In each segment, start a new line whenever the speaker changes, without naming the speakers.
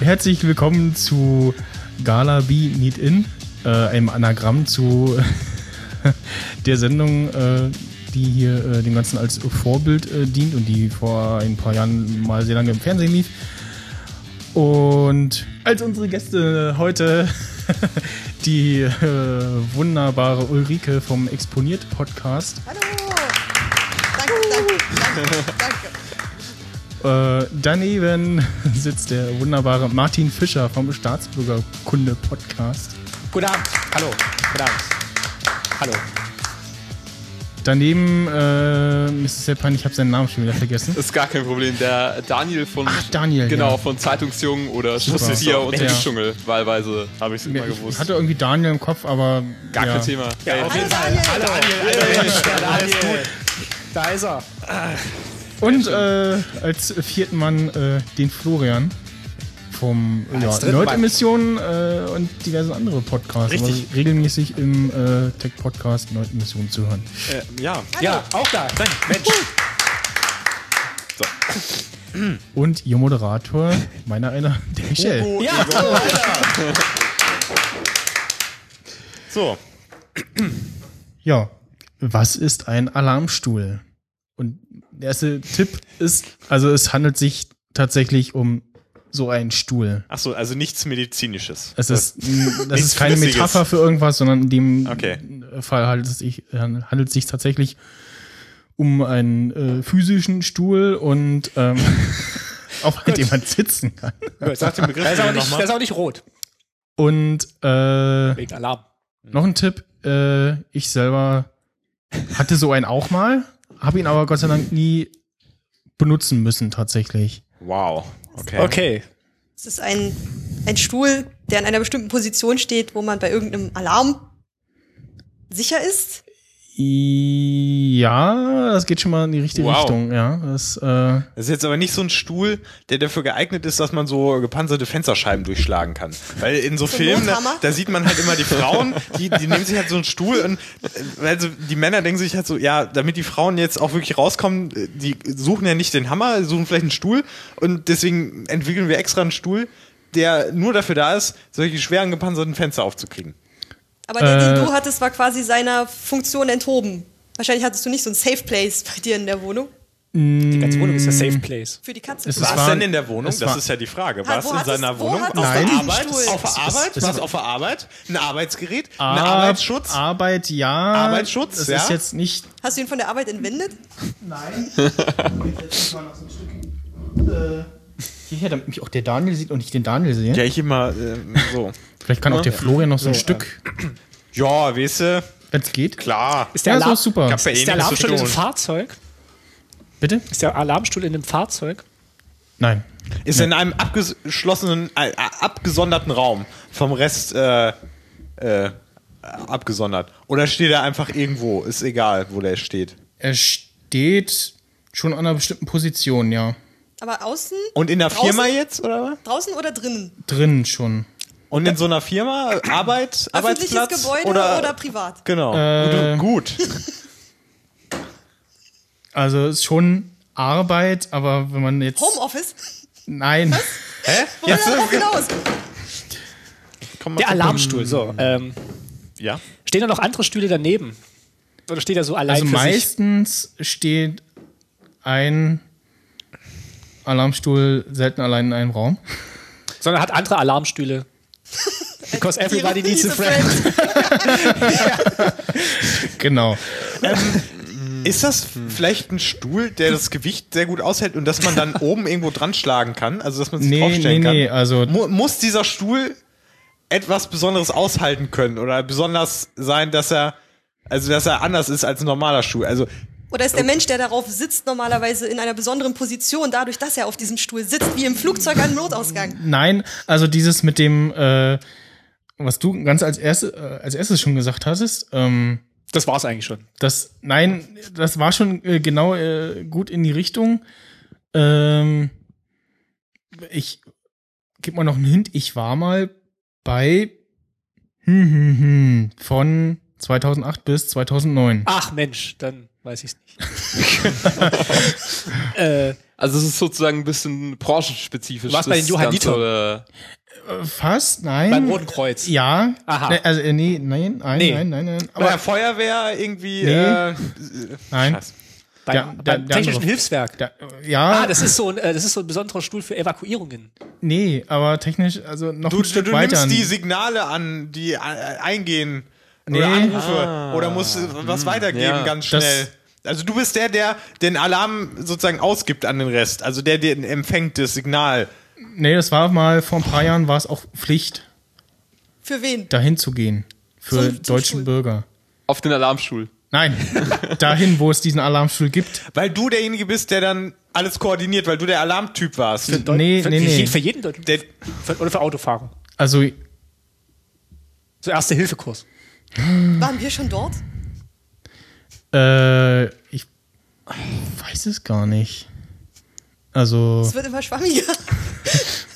Herzlich willkommen zu Gala B Meet In, äh, einem Anagramm zu der Sendung, äh, die hier äh, dem Ganzen als Vorbild äh, dient und die vor ein paar Jahren mal sehr lange im Fernsehen lief. Und als unsere Gäste heute die äh, wunderbare Ulrike vom Exponiert Podcast,
Hallo! Danke, danke, danke, danke.
äh, daneben sitzt der wunderbare Martin Fischer vom Staatsbürgerkunde Podcast.
Guten Abend. Hallo. Guten Abend. Hallo.
Daneben, äh, Mrs. Seppan, ich habe seinen Namen schon wieder vergessen.
Das ist gar kein Problem. Der Daniel von.
Ach, Daniel,
Genau,
ja.
von Zeitungsjungen oder Schlussvier
Super.
und
Ja.
ja. Dschungel. Wahlweise habe ich es immer gewusst.
Ich hatte irgendwie Daniel im Kopf, aber
gar
ja.
kein Thema.
Äh,
Ey,
Hallo Daniel!
Da ist er.
Und äh, als vierten Mann äh, den Florian vom ja,
dritten Mann.
Nerd-Emissionen äh, und diverse andere Podcasts.
Richtig.
Also regelmäßig im äh, Tech-Podcast Nerd-Emissionen zu hören.
äh, ja.
Ja, auch da. Danke. Mensch.
Und ihr Moderator, meiner einer, der Michel.
Ja.
So,
Ja, was ist ein Alarmstuhl? Und der erste Tipp ist, also es handelt sich tatsächlich um so einen Stuhl.
ach so, also nichts medizinisches.
Es ist, das ist keine
Flüssiges.
Metapher für irgendwas, sondern in dem
Okay.
Fall handelt es sich, handelt es sich tatsächlich um einen äh, physischen Stuhl und ähm, auf dem man sitzen kann.
Sag den Begriff
Da ist, auch
mir
nicht, da
nochmal.
ist auch nicht rot.
Und äh,
Wegen Alarm.
noch ein Tipp, äh, ich selber hatte so einen auch mal, habe ihn aber Gott sei Dank nie benutzen müssen tatsächlich.
Wow. Okay.
Okay.
Es ist ein, ein Stuhl, der in einer bestimmten Position steht, wo man bei irgendeinem Alarm sicher ist.
Ja, das geht schon mal in die richtige
Wow.
Richtung, ja. Das, äh,
Das ist jetzt aber nicht so ein Stuhl, der dafür geeignet ist, dass man so gepanzerte Fensterscheiben durchschlagen kann. Weil in so,
So ein
Filmen, da,
Nothammer?
da sieht man halt immer die Frauen, die, die nehmen sich halt so einen Stuhl und äh, weil so, die Männer denken sich halt so, ja, damit die Frauen jetzt auch wirklich rauskommen, äh, die suchen ja nicht den Hammer, suchen vielleicht einen Stuhl und deswegen entwickeln wir extra einen Stuhl, der nur dafür da ist, solche schweren gepanzerten Fenster aufzukriegen.
Aber der,
Äh.
den du hattest, war quasi seiner Funktion enthoben. Wahrscheinlich hattest du nicht so ein Safe Place bei dir in der Wohnung.
Die ganze Wohnung ist der Safe Place.
Für die Katze.
Es
War
war-
es denn in der Wohnung?
es
Das
war-
ist ja die Frage.
Ah,
War es
wo
in
hattest-
seiner
wo
Wohnung?
hattest
Auf
du
der
diesen
Arbeit?
Stuhl?
Auf der Arbeit?
es-
War es auf der Arbeit? Ein Arbeitsgerät? Ein
Ar-
Arbeitsschutz?
Arbeit, ja.
Arbeitsschutz,
Das
ja.
ist jetzt nicht.
Hast du ihn von der Arbeit entwendet?
Nein. Hierher, damit mich auch der Daniel sieht und nicht den Daniel sehe.
Ja, ich immer ähm, so.
Vielleicht kann auch der Florian noch so ein Stück,
ja, weißt du,
wenn es geht.
klar.
Ist
Ja,
der,
ist
Alarm,
auch super.
Gab's ja eh
ist der
nichts zu
Alarmstuhl in einem
tun.
Fahrzeug?
Bitte?
Ist der Alarmstuhl in einem Fahrzeug?
Nein.
Ist in einem abgeschlossenen, äh, äh, abgesonderten Raum vom Rest äh, äh, abgesondert. Oder steht er einfach irgendwo? Ist egal, wo der steht.
Er steht schon an einer bestimmten Position, ja.
Aber außen?
Und in der
Draußen?
Firma jetzt, oder was?
Draußen oder drinnen?
Drin schon.
Und in so einer Firma? Arbeit?
Öffentliches
Arbeitsplatz?
Gebäude oder,
oder,
privat?
Genau.
Äh,
gut.
Also ist schon Arbeit, aber wenn man jetzt.
Homeoffice?
Nein.
Hä?
Worauf hinaus?
Komm
Der Alarmstuhl, so. Ähm,
Ja.
stehen da noch andere Stühle daneben? Oder steht er so allein
Also
für sich?
meistens steht ein Alarmstuhl selten allein in einem Raum.
Sondern hat andere Alarmstühle. Because everybody needs a friend.
Genau.
Ist das
Hm.
vielleicht ein Stuhl, der das Gewicht sehr gut aushält und dass man dann oben irgendwo dran schlagen kann? Also, dass man sich
Nee,
draufstellen
nee, nee,
kann?
also-
Mu muss dieser Stuhl etwas Besonderes aushalten können oder besonders sein, dass er, also, dass er anders ist als ein normaler Stuhl? Also,
Oder ist der Mensch, der darauf sitzt, normalerweise in einer besonderen Position, dadurch, dass er auf diesem Stuhl sitzt, wie im Flugzeug an einem Notausgang?
Nein, also dieses mit dem, äh, was du ganz als, erste, äh, als erstes schon gesagt hattest, ähm,
Das war's eigentlich schon.
das, nein, das war schon äh, genau äh, gut in die Richtung. Ähm, ich gebe mal noch einen Hint, ich war mal bei hm, hm, hm, von 2008 bis 2009.
Ah. Ach Mensch, dann Weiß ich es nicht. äh,
Also es ist sozusagen ein bisschen branchenspezifisch.
Du warst bei den
das
Johannitern.
Ganze, oder?
Fast, nein.
beim Roten Kreuz.
Ja.
Aha.
Ne, also, äh, nee, nein, nein,
Nee.
nein, nein, nein.
Aber
Aber,
naja, Feuerwehr irgendwie.
Nee.
Äh,
nein.
Scheiße.
der-
Beim,
der-
beim
der
Technischen
andere.
Hilfswerk.
Da, ja,
Ah, das ist, so ein, äh, das ist so ein besonderer Stuhl für Evakuierungen.
nee, aber technisch, also noch
du,
ein
du,
Stück
du
weiter.
nimmst die Signale an, die äh, eingehen
Nee. Ah. Hm,
oder Anrufe oder musst äh, was weitergeben
ja.
ganz
Das-
schnell. also du bist der, der den Alarm sozusagen ausgibt an den Rest, also der, der empfängt das Signal.
nee, das war mal vor ein paar Jahren war es auch Pflicht,
Für wen?
dahin zu gehen. Für
Zum- zum
deutschen
Stuhl.
Bürger.
Auf den Alarmstuhl.
Nein, dahin, wo es diesen Alarmstuhl gibt.
Weil du derjenige bist, der dann alles koordiniert, weil du der Alarmtyp warst.
Deu- Nee,
für,
nee, nee.
Für jeden Deutschen.
Der,
Für, oder für Autofahrer.
Also,
So Erste-Hilfe-Kurs.
Waren wir schon dort?
äh, ich weiß es gar nicht. Also,
Es wird immer schwammiger.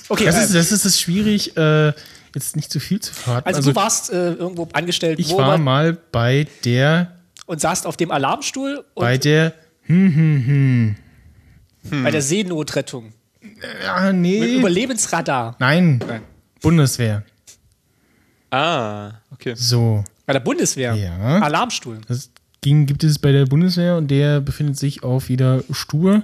Okay,
das
äh,
ist, das ist es schwierig, äh, jetzt nicht zu viel zu verraten.
also,
Also,
du warst äh, irgendwo angestellt
ich
wo
war
man-
mal bei der,
und saßt auf dem Alarmstuhl und
bei
bei,
der,
der Seenotrettung.
ah,
Mit
nee,
Überlebensradar.
nein, Bundeswehr.
Ah, okay.
So,
Bei der Bundeswehr.
Ja.
Alarmstuhl.
das ging, gibt es bei der Bundeswehr und der befindet sich auf wieder Stur.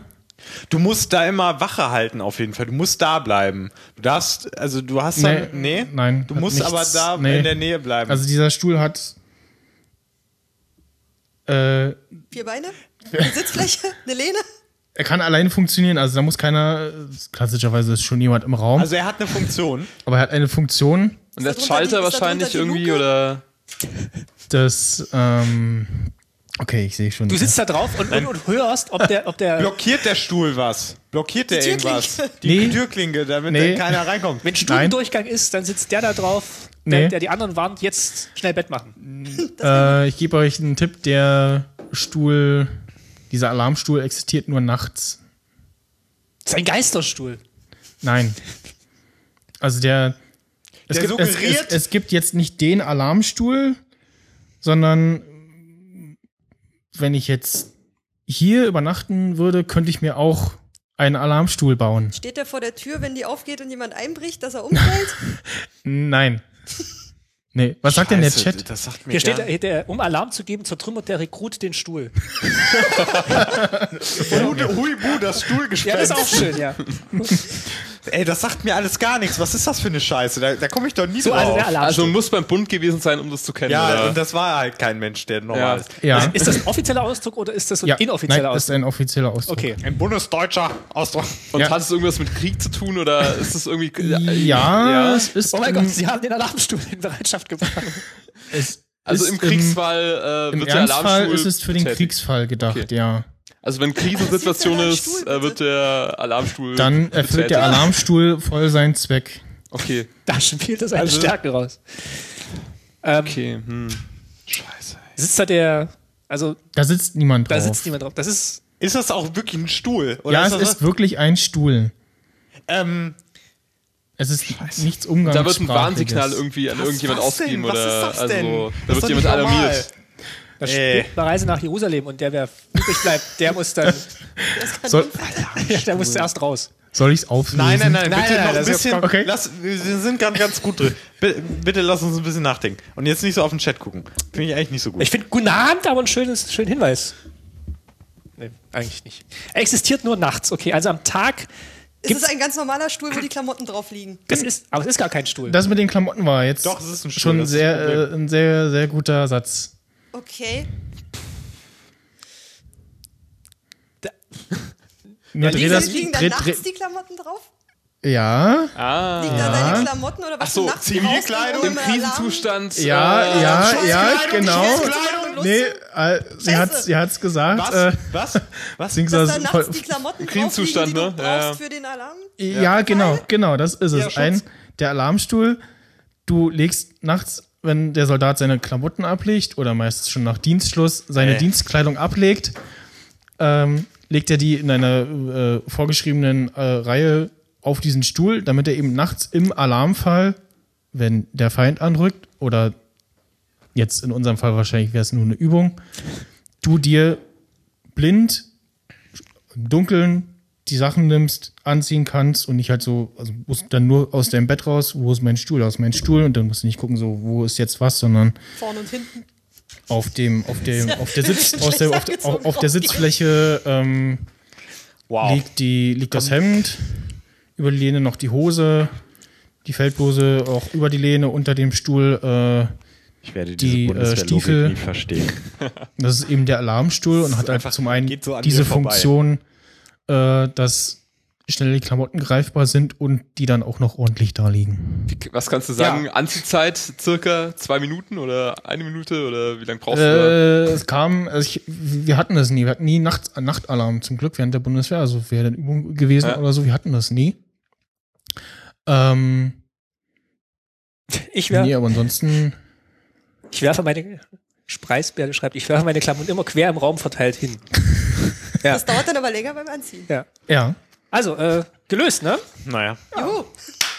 du musst da immer Wache halten auf jeden Fall. Du musst da bleiben. Du darfst, also du hast dann,
Nee,
nee,
nein,
du
hat
musst
nichts-
aber da
nee.
in der Nähe bleiben.
Also dieser Stuhl hat, äh,
Vier Beine? Eine Sitzfläche? Eine Lehne?
er kann alleine funktionieren, also da muss keiner, äh, klassischerweise ist schon jemand im Raum,
also er hat eine Funktion.
aber er hat eine Funktion,
Und
da
der
drunter die-
Schalter
ist da drunter
wahrscheinlich
die
irgendwie
Luke?
oder
das, ähm, okay, ich sehe schon.
Du sitzt da drauf und, und, und hörst, ob der, ob der
Blockiert der Stuhl was? Blockiert der
Die Türklinke.
irgendwas?
Nee.
Die Türklinke, damit
Nee.
da keiner reinkommt.
wenn Stundendurchgang ist, dann sitzt der da drauf,
Nee.
der, der die anderen warnt, jetzt schnell Bett machen.
äh, ich gebe euch einen Tipp, der Stuhl, dieser Alarmstuhl existiert nur nachts.
Das ist ein Geisterstuhl.
Nein. Also der. Es,
Der
gibt, es, es,
suggeriert-
es gibt jetzt nicht den Alarmstuhl, sondern wenn ich jetzt hier übernachten würde, könnte ich mir auch einen Alarmstuhl bauen.
Steht der vor der Tür, wenn die aufgeht und jemand einbricht, dass er umfällt?
Nein. Nee, was sagt denn der
Scheiße,
Chat?
Das sagt mir
Hier steht,
gar-
äh, der, um Alarm zu geben, zertrümmert der Rekrut den Stuhl.
Hude- Huibu, das Stuhlgespenst.
Ja, das ist auch schön, ja.
Ey, das sagt mir alles gar nichts. Was ist das für eine Scheiße? Da, da komme ich doch nie
So, also der
drauf.
also
Alarmstuhl.
man muss beim Bund gewesen sein, um das zu kennen.
ja,
oder?
und das war halt kein Mensch, der normal ist.
Ja.
ist das ein offizieller Ausdruck oder ist das so ein
ja.
inoffizieller
Nein, das ist
Ausdruck?
ein offizieller Ausdruck.
Okay.
Ein bundesdeutscher Ausdruck.
und
ja.
hat es irgendwas mit Krieg zu tun oder ist das irgendwie äh,
Ja,
Ja.
es ist.
Oh
im-
mein Gott, sie haben den Alarmstuhl in Bereitschaft gebracht.
es
Also
ist
im Kriegsfall äh,
Im, im
wird der
Ernstfall
Alarmstuhl
ist es für den
betätigt.
Kriegsfall gedacht,
Okay.
ja.
Also wenn Krisensituation
Sitzt der
ist,
Alarmstuhl,
äh, wird der Alarmstuhl
Dann erfüllt der
betätigt.
Alarmstuhl voll seinen Zweck.
Okay,
Da spielt das eine
Also-
Stärke raus. Ähm,
okay. Hm.
Scheiße.
Sitzt da der, also
Da sitzt niemand drauf.
da sitzt niemand drauf. Das ist,
Ist das auch wirklich ein Stuhl? Oder
ja,
ist
es
das
ist wirklich ein Stuhl.
ähm,
Es ist nichts Umgangssprachliches.
Da wird ein Warnsignal irgendwie an irgendjemand
was
ausgegeben
denn? Was
oder
ist das denn?
also
Das
da
ist
wird
doch
jemand
nicht normal.
alarmiert.
da
Ey.
spielt eine Reise nach Jerusalem und der, wer übrig bleibt, der muss dann,
Soll,
ja, der muss zuerst raus.
soll ich es auflösen?
nein, nein, nein,
Nein,
bitte
nein,
noch ein
das ist
bisschen.
vollkommen- Okay.
Lass, wir sind gerade ganz gut drin. Bi- Bitte lass uns ein bisschen nachdenken. Und jetzt nicht so auf den Chat gucken. Finde ich eigentlich nicht so gut.
Ich finde guten Abend aber ein schönes, schönen Hinweis. Nee, eigentlich nicht. Er existiert nur nachts, okay. Also am Tag
Es
Gibt's-
ist ein ganz normaler Stuhl, wo die Klamotten drauf liegen.
Das ist, aber es ist gar kein Stuhl.
Das mit den Klamotten war jetzt
Doch, es ist ein Stuhl,
schon
das ist
sehr,
das Problem.
äh, ein sehr, sehr guter Satz.
Okay.
Nur dreh
Liegen,
das,
liegen da
dreh,
nachts
dreh,
die Klamotten drauf?
ja,
Ah.
Liegen da deine Klamotten oder was
Ach so,
du nachts
Zivilkleidung
Im
brauchst, um Alarm-
Krisenzustand.
ja, ja,
äh,
ja,
Scheißkleidung,
genau.
Scheißkleidung.
Nee, äh, sie
Scheiße.
hat sie hat's gesagt.
was?
Äh,
was? Was?
Singsas-
Dass da nachts die Klamotten drauf liegen, die
Krisenzustand,
du
ne?
brauchst
Ja, ja.
für den Alarm?
ja, genau, genau, das ist es.
Schutz.
Ein, der Alarmstuhl, du legst nachts, wenn der Soldat seine Klamotten ablegt oder meistens schon nach Dienstschluss seine
Äh.
Dienstkleidung ablegt, ähm, legt er die in einer äh, vorgeschriebenen äh, Reihe auf diesen Stuhl, damit er eben nachts im Alarmfall, wenn der Feind anrückt oder jetzt in unserem Fall wahrscheinlich wäre es nur eine Übung, du dir blind im Dunkeln die Sachen nimmst, anziehen kannst und nicht halt so, also musst dann nur aus deinem Bett raus, wo ist mein Stuhl, da ist mein Stuhl und dann musst du nicht gucken, so, wo ist jetzt was, sondern
Vorne und hinten.
auf dem, auf dem, auf der Sitz, aus der, auf,
Schlecht
auf, auf der
angezogen.
Sitzfläche ähm, liegt, die, liegt das Hemd, über die Lehne noch die Hose, die Feldbluse auch über die Lehne, unter dem Stuhl, äh,
Ich werde
Die,
diese
äh,
Bundeswehrlogik
Stiefel-
nie verstehen.
Das ist eben der Alarmstuhl und hat einfach zum einen
geht so an
diese
mir vorbei.
Funktion, äh, dass schnell die Klamotten greifbar sind und die dann auch noch ordentlich da liegen.
Wie, was kannst du sagen? Anziehzeit circa zwei Minuten oder eine Minute oder wie lange brauchst
Äh,
du?
es kam, also ich, wir hatten das nie, wir hatten nie Nacht, Nachtalarm zum Glück während der Bundeswehr, also wäre dann Übung gewesen
Ja.
oder so, wir hatten das nie. Ähm,
Ich wäre
Nee, aber ansonsten,
Ich werfe meine, Spreisberg schreibt, ich werfe meine Klamotten immer quer im Raum verteilt hin. Ja.
Das dauert dann aber länger beim Anziehen.
Ja.
ja.
Also, äh, gelöst, ne?
Naja.
Juhu.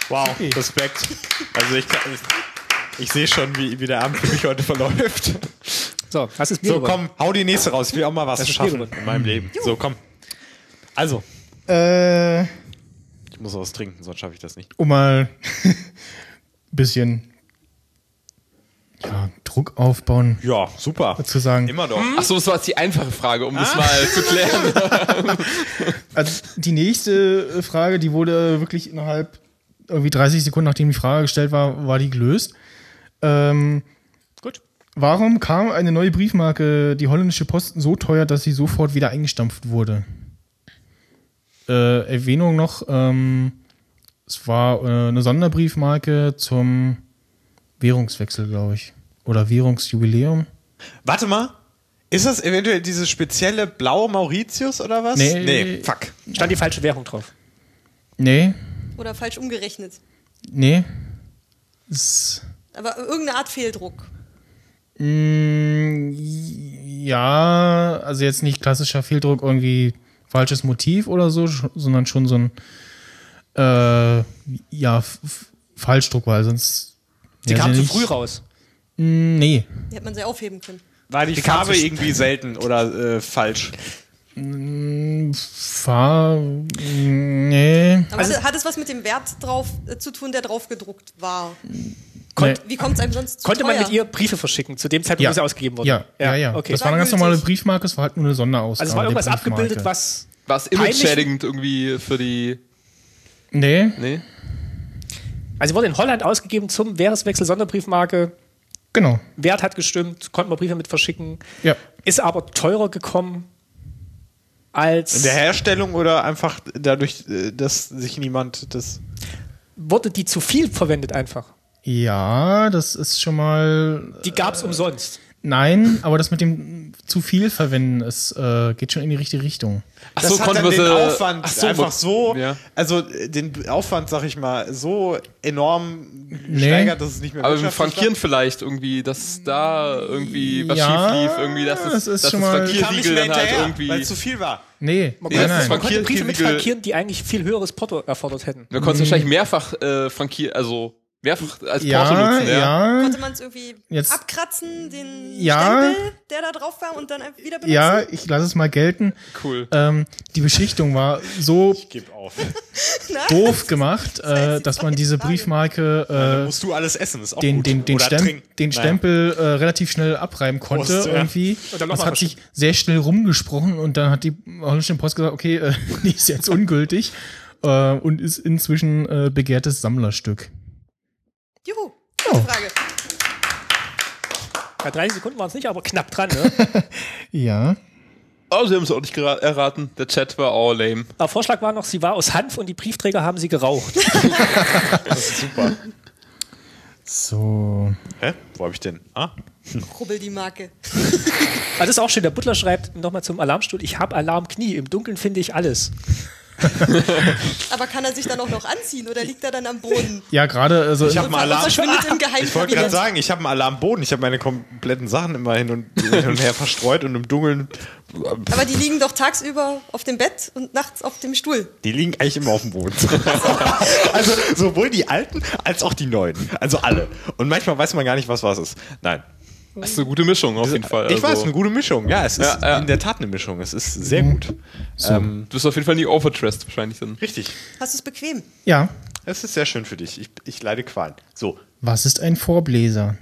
Wow, Respekt. Also ich, kann- ich, ich sehe schon, wie, wie der Abend für mich heute verläuft.
So, das ist mir
So,
gewonnen.
komm, hau die nächste raus. Ich will auch mal was
Das ist
schaffen
Bier
in meinem Leben. So, komm. Also,
Äh,
ich muss was trinken, sonst schaffe ich das nicht.
um mal ein bisschen ja, Druck aufbauen
Ja, super.
zu sagen.
Immer doch.
Achso, das war jetzt die einfache Frage, um
Ah.
das mal zu klären.
Also die nächste äh, Frage, die wurde wirklich innerhalb irgendwie 30 Sekunden, nachdem die Frage gestellt war, war die gelöst. Ähm,
Gut.
warum kam eine neue Briefmarke, die holländische Post, so teuer, dass sie sofort wieder eingestampft wurde? Äh, Erwähnung noch, ähm, es war äh, eine Sonderbriefmarke zum Währungswechsel, glaube ich. Oder Währungsjubiläum.
Warte mal. Ist das eventuell dieses spezielle blaue Mauritius oder was?
Nee.
Nee, fuck.
Stand die falsche Währung drauf.
Nee,
Oder falsch umgerechnet.
nee. Es,
Aber irgendeine Art Fehldruck.
Mm, Ja, also jetzt nicht klassischer Fehldruck, irgendwie falsches Motiv oder so, sch- sondern schon so ein äh, ja, F- F- Falschdruck, weil sonst.
Sie
ja,
kam
ist ja
zu
nicht-
früh raus.
Mm, Nee,
Die hätte man sehr aufheben können.
War die, Farbe irgendwie selten oder äh, falsch?
Fahr. Nee.
Aber hat, hat es was mit dem Wert drauf äh, zu tun, der drauf gedruckt war?
nee.
Wie kommt es einem sonst zu
Konnte man
teuer?
mit ihr Briefe verschicken, zu dem Zeitpunkt,
Ah, Ja.
wo sie ausgegeben wurde?
Ja, ja, ja.
Okay.
Das war eine ganz normale
Gültig.
Briefmarke, es war halt nur eine Sonderausgabe.
also es war
der
irgendwas
Briefmarke.
abgebildet, was.
War es image-schädigend irgendwie für die.
Nee,
Nee?
Also sie wurde in Holland ausgegeben zum Währungswechsel Sonderbriefmarke.
genau.
Wert hat gestimmt, konnte man Briefe mit verschicken.
Ja.
Ist aber teurer gekommen als.
In der Herstellung oder einfach dadurch, äh, dass sich niemand das.
wurde die zu viel verwendet einfach.
Ja, das ist schon mal
Die gab
Äh,
es umsonst.
Nein, aber das mit dem zu viel verwenden, es äh, geht schon in die richtige Richtung.
Ach
das
so,
hat
konnten
dann
wir
den
sie-
Aufwand
Ach so,
einfach
wir-
so,
Ja.
also äh, den Aufwand, sag ich mal, so enorm gesteigert, dass es nicht mehr
Aber wir
wirtschaftlich
frankieren vielleicht irgendwie, dass da irgendwie was
Ja,
schief lief, irgendwie, dass es,
das ist
dass
schon
das
mal-
war. Kam nicht
Frankiersiegel
mehr
dann halt
hinterher, weil
irgendwie.
es zu viel war.
Nee,
Man
nein,
konnte,
das
nein.
ist
man konnte
Frankier-
Briefe mit
Kierwiegel-
frankieren, die eigentlich viel höheres Porto erfordert hätten.
Wir
Mhm.
konnten es wahrscheinlich mehrfach äh, frankieren, also mehrfach als Porto
Ja,
nutzen, ja.
ja,
Konnte man es irgendwie
Jetzt-
abkratzen, den
Ja.
Stempel, der da drauf war, und dann einfach wieder benutzen?
ja, ich lasse es mal gelten.
Cool.
Ähm, die Beschichtung war so
Gib auf.
Äh, doof gemacht,
heißt,
äh,
die
dass man
zweite
diese
Frage.
Briefmarke, äh,
Musst du alles essen, ist auch
den,
gut.
den, den,
Oder
Stem
trinken.
den
Naja.
Stempel äh, relativ schnell abreiben konnte
Prost, ja.
irgendwie.
Und dann noch
Das
mal
hat sich sehr schnell rumgesprochen und dann hat die holländische Post gesagt, okay, äh, die ist jetzt ungültig äh, und ist inzwischen äh, begehrtes Sammlerstück.
Juhu. Gute Frage.
Bei 30 Sekunden waren es nicht, aber knapp dran. Ne?
Ja.
Oh, sie haben es auch nicht gera- erraten. Der Chat war all lame.
Der Vorschlag war noch, sie war aus Hanf und die Briefträger haben sie geraucht.
So.
Hä? Wo hab ich denn? Ah,
Rubbel die Marke.
Also das ist auch schön. Der Butler schreibt nochmal zum Alarmstuhl, ich habe Alarmknie, im Dunkeln finde ich alles.
Aber kann er sich dann auch noch anziehen oder liegt er dann am Boden?
Ja, gerade, also
Ich hab mal Alarm.
verschwindet im Geheimen.
Ich wollte gerade sagen, ich habe einen Alarmboden. Ich habe meine kompletten Sachen immer hin und, hin und her verstreut und im Dunkeln.
Aber die liegen doch tagsüber auf dem Bett und nachts auf dem Stuhl.
Die liegen eigentlich immer auf dem Boden. also sowohl die alten als auch die neuen. Also alle. Und manchmal weiß man gar nicht, was was ist. Nein.
Das ist eine gute Mischung auf jeden Fall. Also,
Ich weiß, eine gute Mischung. Ja, es ist
Ja, ja.
in der Tat eine Mischung. Es ist sehr gut. Ähm,
Du bist auf jeden Fall nie overdressed wahrscheinlich dann.
richtig.
Hast du es bequem?
Ja.
Es ist sehr schön für dich. Ich, ich leide Qualen. So.
Was ist ein Vorbläser?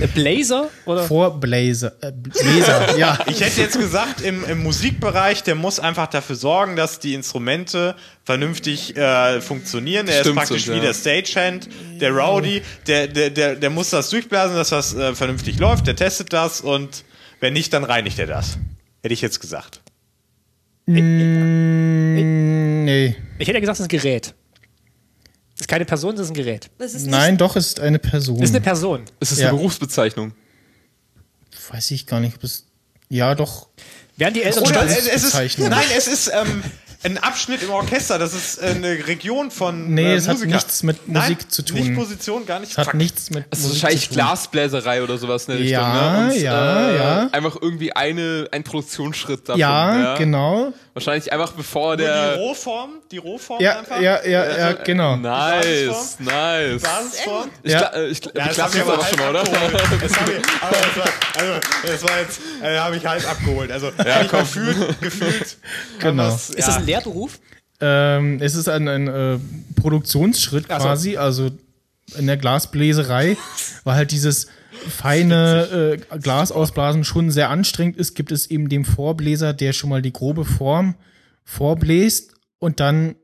Äh, Blazer? Oder?
Vorbläser. Äh, Bläser, ja.
Ich hätte jetzt gesagt, im, im Musikbereich, der muss einfach dafür sorgen, dass die Instrumente vernünftig äh, funktionieren. Er ist
Stimmt
praktisch
so,
wie
ja.
der Stagehand, der Rowdy, der, der, der, der muss das durchblasen, dass das äh, vernünftig läuft, der testet das und wenn nicht, dann reinigt er das. Hätte ich jetzt gesagt.
Nee.
Ich hätte ja gesagt, es ist ein Gerät. Das ist keine Person, das ist ein Gerät.
Das ist
Nein, doch, es ist eine Person.
Hm.
Das ist eine Person.
Es ist
Ja.
eine Berufsbezeichnung.
Weiß ich gar nicht, ob es. Ja, doch.
Wären die älteren
Oder
Oder es
stolz?
es
ist-
ist,
Bezeichnung.
nein, es ist ähm, ein Abschnitt im Orchester. Das ist äh, eine Region von
Nee,
äh,
es hat
Musikern.
nichts mit Musik zu tun.
Nicht Position, gar nicht.
Es hat
Fuck.
nichts mit.
Das ist
Musik
wahrscheinlich
zu tun.
Glasbläserei oder sowas in der
Ja,
Richtung. Ne?
ja, ja.
Einfach irgendwie eine, ein Produktionsschritt davon.
Ja, genau.
Wahrscheinlich einfach bevor
Nur die
der...
Rohform, die Rohform
Ja,
einfach.
ja, ja, ja, genau.
äh, Nice, nice.
Basisform.
Ich,
Ja.
gla- äh, ich, gl- wir klappen
ich
jetzt aber
halb
schon mal, oder?
abgeholt. halt- Das hab ich, aber das war, also, das war jetzt, äh, habe ich halb abgeholt. Also, hab ich gefühlt, gefühlt.
Genau.
Das,
Ist das ein Lehrberuf?
Ähm, es ist ein, ein äh, Produktionsschritt
Ach so.
quasi, also in der Glasbläserei, weil halt dieses feine äh, Glas ausblasen schon sehr anstrengend ist, gibt es eben dem Vorbläser, der schon mal die grobe Form vorbläst und dann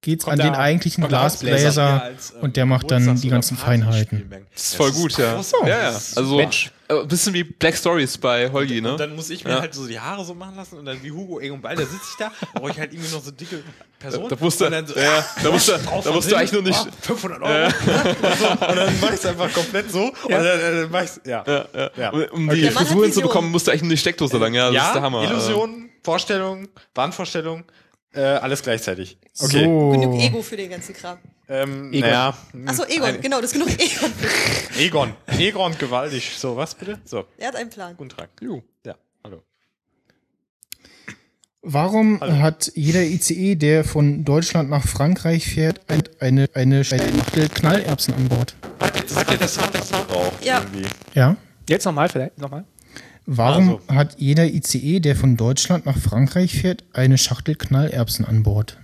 geht's an
der-
den eigentlichen
kommt der
Glasbläser
äh,
und der macht dann die ganzen Feinheiten.
Das
Ist voll gut, ja. ja, ja. Also,
Mensch.
äh, ein bisschen wie Black Stories bei Holgi, ne?
Und dann muss ich mir
Ja.
halt so die Haare so machen lassen und dann wie Hugo Egon Ball, da sitze ich da, da brauche ich halt irgendwie noch so dicke Person.
Da musst du,
und dann so, ah,
ja, da musst du,
drauf
da musst du
und
eigentlich
hin,
nur nicht.
oh, 500 Euro. Und dann mach ich es einfach komplett so. Und dann, äh, dann mach ich's, ja.
Ja, ja.
Ja.
Um, um
Der
die
Mann hat
Frisuren zu
Visionen.
bekommen, musst du eigentlich nur die Steckdose lang. Ja, das
ja,
ist der Hammer. äh.
Illusionen, Vorstellungen, Wahnvorstellungen, äh, alles gleichzeitig.
genug
So.
Ego für den ganzen Kram.
Ähm,
Egon.
naja,
Achso, Egon, genau, das ist genug Egon.
Egon. Egon gewaltig. So, was bitte? So,
Er hat einen Plan.
guten Tag.
Jo.
Ja, hallo.
Warum hat jeder ICE, der von Deutschland nach Frankreich fährt, ein- eine, eine Schachtel Knallerbsen an Bord?
Hat ihr das Hand auch
Ja.
irgendwie?
Ja.
Jetzt nochmal vielleicht. Nochmal.
Warum
Also.
hat jeder ICE, der von Deutschland nach Frankreich fährt, eine Schachtel Knallerbsen an Bord?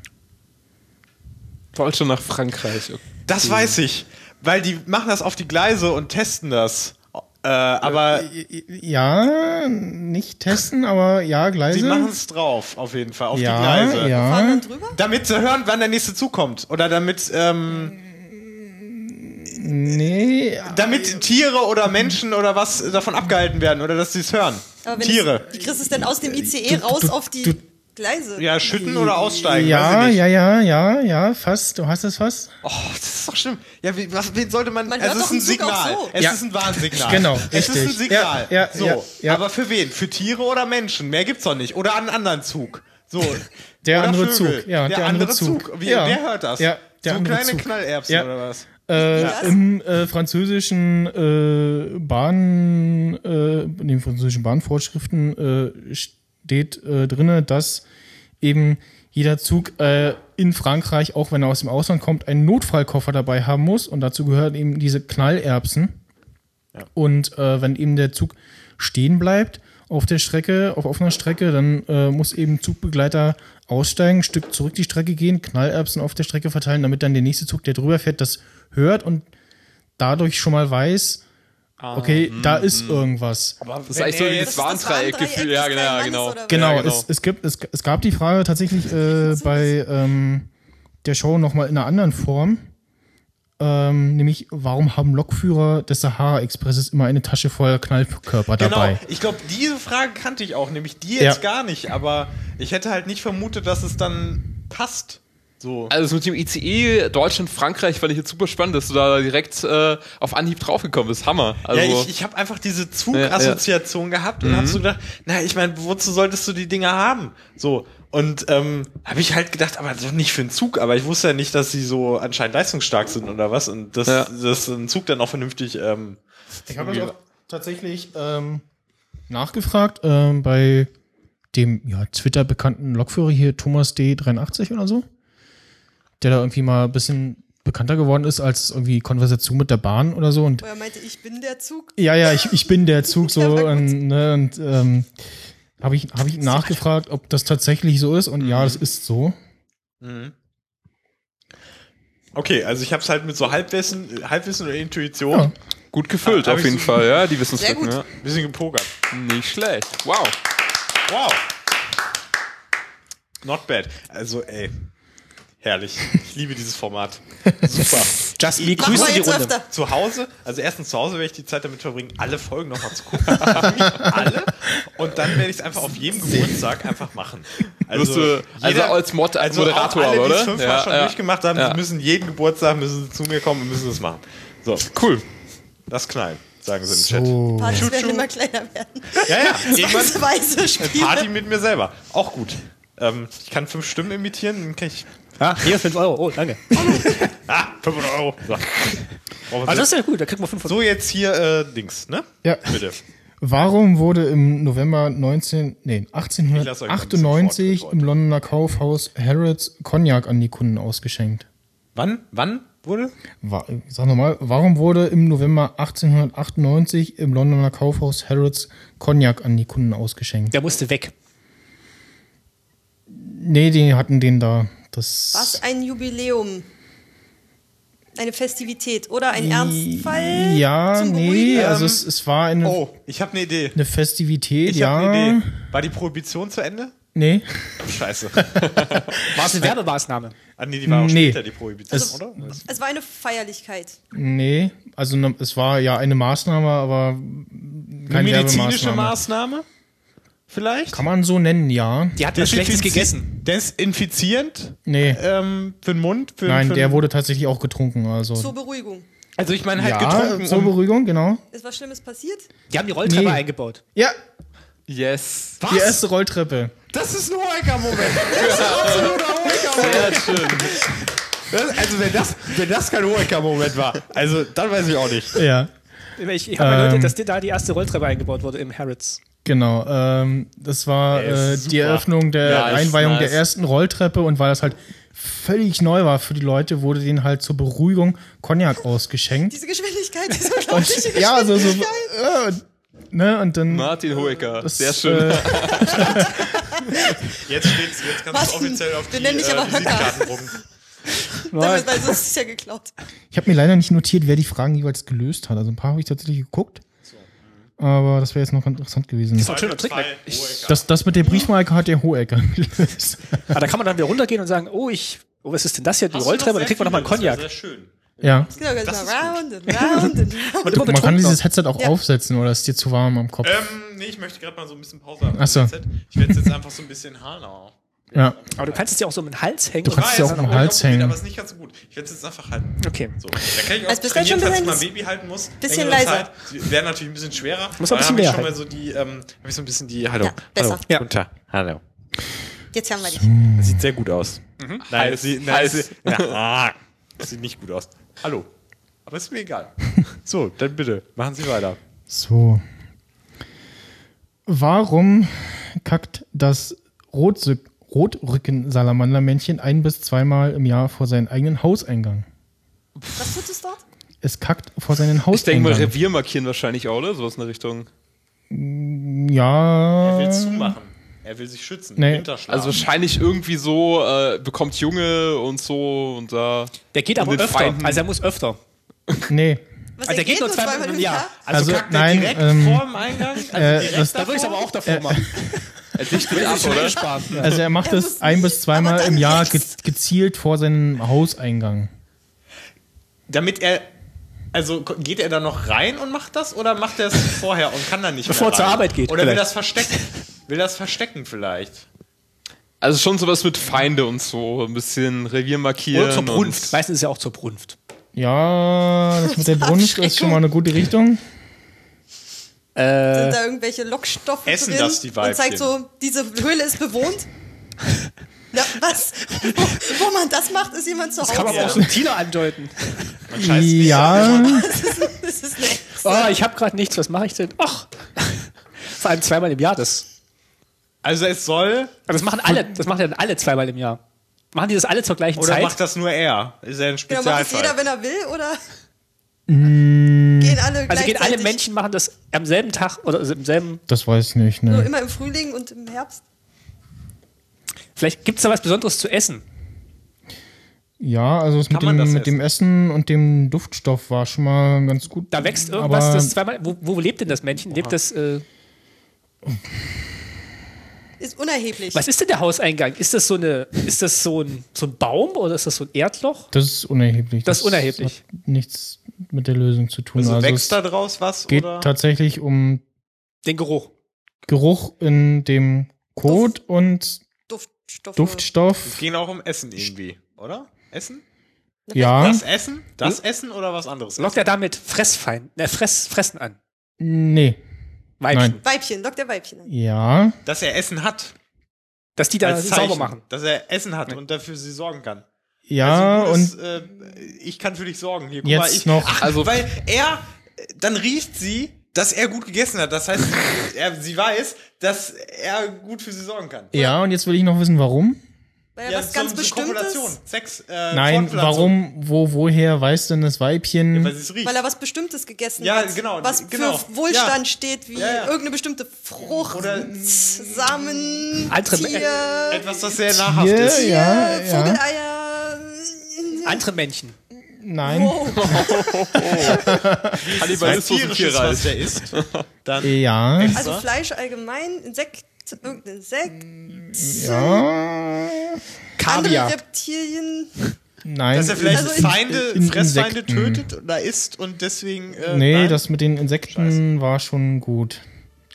Deutschland nach Frankreich.
Das weiß ich, weil die machen das auf die Gleise und testen das. Äh, aber
Ja, nicht testen, aber ja,
sie machen
Gleise.
es drauf, auf jeden Fall, auf die
also Ja,
Gleise.
Fahren
ja.
dann drüber?
Damit sie hören, wann der nächste Zug kommt. Oder damit, ähm,
Nee,
damit Tiere oder Menschen oder was davon abgehalten werden oder dass sie es hören.
Aber wenn
Tiere.
Es, wie kriegst Äh, du es denn aus dem ICE raus auf die Gleise?
Ja, schütten oder aussteigen. weiß
ja,
ich nicht.
ja, ja, ja, ja, fast. Du hast es fast.
Oh, das ist doch schlimm. Ja, wie, was, wen sollte man.
Man
es
hört
ist
doch
ein
einen Zug auch
Signal.
so.
Es
Ja.
ist ein Warnsignal.
Genau,
Es ist ein
richtig.
Signal.
Ja, ja,
so.
ja, ja.
Aber für wen? Für Tiere oder Menschen? Mehr gibt's doch nicht. Oder einen anderen Zug. So.
Der
oder
andere
Vögel.
Zug. Ja,
der, andere Zug. Wie,
Ja.
Wer hört das?
Ja, der
so
andere
kleine
Zug.
Knallerbsen
Ja.
oder was?
Äh,
das?
Im äh, französischen äh, Bahn, äh, in den französischen Bahnvorschriften äh, steht äh, drinne, dass eben jeder Zug äh, in Frankreich, auch wenn er aus dem Ausland kommt, einen Notfallkoffer dabei haben muss und dazu gehören eben diese Knallerbsen. Und äh, wenn eben der Zug stehen bleibt auf der Strecke, auf offener Strecke, dann äh, muss eben Zugbegleiter aussteigen, ein Stück zurück die Strecke gehen, Knallerbsen auf der Strecke verteilen, damit dann der nächste Zug, der drüber fährt, das hört und dadurch schon mal weiß, okay, da ist irgendwas.
Das ist eigentlich so dieses
Das ist das Warndreieck
Warndreieck-Gefühl. Ja,
des
genau, ja,
kleinen
genau.
Mannes, oder was?
Genau,
Ja, genau.
Es, es, gibt, es, es gab die Frage tatsächlich äh, bei ähm, der Show nochmal in einer anderen Form. Ähm, nämlich, warum haben Lokführer des Sahara-Expresses immer eine Tasche voller Knallkörper dabei?
Genau, ich glaube, diese Frage kannte ich auch, nämlich die
Ja.
jetzt gar nicht, aber ich hätte halt nicht vermutet, dass es dann passt. So.
Also das mit dem ICE Deutschland-Frankreich fand ich jetzt super spannend, dass du da direkt äh, auf Anhieb draufgekommen bist. Hammer. Also,
Ja, ich, ich habe einfach diese Zugassoziation gehabt
Mhm.
und hab so gedacht, na, ich meine, wozu solltest du die Dinger haben? So. Und ähm, habe ich halt gedacht, aber doch nicht für einen Zug, aber ich wusste ja nicht, dass sie so anscheinend leistungsstark sind oder was und dass,
Ja.
dass ein Zug dann auch vernünftig. Ähm,
Ich habe das auch tatsächlich ähm, nachgefragt ähm, bei dem ja, Twitter bekannten Lokführer hier, Thomas D83 oder so, der da irgendwie mal ein bisschen bekannter geworden ist als irgendwie Konversation mit der Bahn oder so. Und
Wo er meinte, ich bin der Zug.
ja, ja, ich, ich bin der Zug so
Ja, na gut.
und, ne, und ähm, habe ich, hab ich nachgefragt, ob das tatsächlich so ist und ja, das ist so.
Okay, also ich habe es halt mit so Halbwissen, Halbwissen oder Intuition
Ja.
Gut gefüllt,
Ah, hab
auf
ich
jeden
so-
Fall, ja, die Wissenslücken.
Sehr
Ja.
gut.
ein bisschen gepokert.
Nicht schlecht. Wow.
Wow. Not bad. Also, ey. Herrlich. Ich liebe dieses Format. Super.
Just Lee,
Machen
grüße
wir
die
jetzt
Runde.
öfter.
Zu Hause, also erstens zu Hause werde ich die Zeit damit verbringen, alle Folgen nochmal zu gucken. alle. Und dann werde ich es einfach auf jedem Geburtstag einfach machen.
Wirst du- also als Mod- als Moderator,
auch alle,
aber,
die es
oder?
fünfmal
Ja,
schon
ja.
durchgemacht haben,
Ja.
die müssen jeden Geburtstag müssen sie zu mir kommen und müssen das machen. So,
Cool.
das knallen, sagen sie im
So.
Partys werden
Chuchu.
immer kleiner werden.
Chat. Ja, ja. Irgendwann-
Zwangsweise
Party
Spiele.
ne?
mit mir selber. Auch gut. Ähm, ich kann fünf Stimmen imitieren, dann kann ich.
Ah, hier 5 Euro. Oh, danke.
Ah, 500 Euro. So. Brauchen wir
Also
das-
das ist ja gut, da kriegt man 5 Euro.
so, jetzt hier äh, Dings, ne?
Ja.
Bitte.
Warum wurde im November 19, nee,
Ich lass euch mal ein bisschen
1898
Wort-
im Londoner Kaufhaus Harrods Cognac an die Kunden ausgeschenkt?
Wann? Wann wurde?
Wa- Sag nochmal, warum wurde im November 1898 im Londoner Kaufhaus Harrods Cognac an die Kunden ausgeschenkt?
Der musste weg.
Nee, die hatten den da. Das
Was ein Jubiläum. Eine Festivität oder ein Ernstfall?
Ja,
zum
nee,
Beruhigen? Ähm,
also es, es war eine,
Oh, ich habe eine Idee.
eine Festivität,
Ich
ja.
habe eine Idee. War die Prohibition zu Ende?
Nee,
Scheiße.
War es eine Werbemaßnahme?
Ah, nee, die war auch
Nee.
später, die Prohibition,
Es-
oder?
Es war eine Feierlichkeit.
nee. Also ne, es war ja eine Maßnahme, aber
Eine
keine
medizinische
Werbemaßnahme.
Maßnahme? Vielleicht?
Kann man so nennen, ja.
Die hat was Schlechtes
Desinfizi-
gegessen.
Desinfizierend?
Nee.
Ähm, für den Mund? Für,
Nein,
für
der wurde tatsächlich auch getrunken. Also.
Zur Beruhigung.
Also, ich meine halt
ja,
getrunken.
zur
um-
Beruhigung, genau.
Ist was Schlimmes passiert?
Die haben die Rolltreppe
Nee.
eingebaut.
Ja,
Yes.
die erste Rolltreppe.
Das ist ein Hohecker-Moment. Das ist ein absoluter Hohecker-Moment. Das- Also, wenn das, wenn das kein Hohecker-Moment war, also dann weiß ich auch nicht.
Ja.
Ich, ich habe mal
Ähm.
gehört, dass dir da die erste Rolltreppe eingebaut wurde im Harrods.
Genau, ähm, das war
Ey,
äh,
super.
die Eröffnung der
Ja, ist
Einweihung
nice.
der ersten Rolltreppe und weil das halt völlig neu war für die Leute, wurde denen halt zur Beruhigung Cognac ausgeschenkt.
Diese Geschwindigkeit, diese unglaubliche Geschwindigkeit.
ja, so, so, äh, und- ne, und dann.
Martin Hoeker.
das,
Sehr schön.
Äh,
Jetzt steht's, jetzt kannst
Was? offiziell auf Wir die, nennen dich äh, aber Höcker. Visitenkarten Damit, weil sonst ist ja geklaut.
ich habe mir leider nicht notiert, wer die Fragen jeweils gelöst hat. Also ein paar habe ich tatsächlich geguckt. Aber das wäre jetzt noch ganz interessant gewesen.
Ein schöner Trick. ne?
Das, das mit der Briefmarke hat der Hohecker gelöst.
Ah, da kann man dann wieder runtergehen und sagen, oh, ich, oh, was ist denn das hier? Die Rolltreppe, da kriegt man nochmal einen Cognac.
Sehr schön.
Ja.
Genau, ganz mal round and round and round.
Und immer
Man kann
betrunken
dieses Headset auch
Ja.
aufsetzen oder ist dir zu warm am Kopf?
Ähm, nee, ich möchte gerade mal so ein bisschen Pause haben.
Ach so.
Ich werde jetzt einfach so ein bisschen Hanau.
ja.
noch. Aber du kannst es dir auch so um den Hals hängen.
Du kannst es
Ah,
dir auch um den Hals hängen.
Aber ist nicht ganz so gut. Ich werde es jetzt einfach halten.
Okay.
So, dann kann ich auch
Also bist du
trainieren,
schon ein
falls
bisschen-
ich mal Baby halten muss.
bisschen
längere
leiser.
Zeit. Die Wäre natürlich ein bisschen schwerer.
Muss man ein
Dann
bisschen
hab
mehr
ich schon mal so die, ähm, hab ich so ein bisschen die Hallo.
Ja, besser.
Hallo.
Ja.
Guten Tag. Hallo.
Jetzt haben wir dich.
Das sieht sehr gut aus. Nein,
Heiß,
das sieht, nein,
heiß.
das sieht, ja, ah, das sieht nicht gut aus. Hallo. Aber ist mir egal. So, dann bitte, machen Sie weiter.
So. Warum kackt das Rotsü- Rotrücken-Salamandermännchen ein bis zweimal im Jahr vor seinen eigenen Hauseingang?
Was tut es dort?
Ah,
Es kackt vor seinen
Ich denke mal,
Hauseingang.
Revier markieren wahrscheinlich auch, oder? Sowas in der Richtung.
ja.
Er will zumachen. Er will sich schützen.
Nee.
Winterschlaf.
Also wahrscheinlich irgendwie so, äh, bekommt Junge und so und da.
Der geht aber
Und den
öfter.
Feinden.
Also er muss öfter.
Nee.
Was
Also der geht nur zweimal im Jahr.
Also,
kackt er
nein,
direkt
ähm,
vor dem Eingang? Also
äh,
direkt
das-
Da würde ich es aber auch davor machen.
Er dichtet ab,
Oder?
oder?
Sparen. Ja.
Also er macht
muss
es ein
nicht,
bis zweimal
aber dann
im Jahr ge
rechts.
gezielt vor seinem Hauseingang.
Damit er. Also ko- geht er da noch rein und macht das oder macht er es vorher und kann dann nicht
Bevor
mehr
er zur
rein?
Arbeit geht,
Oder will
vielleicht.
das verstecken? Will das verstecken vielleicht?
Also schon sowas mit Feinde und so. Ein bisschen Revier markieren.
Oder zur Brunft.
Und
Meistens ist ja auch zur Brunft.
Ja, das mit der Brunst ist schon mal eine gute Richtung.
Äh,
Sind da irgendwelche Lockstoffe
Essen
drin?
das die
und zeigt
Weibchen?
so, diese Höhle ist bewohnt. Na, was? Wo, wo man das macht, ist jemand zu Hause.
Kann man aber auch subtiler andeuten.
Man scheißt nicht auf
ja.
das ist eine
Oh, ich habe gerade nichts. Was mache ich denn? Och. Vor allem zweimal im Jahr. Das,
Also es soll.
das machen alle. Das machen dann alle zweimal im Jahr. Machen die das alle zur gleichen
Oder
Zeit?
macht das nur er? Ist ja ein
Oder Genau, macht es
Spezialfall.
jeder, wenn er will, oder? Gehen alle
also gehen alle
gleichzeitig?
Menschen machen das am selben Tag oder also im selben.
Das weiß ich nicht,
Nur
ne?
immer im Frühling und im Herbst.
Vielleicht gibt es da was Besonderes zu essen.
Ja, also es mit,
man
dem,
das
mit dem Essen und dem Duftstoff war schon mal ganz gut.
Da wächst irgendwas,
aber
das zweimal. Wo, wo lebt denn das Männchen? Lebt das. Äh,
Ist unerheblich.
was ist denn der Hauseingang? Ist das so eine. Ist das so ein, so ein Baum oder ist das so ein Erdloch?
Das ist unerheblich.
Das ist unerheblich.
Hat nichts mit der Lösung zu tun.
Also
Also,
wächst da
es
draus was?
geht
oder?
tatsächlich um
Den Geruch.
Geruch in dem Kot und
Duftstoffe.
Es
Duftstoff.
ging auch um Essen irgendwie, oder? Essen?
Ja,
Das Essen? Das
Hm?
Essen oder was anderes?
Lockt er damit Fressfeind, ne, Fress, Fressen an?
nee,
Weibchen.
Nein.
Weibchen, lockt der Weibchen an.
ja,
Dass er Essen hat.
Dass die da
als Zeichen,
sauber machen.
Dass er Essen hat und dafür sie sorgen kann.
ja
Also nur das,
und
äh, ich kann für dich sorgen. Hier, guck mal,
jetzt
ich,
noch.
Also,
Weil er, dann riecht sie, dass er gut gegessen hat. Das heißt, er, sie weiß, dass er gut für sie sorgen kann.
Ja, und jetzt will ich noch wissen, warum.
Weil er was
so
ganz
eine
Bestimmtes.
Kopulation, Sex, äh,
Nein,
Fortpflanzung.
warum, wo, woher weiß denn das Weibchen?
Weil sie es riecht.
Weil er was Bestimmtes gegessen
Ja,
hat.
genau,
Was
genau.
für Wohlstand
Ja.
steht, wie
Ja, ja.
irgendeine bestimmte Frucht,
Oder-
Samen,
Andere-
Tier,
Etwas, das sehr nahrhaft
Tier,
ist.
ja,
äh,
ja,
Vogeleier.
Andere Männchen.
nein,
Kannibalismus im
Tierisches, was
Tierreich.
er isst. Dann
ja,
Also Fleisch allgemein, Insekt, irgendein Insekt,
ja,
Kaviar.
andere Reptilien.
nein.
Dass er vielleicht
Also in-
Feinde,
in- in
Fressfeinde
Insekten.
tötet oder isst und deswegen. Äh,
nee,
ne?
nein?
das mit den Insekten war schon gut.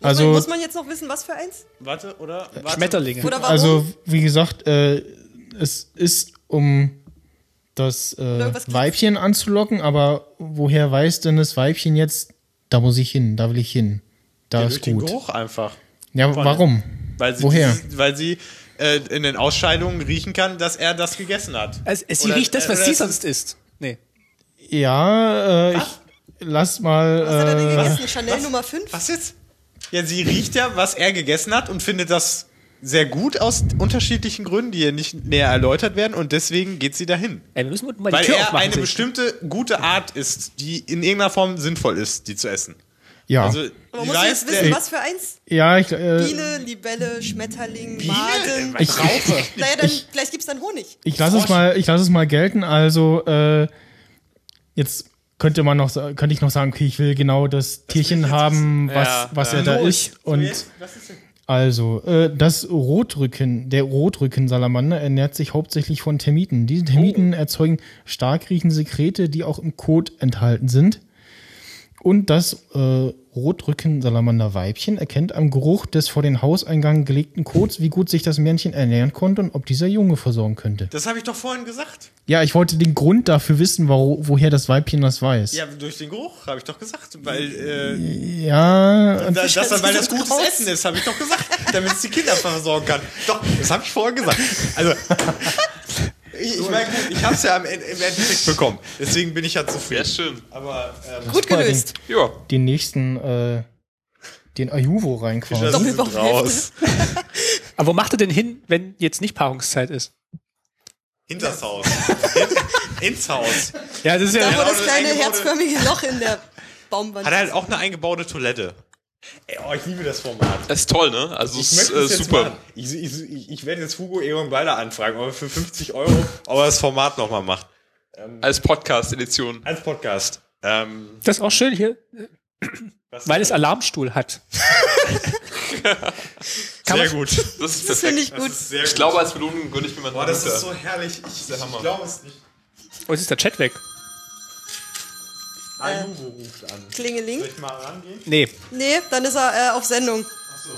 Also, muss,
Also,
man, muss man jetzt noch wissen, was für eins?
Warte, oder? Warte.
Schmetterlinge.
Oder warum?
also wie gesagt, äh, es ist um das äh,
irgendwas gibt's.
Weibchen anzulocken, aber woher weiß denn das Weibchen jetzt, da muss ich hin, da will ich hin. Da
Ja, durch
ist
den
gut.
Geruch einfach.
Ja, warum?
Weil sie,
Woher?
dieses- weil sie äh, in den Ausscheidungen riechen kann, dass er das gegessen hat.
Also, es, sie
Oder-
riecht das, was
äh,
sie
das-
sonst isst. Nee.
Ja, äh, ich lass
Was hat er denn
mal. äh,
gegessen? Chanel Nummer 5?
Was jetzt? Ja, sie riecht ja, was er gegessen hat und findet das sehr gut aus unterschiedlichen Gründen, die hier nicht näher erläutert werden und deswegen geht sie dahin.
Ey, wir müssen unten mal
Weil
die Tür
er
aufmachen.
eine
sehen.
bestimmte gute Art ist, die in irgendeiner Form sinnvoll ist, die zu essen.
Äh, ja,
Also,
Man
sie
muss
weiß,
jetzt wissen,
der-
was für eins?
ja, ich. Äh,
Biene, Libelle, Schmetterling, Maden.
ich,
Naja, dann, vielleicht gibt's dann Honig.
Ich lasse es mal, ich lasse es mal gelten. Also äh, jetzt könnte man noch, sa- könnte ich noch sagen, okay, ich will genau das Tierchen haben, was,
Ja,
was er da
Los.
ist. Und also äh, das Rotrücken, der Rotrückensalamander ernährt sich hauptsächlich von Termiten. Diese Termiten erzeugen stark riechende Sekrete, die auch im Kot enthalten sind. Und das äh, Rotrücken-Salamander-Weibchen erkennt am Geruch des vor den Hauseingang gelegten Kots, wie gut sich das Männchen ernähren konnte und ob dieser Junge versorgen könnte.
Das habe ich doch vorhin gesagt.
Ja, ich wollte den Grund dafür wissen, wo, woher das Weibchen das weiß.
Ja, durch den Geruch, habe ich doch gesagt. Weil, äh,
Ja,
da, das, weil das
sind
gutes
raus.
Essen ist, habe ich doch gesagt. Damit es die Kinder versorgen kann. Doch, das habe ich vorhin gesagt. Also, ich, ich meine, gut, ich habe es ja am, Ende- im Endeffekt bekommen. Deswegen bin ich ja
Sehr
zufrieden.
schön.
Aber, ähm,
Gut
mal den-
gelöst.
Ja.
den nächsten, äh, den Ayuvo
wir
reinquasi.
Doch,
sind
überhaupt
raus.
Aber wo macht er denn hin, wenn jetzt nicht Paarungszeit ist?
Hinters Haus. In- Ins Haus.
Ja, das ist
Da,
Ja,
wo
genau,
das
das
kleine
eingebaute-
herzförmige Loch in der Baumwand
Hat halt auch eine eingebaute Toilette. Ey, oh, ich liebe das Format.
Das ist toll, ne? Also, es
Ich
ist
möchte
äh,
es jetzt
super.
machen. Ich, ich, ich, ich werde jetzt Hugo Egon Balder anfragen, ob er für 50 Euro ob er das Format nochmal macht.
Als Podcast-Edition.
Als Podcast. Ähm,
Das ist auch schön hier,
was-
weil es Alarmstuhl hat. Kann
sehr
man-
gut.
Das ist
Das finde
perfekt.
ich gut.
Sehr
Ich glaube, als Belohnung gönne ich mir mal
Boah,
einen
das ist
Liter.
so herrlich. Ich,
der Hammer.
ich glaube es nicht.
Oh, jetzt ist der Chat weg.
Ah, Hugo ruft an.
Klingeling.
Soll ich mal rangehen?
Nee.
Nee, dann ist er äh, auf Sendung.
Achso.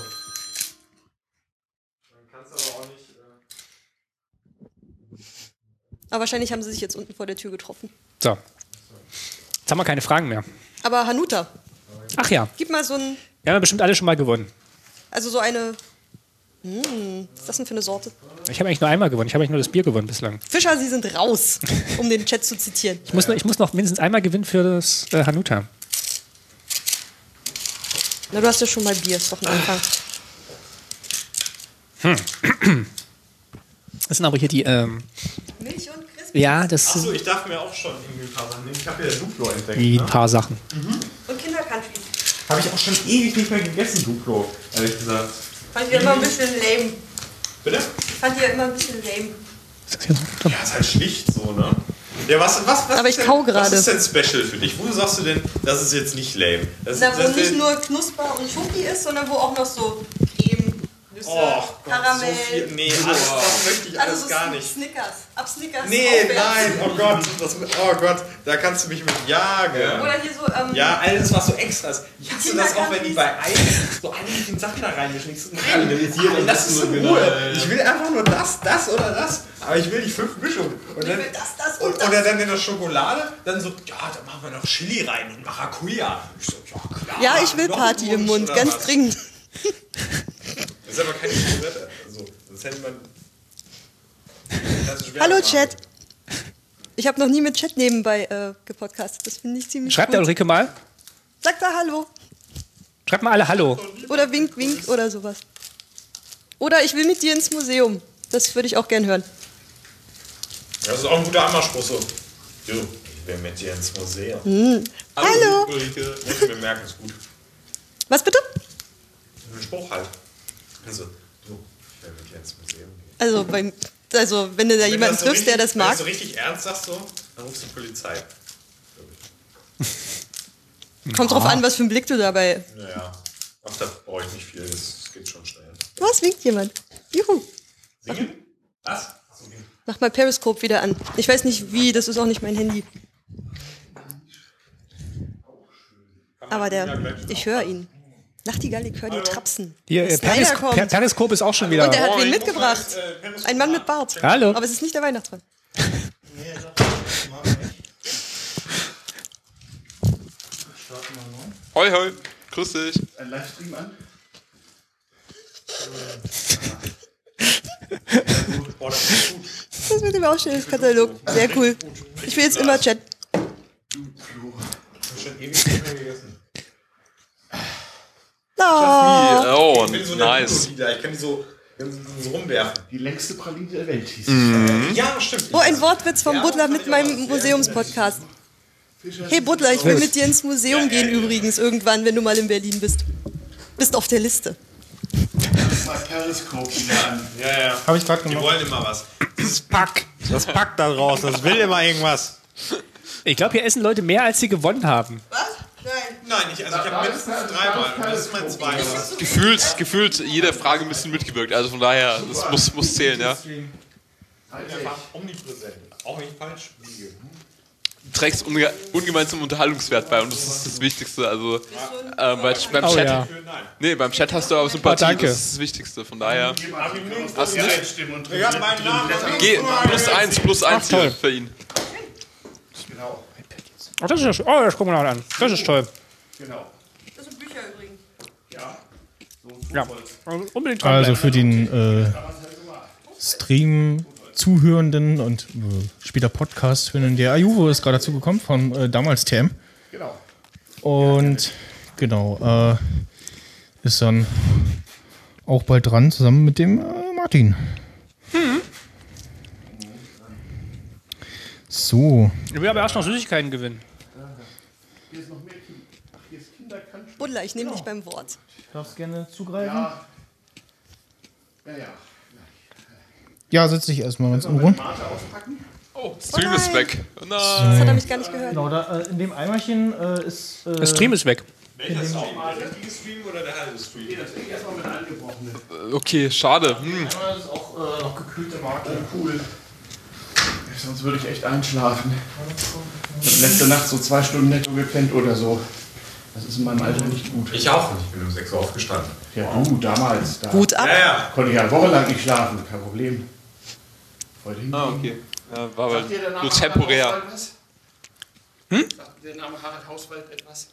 Dann kannst du aber auch nicht. Äh
Aber wahrscheinlich haben sie sich jetzt unten vor der Tür getroffen.
So. Jetzt haben wir keine Fragen mehr.
Aber Hanuta,
Ach ja,
gib mal so ein,
wir haben ja bestimmt alle schon mal gewonnen.
also so eine. Hm, was ist das denn für eine Sorte?
Ich habe eigentlich nur einmal gewonnen. Ich habe eigentlich nur das Bier gewonnen bislang.
Fischer, Sie sind raus, um den Chat zu zitieren.
Ich muss, noch, ich muss noch mindestens einmal gewinnen für das äh, Hanuta.
Na, du hast ja schon mal Bier, ist doch ein Anfang.
Das sind aber hier die, ähm,
Milch und Crispy
ja, das sind
Achso, ich darf mir auch schon irgendwie ein paar Sachen nehmen. Ich habe ja Duplo entdeckt.
die
Ne?
ein paar Sachen.
und Kindercountry.
Habe ich auch schon ewig nicht mehr gegessen, Duplo. Ehrlich gesagt.
Fand ich ja immer ein bisschen lame.
Bitte?
Fand ich ja immer ein bisschen lame.
Ist das hier so? Komm.
Ja, ist halt schlicht so, ne? Ja, was, was, was,
Aber ich
ist denn,
kau
was
gerade.
ist denn special für dich? Wo sagst du denn, das ist jetzt nicht lame? Das
Da, wo
das
nicht nur Knusper und Schoki ist, sondern wo auch noch so Creme, Nüsse,
Oh Gott, so
Karamell.
viel. Nee, alles, das möchte ich alles
also so
gar
Sn-
nicht.
Snickers. Ab Snickers.
Nee,
aufwärts.
nein, oh Gott, das, oh Gott, da kannst du mich mit jagen.
Oder hier so, ähm,
Ja, alles was so extra ist. Ich hasse das auch, wenn die bei Eis so anliegenden Sachen da reingeschmissen Nein, nein, das genau, äh, ist in Ruhe. Ich will einfach nur das, das oder das. Aber ich will die fünf Mischungen. Und
ich
dann,
will das, das und
und,
das.
oder dann in der Schokolade, dann so, ja, dann machen wir noch Chili rein und Maracuja. Ich so, ja, klar.
Ja, ich will
Noch
Party
ein
im
Wunsch
Mund,
oder
ganz
was?
dringend.
Das ist aber keine Zigarette. Also, sonst hätte man. das ist schwer
Hallo
gemacht.
Chat. Ich habe noch nie mit Chat nebenbei äh, gepodcastet. Das finde ich ziemlich
Schreibt der
gut.
Ulrike mal.
Sagt da Hallo.
Schreibt mal alle Hallo.
Oder wink, wink oder sowas. Oder ich will mit dir ins Museum. Das würde ich auch gern hören.
Ja, Das ist auch ein guter Anmachspruch so. Jo, ich will mit dir ins Museum.
Hm. Hallo.
Also, Ulrike. Muss ich mir merken, ist gut.
Was bitte?
Ein Spruch halt. Also, du, ich will mit dir ins Museum gehen.
Also, beim, also wenn du da
Wenn du
jemanden
das so
triffst,
richtig-
der das
Wenn du
mag.
das so richtig ernst sagst, so, dann rufst du die Polizei.
Kommt drauf an, was für einen Blick du dabei.
Naja, auch da brauche ich nicht viel, das das geht schon schnell.
Was winkt jemand? Juhu.
Singen? Was? Achso, okay.
Mach mal Periscope wieder an. Ich weiß nicht wie, das ist auch nicht mein Handy. Aber der, ich höre ihn. Nachtigall, ich höre die Trapsen.
Hier, äh,
Snyder
Peris
kommt.
per Periskop ist auch schon
Und der
wieder.
hat wen
Moin. äh,
mitgebracht. Ein Mann mit Bart.
Hallo.
Aber es ist nicht der Weihnachtsmann.
Hoi, hoi. Grüß dich.
Ein Livestream an.
Boah, das ist gut.
Das mit dem Ausstellungskatalog. Sehr cool. Ich will jetzt immer Chat.
Ich habe schon ewig nicht mehr gegessen.
Oh,
Oh,
Ah. Ich bin so der
nice.
Dino-Dealer, Ich kann die so, kann die so rumwerfen.
Die längste Praline der Welt hieß.
Ja, stimmt.
oh ein Wortwitz vom
Ja,
Butler
fand
mit
ich auch
meinem
sehr
Museumspodcast. Hey Butler, ich will mit dir ins Museum gehen übrigens irgendwann, wenn du mal in Berlin bist. Bist auf der Liste.
Mal Periskop wieder an.
Ja, ja.
Habe ich gerade
Die
gemacht.
wollen immer was. Dieses Pack, das Pack da draus, das will immer irgendwas.
Ich glaube, hier essen Leute mehr, als sie gewonnen haben.
Was? Nein.
Nein, ich, also ich habe mindestens dreimal. und Das ist mein zweites.
Gefühlt, gefühlt jeder Frage ein bisschen mitgewirkt. Also von daher, das muss, muss zählen, ja.
Einfach omnipräsent. Auch nicht falsch liege.
Trägst unge ungemein zum Unterhaltungswert bei und das ist das Wichtigste. Also äh, bei, beim
Oh
Chat.
ja.
Nein.
Nee, beim Chat hast du aber Sympathie,
Ah, danke.
das ist das Wichtigste. Von daher.
Hab ich nirgends
Hast du nicht?
stimmen und
Ich hab meinen Namen noch
Geh, plus eins, plus eins
toll.
hier für ihn.
Genau,
Oh, das ist ja schön. Oh, das gucken wir mal an. Das ist toll.
genau.
Das sind Bücher übrigens.
Ja. So ein
Ja.
Fußball.
Also Unbedingt dran
Also
bleiben.
für den äh, Stream. Zuhörenden und äh, später Podcast hören, der Ayuvo ist gerade dazu gekommen von äh, damals TM.
Genau.
Und genau, äh, ist dann auch bald dran, zusammen mit dem äh, Martin. So,
Ich will aber erst noch Süßigkeiten gewinnen.
Hier ist noch mehr Kind. Ach, hier ist Kinderkantschutz.
Butler, ich nehme dich beim Wort.
darfst gerne zugreifen. Ja,
Ja. Ja, ja.
setz dich erstmal ganz in Ruhe.
Karte auspacken.
Oh, Stream ist
nein.
weg. Oh nein.
Das hat er mich gar nicht gehört.
Genau, da, in dem Eimerchen ist.
Äh. Der Stream ist weg.
Der richtige Stream oder der halbe Stream?
Deswegen erstmal mit angebrochenen.
Okay, schade. Hm.
Das ist auch äh, noch gekühlte Marke. Cool. Sonst würde ich echt einschlafen. Ich hab letzte Nacht so zwei Stunden netto gepennt oder so. Das ist in meinem Alter nicht gut.
Ich auch nicht. Ich bin um 6 Uhr aufgestanden.
Ja, du, damals. Da
Gut ab.
Ja, ja.
Konnte ich ja wochenlang nicht schlafen. Kein Problem. Heute hin.
Ah, okay. Ja, war aber nur temporär.
Sagt der Name Harald Hauswald etwas?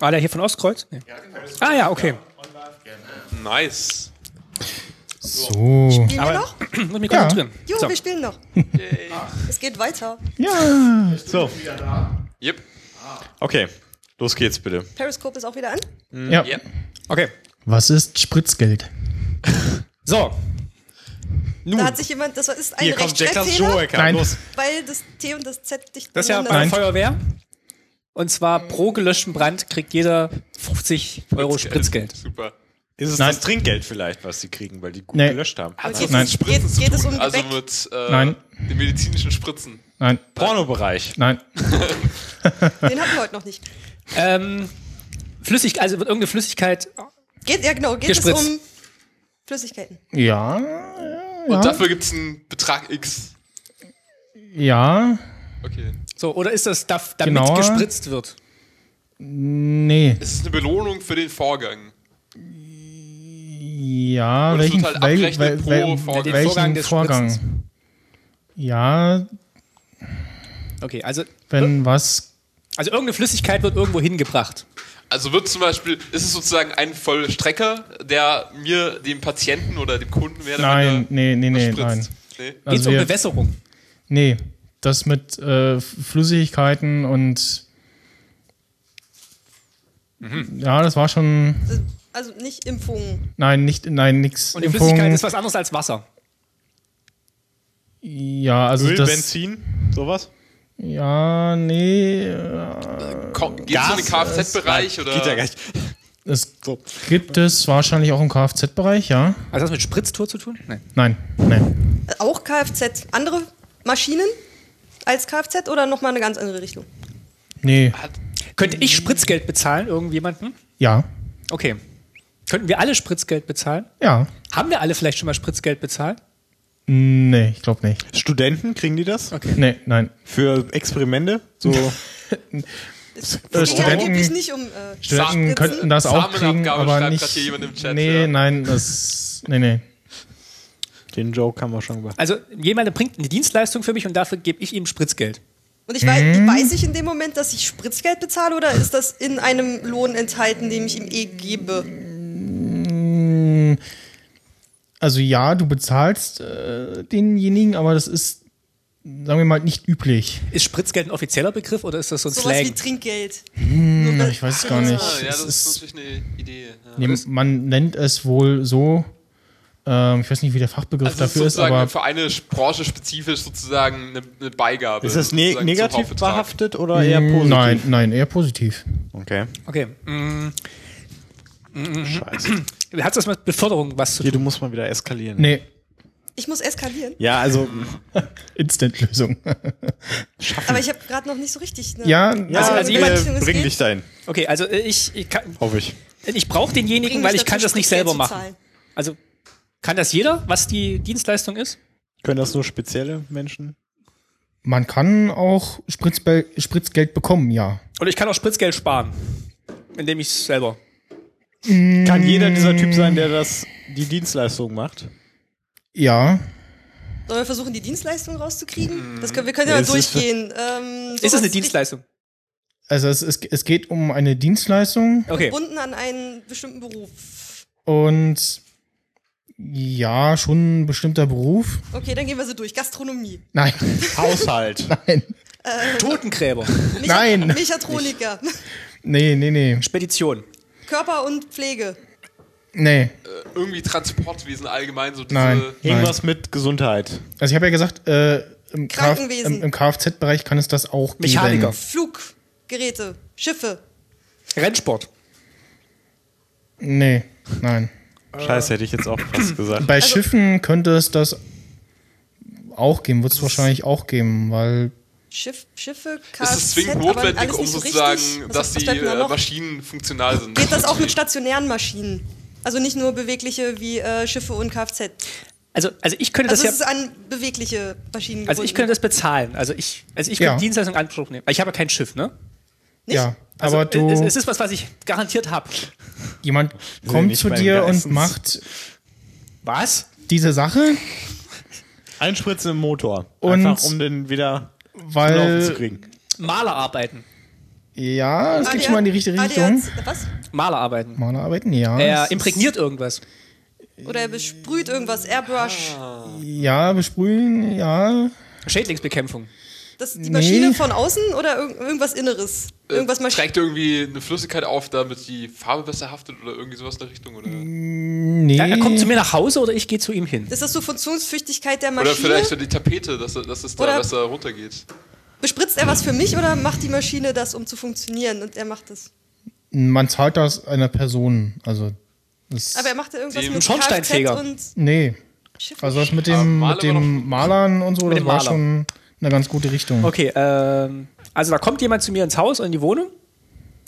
Ah, der hier von Ostkreuz? Nee.
genau.
Ah ja, okay.
Nice.
So.
Spielen wir noch?
Hm, Muss mich konzentrieren.
Jo,
So.
wir spielen noch. Es geht weiter.
Ja.
So,
Yep.
okay. Los geht's bitte.
Periscope ist auch wieder an.
ja.
yep.
Okay.
Was ist Spritzgeld?
So.
Da hat sich jemand, das ist ein
Hier kommt Jack das
Rechtschreibfehler,
Joeker.
Nein.
Los.
weil das T und das Z nicht
Das ist ja bei der
Nein.
Feuerwehr. Und zwar pro gelöschten Brand kriegt jeder 50 Euro Spritzgeld.
Super.
Ist es
Nein.
das Trinkgeld vielleicht, was sie kriegen, weil die gut
Nee.
gelöscht haben?
Aber
Also
geht,
nein.
es, geht, geht es um Gebäck?
Also mit äh,
Nein.
den medizinischen Spritzen.
Nein,
Pornobereich.
nein.
Den hatten wir heute noch nicht.
Ähm, Flüssig, also wird irgendeine Flüssigkeit.
Geht, ja genau, geht es
Gespritzt.
um Flüssigkeiten.
Ja,
Und dafür gibt es einen Betrag X.
ja,
Okay.
So, oder ist das, daf- damit
Genauer.
gespritzt wird?
nee.
Es ist eine Belohnung für den Vorgang.
Ja,
Und es
welchen,
wird halt
wel,
abgerechnet
wel,
pro
wel,
Vorgang.
welchen
Vorgang
Vorgang?
des Spritzens.
Ja,
Okay, also,
wenn was.
also irgendeine Flüssigkeit wird irgendwo hingebracht.
Also wird zum Beispiel, ist es sozusagen ein Vollstrecker, der mir, dem Patienten oder dem Kunden mehr oder
Nein,
weniger
nee, nee, nee, nein.
spritzt? Nee?
Geht es
Also
um
wir,
Bewässerung?
nee, das mit äh, Flüssigkeiten und. Ja, das war schon.
Also nicht Impfungen.
Nein, nicht, nein, nix.
Und die Flüssigkeit ist was anderes als Wasser.
Ja, also
Öl,
das.
Benzin, sowas?
Ja, nee. äh,
Geht es um den Kfz-Bereich oder?
Geht ja gar nicht.
Es gibt es wahrscheinlich auch im Kfz-Bereich, ja?
Also hat das mit Spritztour zu tun? Nein.
Nein, nein.
Äh, Auch Kfz. Andere Maschinen als Kfz oder nochmal eine ganz andere Richtung?
Nee,
Könnte ich Spritzgeld bezahlen, irgendjemanden?
ja,
Okay. Könnten wir alle Spritzgeld bezahlen?
ja.
Haben wir alle vielleicht schon mal Spritzgeld bezahlt?
Nee, ich glaube nicht.
Studenten kriegen die das?
Nee, nein.
Für Experimente? So.
Es ging ja
Studenten-
angeblich nicht um äh,
Studenten
Spritzen.
könnten das auch kriegen,
Samenabgabe
aber
schreibt
nicht.
grad hier jemand im Chat,
nee,
ja.
nein, das. Nee, nee.
Den Joke haben wir schon gemacht.
Also jemand bringt eine Dienstleistung für mich und dafür gebe ich ihm Spritzgeld.
Und ich weiß,
Hm.
weiß ich in dem Moment, dass ich Spritzgeld bezahle oder ist das in einem Lohn enthalten, den ich ihm eh gebe?
Also ja, du bezahlst äh, denjenigen, aber das ist, sagen wir mal, nicht üblich.
Ist Spritzgeld ein offizieller Begriff oder ist das so ein
Sowas wie
Slang?
Trinkgeld.
Ja, Hm, ich weiß es gar nicht.
Ah, ja,
es
das ist
ist,
natürlich eine Idee. Ja. Also
nee, man nennt es wohl so. Ähm, ich weiß nicht, wie der Fachbegriff
Also
dafür ist,
sozusagen
aber
für eine Branche spezifisch sozusagen eine, eine Beigabe.
Ist das ne
sozusagen zum
negativ
Hauptbetrag.
behaftet oder eher positiv?
nein, nein, eher positiv.
Okay.
Okay. mm,
Scheiße.
Hat das mit Beförderung was zu
Mhm. Hier,
tun?
du musst mal wieder eskalieren.
Nee,
Ich muss eskalieren.
Ja, also.
Instant-Lösung.
Aber ich habe gerade noch nicht so richtig. Ne?
Ja,
Ja,
Also,
also,
also jemand-
äh, bring dich dahin,
Okay, also äh, ich, ich, kann-
hoffe ich.
ich brauche denjenigen, weil ich kann das nicht selber machen. Also kann das jeder, was die Dienstleistung ist?
Können das nur spezielle Menschen?
man kann auch Spritzbe Spritzgeld bekommen, ja.
Oder ich kann auch Spritzgeld sparen, indem ich es selber.
Mm.
Kann jeder dieser Typ sein, der das die Dienstleistung macht?
Ja,
Sollen wir versuchen, die Dienstleistung rauszukriegen? Das können, wir können ja mal
Es ist-
durchgehen. Ähm,
Hm. Ist das eine
sowas
Dienstleistung?
also es, es, es geht um eine Dienstleistung
Okay.
Gebunden an einen bestimmten Beruf.
und ja, schon ein bestimmter Beruf.
Okay, dann gehen wir so durch. Gastronomie.
Nein,
Haushalt.
nein,
Totengräber,
Mecha-
Nein.
Mechatroniker.
nee, nee, nee,
Spedition.
Körper und Pflege.
nee,
Irgendwie Transportwesen allgemein, so diese
nein. nein.
Irgendwas mit Gesundheit.
Also ich habe ja gesagt, äh, im, Kf
Krankenwesen.
im, im Kfz-Bereich kann es das auch geben.
Mechaniker.
Fluggeräte. Schiffe.
Rennsport.
Nee, nein.
Äh. Scheiße, hätte ich jetzt auch fast gesagt.
Bei Schiffen könnte es das auch geben, wird es wahrscheinlich auch geben, weil
Schiff, Schiffe,
Ist
Kfz,
es zwingend
aber
notwendig,
alles
um
nicht so
sozusagen,
richtig. Was-
dass
was
die
bleibt denn da
äh,
noch?
Maschinen funktional sind?
Geht das auch mit stationären Maschinen? Also nicht nur bewegliche wie äh, Schiffe und Kfz.
Also, also ich könnte
Also es
das
ist
ja.
an bewegliche Maschinen gebunden.
Also ich könnte das bezahlen. Also ich, also ich könnte
Ja.
Dienstleistung in Anspruch nehmen. Weil Ich habe ja kein Schiff, ne?
ja,
Also
aber du
Es, es ist was, was ich garantiert habe.
jemand
nicht
kommt zu
bei
dir
Geissens.
und macht
Was?
diese Sache,
Einspritzen im Motor.
Und- Äh.
Einfach um den wieder zum Laufen zu
weil
kriegen.
Malerarbeiten.
ja, es geht
ADR
schon mal in die richtige
ADR
Richtung.
Was?
Malerarbeiten.
Malerarbeiten, ja.
Er
es
imprägniert irgendwas.
Oder er besprüht irgendwas, Airbrush.
ist- Ja, besprühen, ja.
Schädlingsbekämpfung.
Das, die Maschine
Nee.
von außen oder irg irgendwas Inneres? Irgendwas
Äh,
Maschine.
trägt irgendwie eine Flüssigkeit auf, damit die Farbe besser haftet oder irgendwie sowas in der Richtung? Oder?
nee.
Ja, er kommt zu mir nach Hause oder ich gehe zu ihm hin.
Das ist so Funktionsfähigkeit der Maschine.
Oder vielleicht so die Tapete, dass, dass es da
Oder-
besser runtergeht.
Bespritzt er was für mich oder macht die Maschine das, um zu funktionieren? Und er macht das.
Man zahlt das einer Person. Also, das,
Aber er macht ja irgendwas
Den
mit
Schornsteinfeger.
Kfz und
nee. Also das mit dem,
Aber
mit dem Malern und so,
Mit
das
dem
war
Maler.
schon eine ganz gute Richtung.
Okay, ähm, also da kommt jemand zu mir ins Haus oder in die Wohnung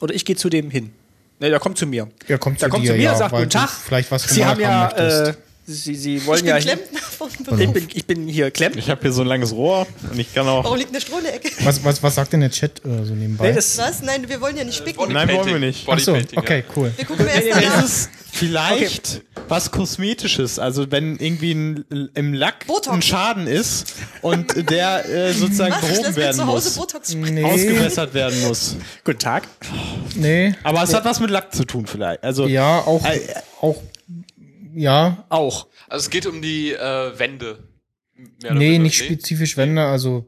oder ich gehe zu dem hin. Ne, der kommt zu mir.
Er kommt
Der
zu
kommt
dir,
zu mir
ja,
und sagt,
weil
guten
du
Tag.
vielleicht was
Sie haben
gemalt haben
ja, äh,
möchtest.
Sie, Sie wollen
ich
ja
bin Klempner von
Ich
Beruf.
bin, ich bin hier Klemm.
Ich habe hier so ein langes Rohr und ich kann auch.
Warum liegt eine Stroh in der Ecke?
Was, was, was sagt denn der Chat äh, so nebenbei?
Nee, das,
Was? Nein, wir wollen ja nicht spicken.
Äh,
Nein, wollen wir nicht.
Ach so,
Bodypainting,
okay, cool.
Wir gucken erst
Es
danach.
ist vielleicht was Kosmetisches, also wenn irgendwie ein, im Lack
Botox.
ein Schaden ist und der äh, sozusagen
Ach, ich
behoben
lasse mir
werden
zu Hause
muss.
Botox spritzen.
Nee,
Ausgebessert werden muss.
guten Tag.
nee.
Aber es hat was mit Lack zu tun, vielleicht. Also,
Ja, auch,
Äh,
auch, ja.
Auch.
ja. Also es geht um die äh, Wände. Mehr oder
Nee,
weniger.
nicht spezifisch Wände, also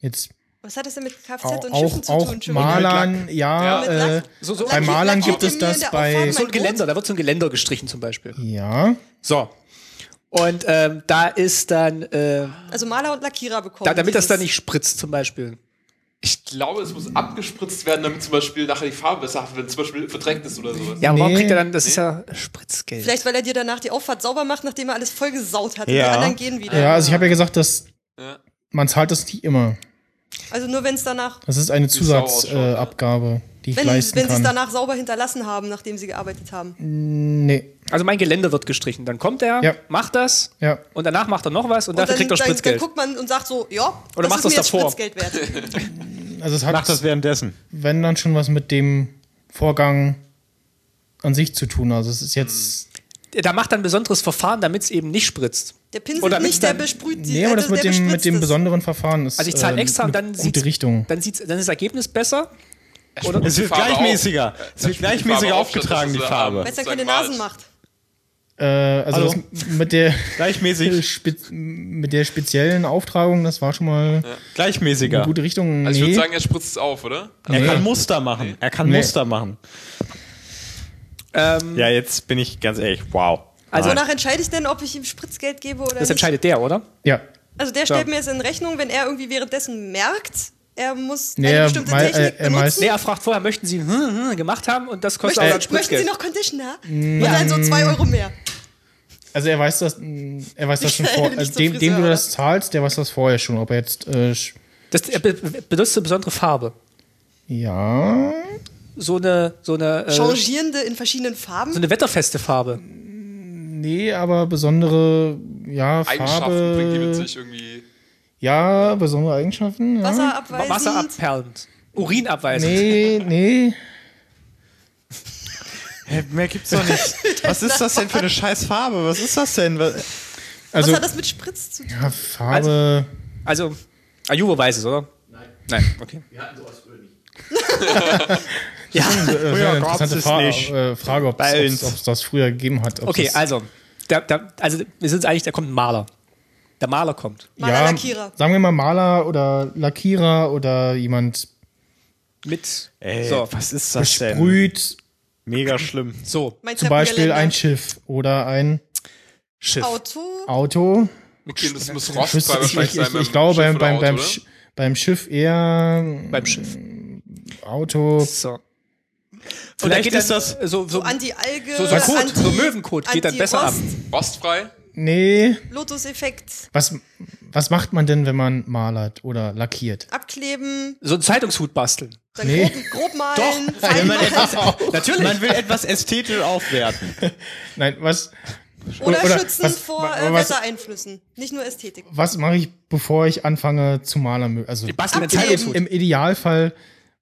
jetzt
Was hat das denn mit Kfz
auch,
und Schiffen
auch,
zu
auch
tun? Schon wieder?
Malern, ja,
Mit Lack.
äh,
So, so,
bei
Lackiert-
Malern
lackiert
gibt es
ihr mir in
das
der
bei,
Aufwand
so ein Geländer, da wird so ein Geländer gestrichen zum Beispiel.
ja,
So. Und ähm, da ist dann, äh,
Also Maler und Lackierer bekommen.
da, damit das
dieses-
dann nicht spritzt zum Beispiel.
Ich glaube, es muss abgespritzt werden, damit zum Beispiel nachher die Farbe besser hat, wenn zum Beispiel verdreckt ist oder sowas.
Ja, aber warum
Nee.
kriegt er dann, das ist ja Spritzgeld.
Vielleicht, weil er dir danach die Auffahrt sauber macht, nachdem er alles vollgesaut hat. Und
Ja.
die anderen gehen wieder.
ja, also ich habe ja gesagt, dass
Ja.
man zahlt das nicht immer.
Also nur wenn es danach,
Das ist eine
Sau ausschaut,
Zusatzabgabe, äh,
ne?
Abgabe, die ich
wenn, wenn
leisten
sie es
kann.
danach sauber hinterlassen haben, nachdem sie gearbeitet haben.
nee,
Also mein Geländer wird gestrichen. Dann kommt er,
Ja.
macht das
ja.
und danach macht er noch was und, dafür
dann,
kriegt er
dann, dann
Spritzgeld.
guckt man und sagt so, ja, das
Oder mach
ist
das
mir jetzt
davor.
Spritzgeld wert.
Also es
mach
hat,
das währenddessen.
wenn dann schon was mit dem Vorgang an sich zu tun. Also es ist jetzt,
da macht er ein besonderes Verfahren, damit es eben nicht spritzt.
Der Pinsel
Oder
nicht, der
dann-
besprüht die.
nee, aber das
also
mit
der
dem, mit
bespritzt
dem
es.
besonderen Verfahren ist
Also ich zahle
äh,
extra und dann
eine
sieht's,
gute Richtung.
Dann, sieht's, dann ist das Ergebnis besser. Oder?
Es wird
Farbe
gleichmäßiger.
auf.
Es wird
spielt die
gleichmäßiger
Farbe auf, statt
aufgetragen, die
dass es,
Farbe.
Weil es dann
Sag
keine
mal.
Nasen macht.
Äh, also
Also-
das mit der
Gleichmäßig,
spez- mit der speziellen Auftragung, das war schon mal eine
gleichmäßiger.
gute Richtung.
Also ich
nee.
würde sagen, er spritzt es auf, oder?
Er
Nee.
kann Muster machen. Er kann
Nee.
Muster machen.
Ähm,
Ja, jetzt bin ich ganz ehrlich. Wow.
Also
Nein.
Wonach entscheide ich denn, ob ich ihm Spritzgeld gebe oder
das
nicht?
entscheidet der, oder?
ja.
Also der stellt
Ja.
mir jetzt in Rechnung, wenn er irgendwie währenddessen merkt, er muss
Nee,
eine
er
bestimmte
mei-
Technik
äh, er meist-
benutzen.
Nee, er fragt vorher, möchten Sie hm, hm, gemacht haben und das kostet auch dann
Möchten, möchten Sie
Spritzgeld. Mm.
noch Conditioner? Und dann so zwei Euro mehr.
Also er weiß das, mh, er weiß das schon
Ich
vor.
werde
Also
nicht
dem,
zum
dem du
Friseur,
das zahlst, der weiß das vorher schon. Ob er jetzt äh, sch-
das, er be be- benutzt eine besondere Farbe.
ja,
So eine, so eine, äh, so
Changierende in verschiedenen Farben.
eine wetterfeste Farbe.
nee, aber besondere ja
Eigenschaften bringt die mit
Farbe,
sich irgendwie.
ja besondere Eigenschaften. Ja.
Wasser abweisen.
mhm. Wasser abperlend. Urin abweisend.
Nee, nee.
Hä, mehr gibt's doch nicht. Was ist das denn für eine scheiß Farbe? Was ist das denn? Was-
Also
Was hat das mit Spritz zu tun?
ja, Farbe. äh,
Also, Ayubo weiß es, oder? Nein. Nein, okay. Wir hatten sowas früher nicht. ja,
äh,
früher
wäre eine
gab's
interessante
es
Fra
nicht.
äh, Frage, ob
Bei uns.
es das früher gegeben hat. ob
okay,
das-
also, da, da, also wir sind eigentlich, da kommt ein Maler. Der Maler kommt.
Maler,
ja,
Lackierer.
Sagen wir mal Maler oder Lackierer oder jemand
Mit.
Ey,
so,
was ist das denn?
sprüht
Mega schlimm.
so,
Mein
zum Beispiel ein
Treppengeländer.
Schiff oder ein
Schiff.
Auto.
Auto.
Okay, das muss
Ich, wüsste-
Rostfrei
ich,
wahrscheinlich
ich,
sein.
ich, ich glaube
Schiff
beim,
oder
beim,
Auto, ne?
beim,
oder?
Sch- beim Schiff eher
Beim Schiff.
Auto.
So.
Vielleicht
geht dann
ist das-
so, so,
So Anti-Alge.
So- so ein Kot,
Anti-
so Möwenkot geht dann besser ab.
Anti-Rost,
Rostfrei?
Nee.
Lotus-Effekt.
Was, was macht man denn, wenn man malert oder lackiert?
Abkleben.
so einen Zeitungshut basteln.
Dann
Nee.
grob, grob malen.
Doch, wenn man etwas,
Natürlich.
man will etwas ästhetisch aufwerten.
Nein, was,
Oder,
oder
schützen
was-
vor
wa-
äh,
was-
Wettereinflüssen. Nicht nur Ästhetik.
was mache ich, bevor ich anfange zu malern? Also
Basteln einen
Abgeben.
Zeitungshut.
im Idealfall,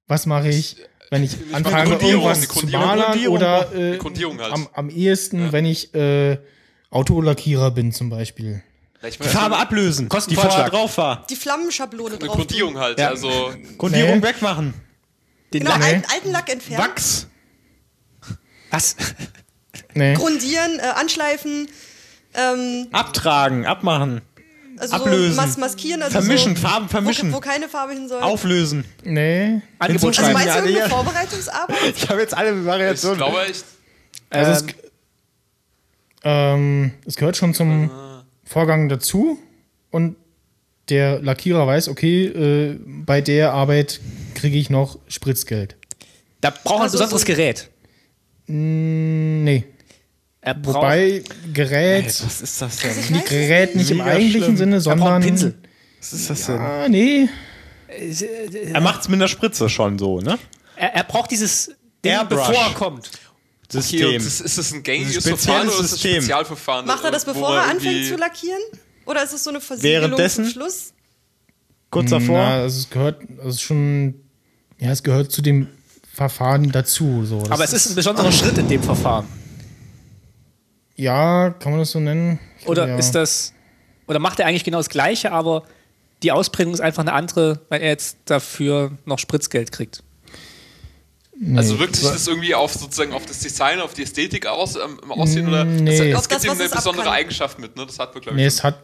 was mache ich,
äh,
wenn ich anfange,
Grundierung,
irgendwas
eine
zu
Grundierung,
malern
Grundierung,
oder äh,
Grundierung halt.
am, am ehesten, wenn ich äh, Autolackierer bin zum Beispiel.
Ja, ich
Die
meine,
Farbe ablösen, die
Kostenvorschlag.
vorher drauf war.
Die Flammenschablone
eine
drauf. tun.
Grundierung halt.
Ja.
Also,
Grundierung
Nee.
wegmachen.
Den
Genau,
Lack-
alten, alten Lack entfernen.
Wachs.
Was?
Nee.
Grundieren, äh, anschleifen. Ähm,
Abtragen, abmachen,
also
Ablösen.
so mas maskieren. Also
vermischen,
so,
Farben vermischen,
Wo, wo keine Farbe hin soll.
auflösen.
nee.
Angebot
also
schreiben.
meinst du
alle
irgendeine
hier.
Vorbereitungsarbeit?
Ich habe jetzt alle
ich
Variationen.
glaube, ich,
Also es,
Ähm,
Ähm, es gehört schon zum Vorgang dazu und der Lackierer weiß, okay, äh, bei der Arbeit kriege ich noch Spritzgeld.
Da braucht er ein
Also so-
besonderes Gerät.
Nee.
Er braucht,
Wobei Gerät,
Was ist das denn?
Ich
nicht
weiß nicht.
Gerät nicht im
Mega
eigentlichen
schlimm.
Sinne,
er braucht
sondern.
einen Pinsel.
Was ist das denn?
Ah, nee.
Er macht's mit einer Spritze schon so, ne?
Er, er braucht dieses Ding,
Airbrush.
bevor er kommt.
Hier,
System.
und das, ist das ein gängiges
Spezielles
Verfahren oder ist das ein
System.
Spezialverfahren?
Macht er das,
Wo
bevor er anfängt
irgendwie-
zu lackieren? Oder ist es so eine Versiegelung
Währenddessen?
zum Schluss?
Kurz davor.
Na, also es gehört, also es ist schon, ja, es gehört zu dem Verfahren dazu. So. Das
Aber es ist ein
Ah.
besonderer Schritt in dem Verfahren.
Ja, kann man das so nennen? Ich
Oder
glaube, ja.
ist das. Oder macht er eigentlich genau das Gleiche, aber die Ausprägung ist einfach eine andere, weil er jetzt dafür noch Spritzgeld kriegt.
Also wirkt sich das irgendwie auf sozusagen auf das Design, auf die Ästhetik aus, ähm, im Aussehen oder?
Mm, Nee.
Es, es
Auf das,
gibt ihm
was
eine
es
besondere
abkann.
Eigenschaft mit, ne? Das hat wir, glaube ich.
Nee, es hat.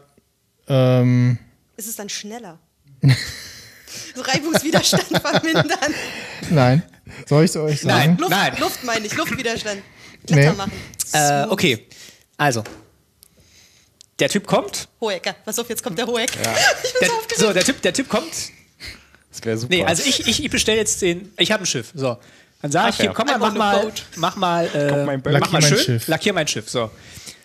Ähm,
Ist es dann schneller? so Reibungswiderstand vermindern.
nein. Soll ich es euch sagen?
Luft,
Nein.
Luft meine ich, Luftwiderstand. Kletter
Nee.
machen.
Äh, okay, also. Der Typ kommt.
Hohecker. Pass auf, jetzt kommt der Hohecker. Ich bin
Der,
so aufgeregt.
so, der Typ, der Typ kommt.
Das wäre super.
Nee, also ich, ich, ich bestelle jetzt den. Ich habe ein Schiff. So. Dann sage ich
Ach ja.
hier, komm mal,
I'm
mach
on a
mal,
boat.
mach mal, äh,
mein Boot.
Lackier
mach mal
mein
schön,
Schiff.
lackier mein Schiff. So.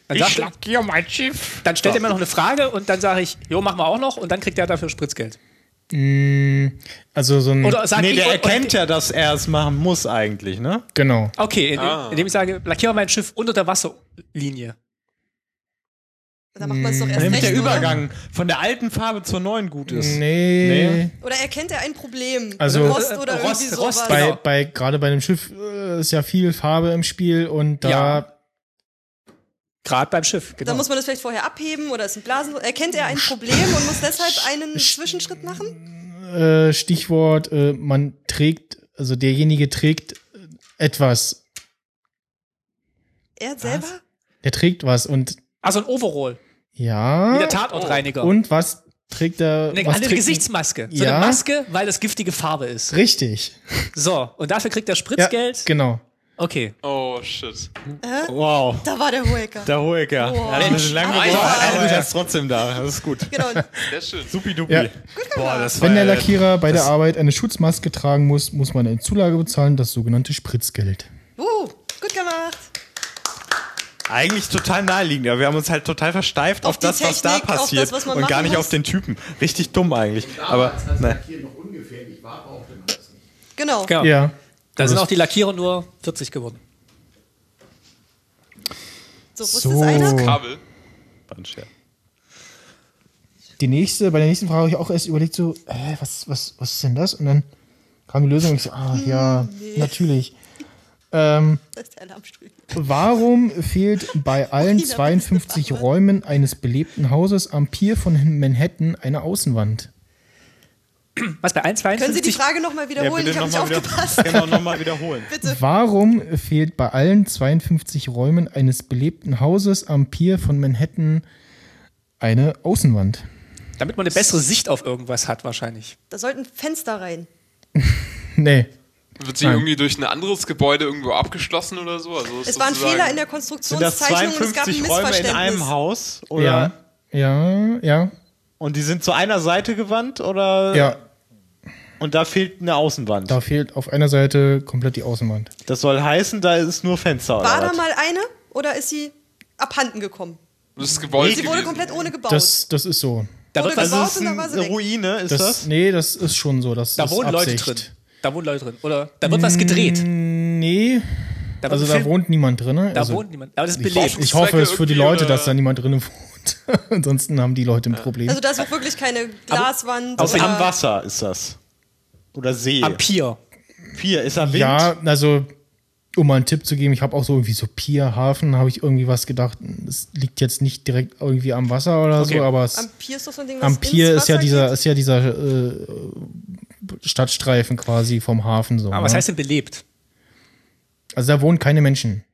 Dann, sagt, er-
lackiere mein Schiff.
dann stellt er mir noch eine Frage und dann sage ich, jo, mach mal auch noch und dann kriegt er dafür Spritzgeld.
Also so ein.
Oder sag
Hm. Nee,
ich,
der
und-
erkennt ja, dass er es machen muss eigentlich, ne?
genau.
Okay, indem,
Ah.
indem ich sage, lackiere mein Schiff unter der Wasserlinie.
Dann macht man es doch erst
Damit
recht.
der Übergang von der alten Farbe zur neuen gut ist.
Nee.
Nee.
Oder, oder erkennt er ein Problem?
Also-
Rost oder
Äh, Rost-
irgendwie sowas.
Rost
Bei,
Genau.
bei, gerade bei einem Schiff äh, ist ja viel Farbe im Spiel und da.
Ja. Gerade beim Schiff, genau.
Dann muss man das vielleicht vorher abheben oder es sind Blasen. Erkennt er ein Problem und muss deshalb einen Zwischenschritt machen?
äh, Stichwort, äh, man trägt, also derjenige trägt äh, etwas.
Er selber?
Der trägt was und
also ein Overall, wie
ja.
Hm?
der Tatortreiniger.
Oh,
Und was trägt er?
eine,
was
eine
trägt-
Gesichtsmaske. So
Ja.
eine Maske, weil das giftige Farbe ist.
Richtig.
So, und dafür kriegt er
Ja,
Spritzgeld.
genau.
okay.
Oh shit.
Wow.
Da war der Hohecker.
Der Hoeker.
Boah.
Er hat ein bisschen lange
Alter.
gebraucht, aber er ist trotzdem da. Das ist gut.
Genau.
Sehr schön.
Supidupi.
Ja.
Boah, das
Wenn
war
der
ja-
Lackierer bei der Arbeit eine Schutzmaske tragen muss, muss man eine Zulage bezahlen, das sogenannte Spritzgeld.
Uh, gut gemacht.
Eigentlich total naheliegend, aber wir haben uns halt total versteift auf,
Auf die
das, was da
Technik, auf das,
passiert
was man
und gar
machen
nicht
muss.
auf den Typen. Richtig dumm eigentlich. Aber
Damals, als
nein.
Lackieren noch ungefährlich war, brauchte man das nicht.
Genau.
Genau.
Ja.
Da sind auch die Lackierer nur 40 geworden.
So, wusste es einer?
So.
Kabel.
Die nächste, bei der nächsten Frage habe ich auch erst überlegt, so, äh, was, was, was ist denn das? Und dann kam die Lösung und ich so, ah, ja, natürlich. Ähm,
Das ist der Alarmstuhl.
Warum fehlt bei allen 52 Räumen eines belebten Hauses am Pier von Manhattan eine Außenwand?
Was bei 1,52?
Können Sie die Frage nochmal wiederholen? ich habe nicht aufgepasst.
Genau, nochmal wiederholen.
Warum fehlt bei allen 52 Räumen eines belebten Hauses am Pier von Manhattan eine Außenwand?
Damit man eine bessere Sicht auf irgendwas hat, wahrscheinlich.
Da sollten Fenster rein.
Nee.
Wird sie
Nein.
irgendwie durch ein anderes Gebäude irgendwo abgeschlossen oder so? Also
Es war ein Fehler in der Konstruktionszeichnung und es gab ein
Räume in
Missverständnis.
einem Haus? Oder?
Ja. Ja, ja,
Und die sind zu einer Seite gewandt oder?
ja.
Und da fehlt eine Außenwand.
Da fehlt auf einer Seite komplett die Außenwand.
Das soll heißen, da ist nur Fenster.
War
oder
da
was?
mal eine oder ist sie abhanden gekommen?
Das ist Gebäude
Sie wurde
gewesen.
komplett ohne gebaut.
Das, das ist so.
Da,
Wurde
wird
gebaut
was,
also es ist
und dann war sie
eine
weg.
Ruine, ist
Das,
das?
Nee, das ist schon so. Das
da
ist
wohnen Leute
Absicht.
drin. Da wohnen Leute drin. Oder da wird was gedreht.
Nee,
Da wird
also da
gefilmt.
wohnt niemand drin.
da
also,
wohnt niemand. Aber das ist
Ich,
belebt.
ich hoffe es für die
irgendwie,
Leute,
oder?
dass da niemand drin wohnt. Ansonsten haben die Leute ein Problem.
Also da ist auch wirklich keine Glaswand.
Also am
oder-
Wasser ist das. Oder See.
Am Pier.
Pier ist am Wind.
ja, also um mal einen Tipp zu geben, ich habe auch so irgendwie so Pier, Hafen, habe ich irgendwie was gedacht. Es liegt jetzt nicht direkt irgendwie am Wasser oder
Okay.
so, aber es,
Am
am,
Pier ist doch so ein Ding, was ins
Pier ist
Wasser
ja dieser,
geht.
ist ja dieser äh, Stadtstreifen quasi vom Hafen so.
Aber was
ne?
heißt denn belebt?
also da wohnen keine Menschen.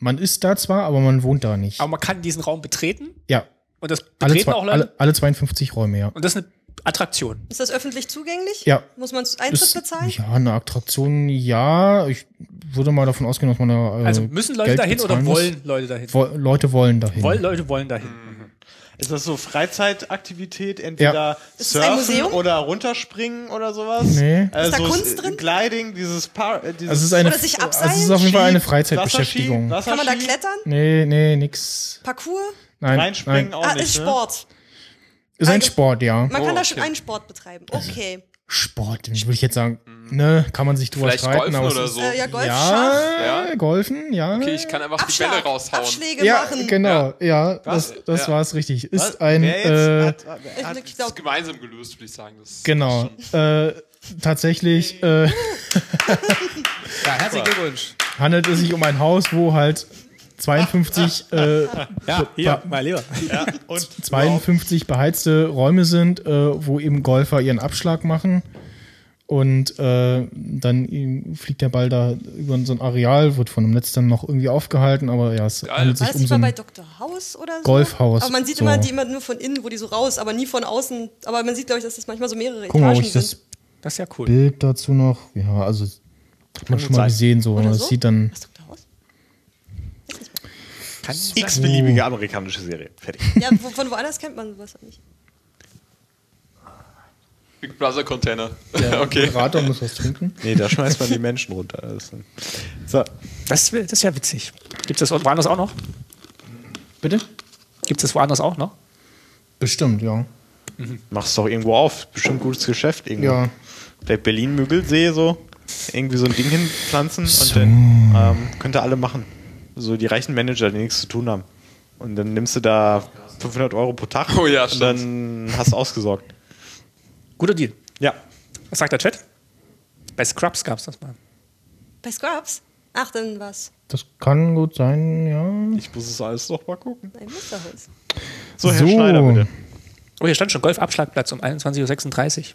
Man ist da zwar, aber man wohnt da nicht.
Aber man kann diesen Raum betreten
ja,
und das
alle,
betreten
zwei,
auch Leute.
alle, alle 52 Räume, ja.
Und das ist eine Attraktion.
Ist das öffentlich zugänglich?
Ja.
Muss man Eintritt
Das-
bezahlen?
Ja, eine Attraktion, ja. Ich würde mal davon ausgehen, dass man da. Äh,
Also müssen Leute
Geld
dahin oder
bezahlen muss.
wollen Leute dahin?
Wo Leute wollen dahin.
Wollen Leute wollen dahin.
Ist das so Freizeitaktivität, entweder
es ein
surfen
Museum?
oder runterspringen oder sowas?
Nee.
Äh,
Ist da
so
Kunst
s-
drin?
Gliding, dieses Paar. Äh, dieses
Also es ist eine,
Oder sich abseilen?
also es ist auf jeden Fall eine Freizeitbeschäftigung.
Kann man da klettern?
Nee, nee, nix.
Parcours?
Nein,
Reinspringen
nein.
auch
Ah,
nicht.
ist
ne?
Sport.
Ist ein
Also-
Sport, ja.
Man kann da schon
okay.
einen Sport betreiben. Okay.
Sport, würde ich jetzt sagen. Ne, kann man sich drüber
Vielleicht
streiten.
Golfen
aber es
oder
ist-
so.
Äh, ja, Golf, Schach,
Ja,
Ja.
Golfen, ja.
Okay, ich kann einfach
Abschlag,
die Bälle raushauen.
Abschläge
ja,
machen.
genau, ja,
Was?
das, das
Ja.
war's richtig. Ist
Was?
ein,
Wer jetzt
äh,
hat- hat-
Ich,
hat-
ich
Das ist
glaub,
gemeinsam gelöst, würde ich sagen. Das
genau, äh, tatsächlich, äh,
Ja, herzlichen Glückwunsch.
handelt es sich um ein Haus, wo halt 52, äh,
Ja, hier, mein Lieber.
52 beheizte Räume sind, äh, wo eben Golfer ihren Abschlag machen. Und äh, dann ihm fliegt der Ball da über so ein Areal, wird von einem Netz dann noch irgendwie aufgehalten, aber ja, es handelt sich
war das
um
nicht
so
mal bei
ein
Dr. House oder so?
Golfhaus,
Aber man sieht
so.
immer die immer nur von innen, wo die so raus, aber nie von außen. Aber man sieht, glaube ich, dass das manchmal so mehrere
Guck mal, wo
Etagen
ich das
sind.
Das ist ja cool.
Bild dazu noch, ja, also hat man schon mal
sein.
gesehen, so,
Oder
das
so?
sieht dann
Was, Dr. House?
x-beliebige amerikanische Serie. Fertig.
Ja, wo, von woanders kennt man sowas nicht.
Big Brother Container.
der
okay.
Moderator muss was trinken.
Nee, da schmeißt man die Menschen runter. Das ist ein- So.
Das, das ist ja witzig. Gibt es das woanders auch noch?
Bitte?
Gibt es das woanders auch noch?
Bestimmt, ja.
Mach's doch irgendwo auf. Bestimmt gutes Geschäft irgendwo.
Ja.
Vielleicht Berlin-Mögelsee so. Irgendwie so ein Ding hinpflanzen und dann ähm, könnt ihr alle machen. So die reichen Manager, die nichts zu tun haben. Und dann nimmst du da 500 Euro pro Tag
Oh ja,
und
stimmt.
dann hast du ausgesorgt.
Guter Deal.
Ja.
Was sagt der Chat? Bei Scrubs gab es das mal.
Bei Scrubs? Ach, dann was?
Das kann gut sein, ja.
Ich muss es alles noch mal gucken.
Ein Musterhaus.
So, Herr Schneider, bitte.
Oh, hier stand schon Golfabschlagplatz um 21.36 Uhr.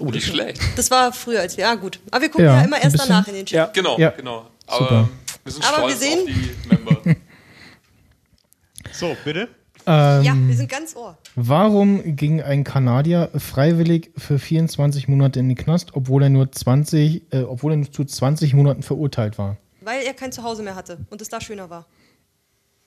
Oh, nicht schlecht.
Das war früher als wir. Ah, gut. Aber wir gucken
Ja,
ja, immer
ein
erst
bisschen.
danach in den Chat.
Ja.
Genau,
Ja.
genau. Aber
Super.
wir sind
Aber
stolz
wir sehen-
auf die Member.
So, bitte.
Ähm,
Ja, wir sind ganz ohr.
Warum ging ein Kanadier freiwillig für 24 Monate in den Knast, obwohl er nur 20, äh, obwohl er nur zu 20 Monaten verurteilt war?
Weil er kein Zuhause mehr hatte und es da schöner war.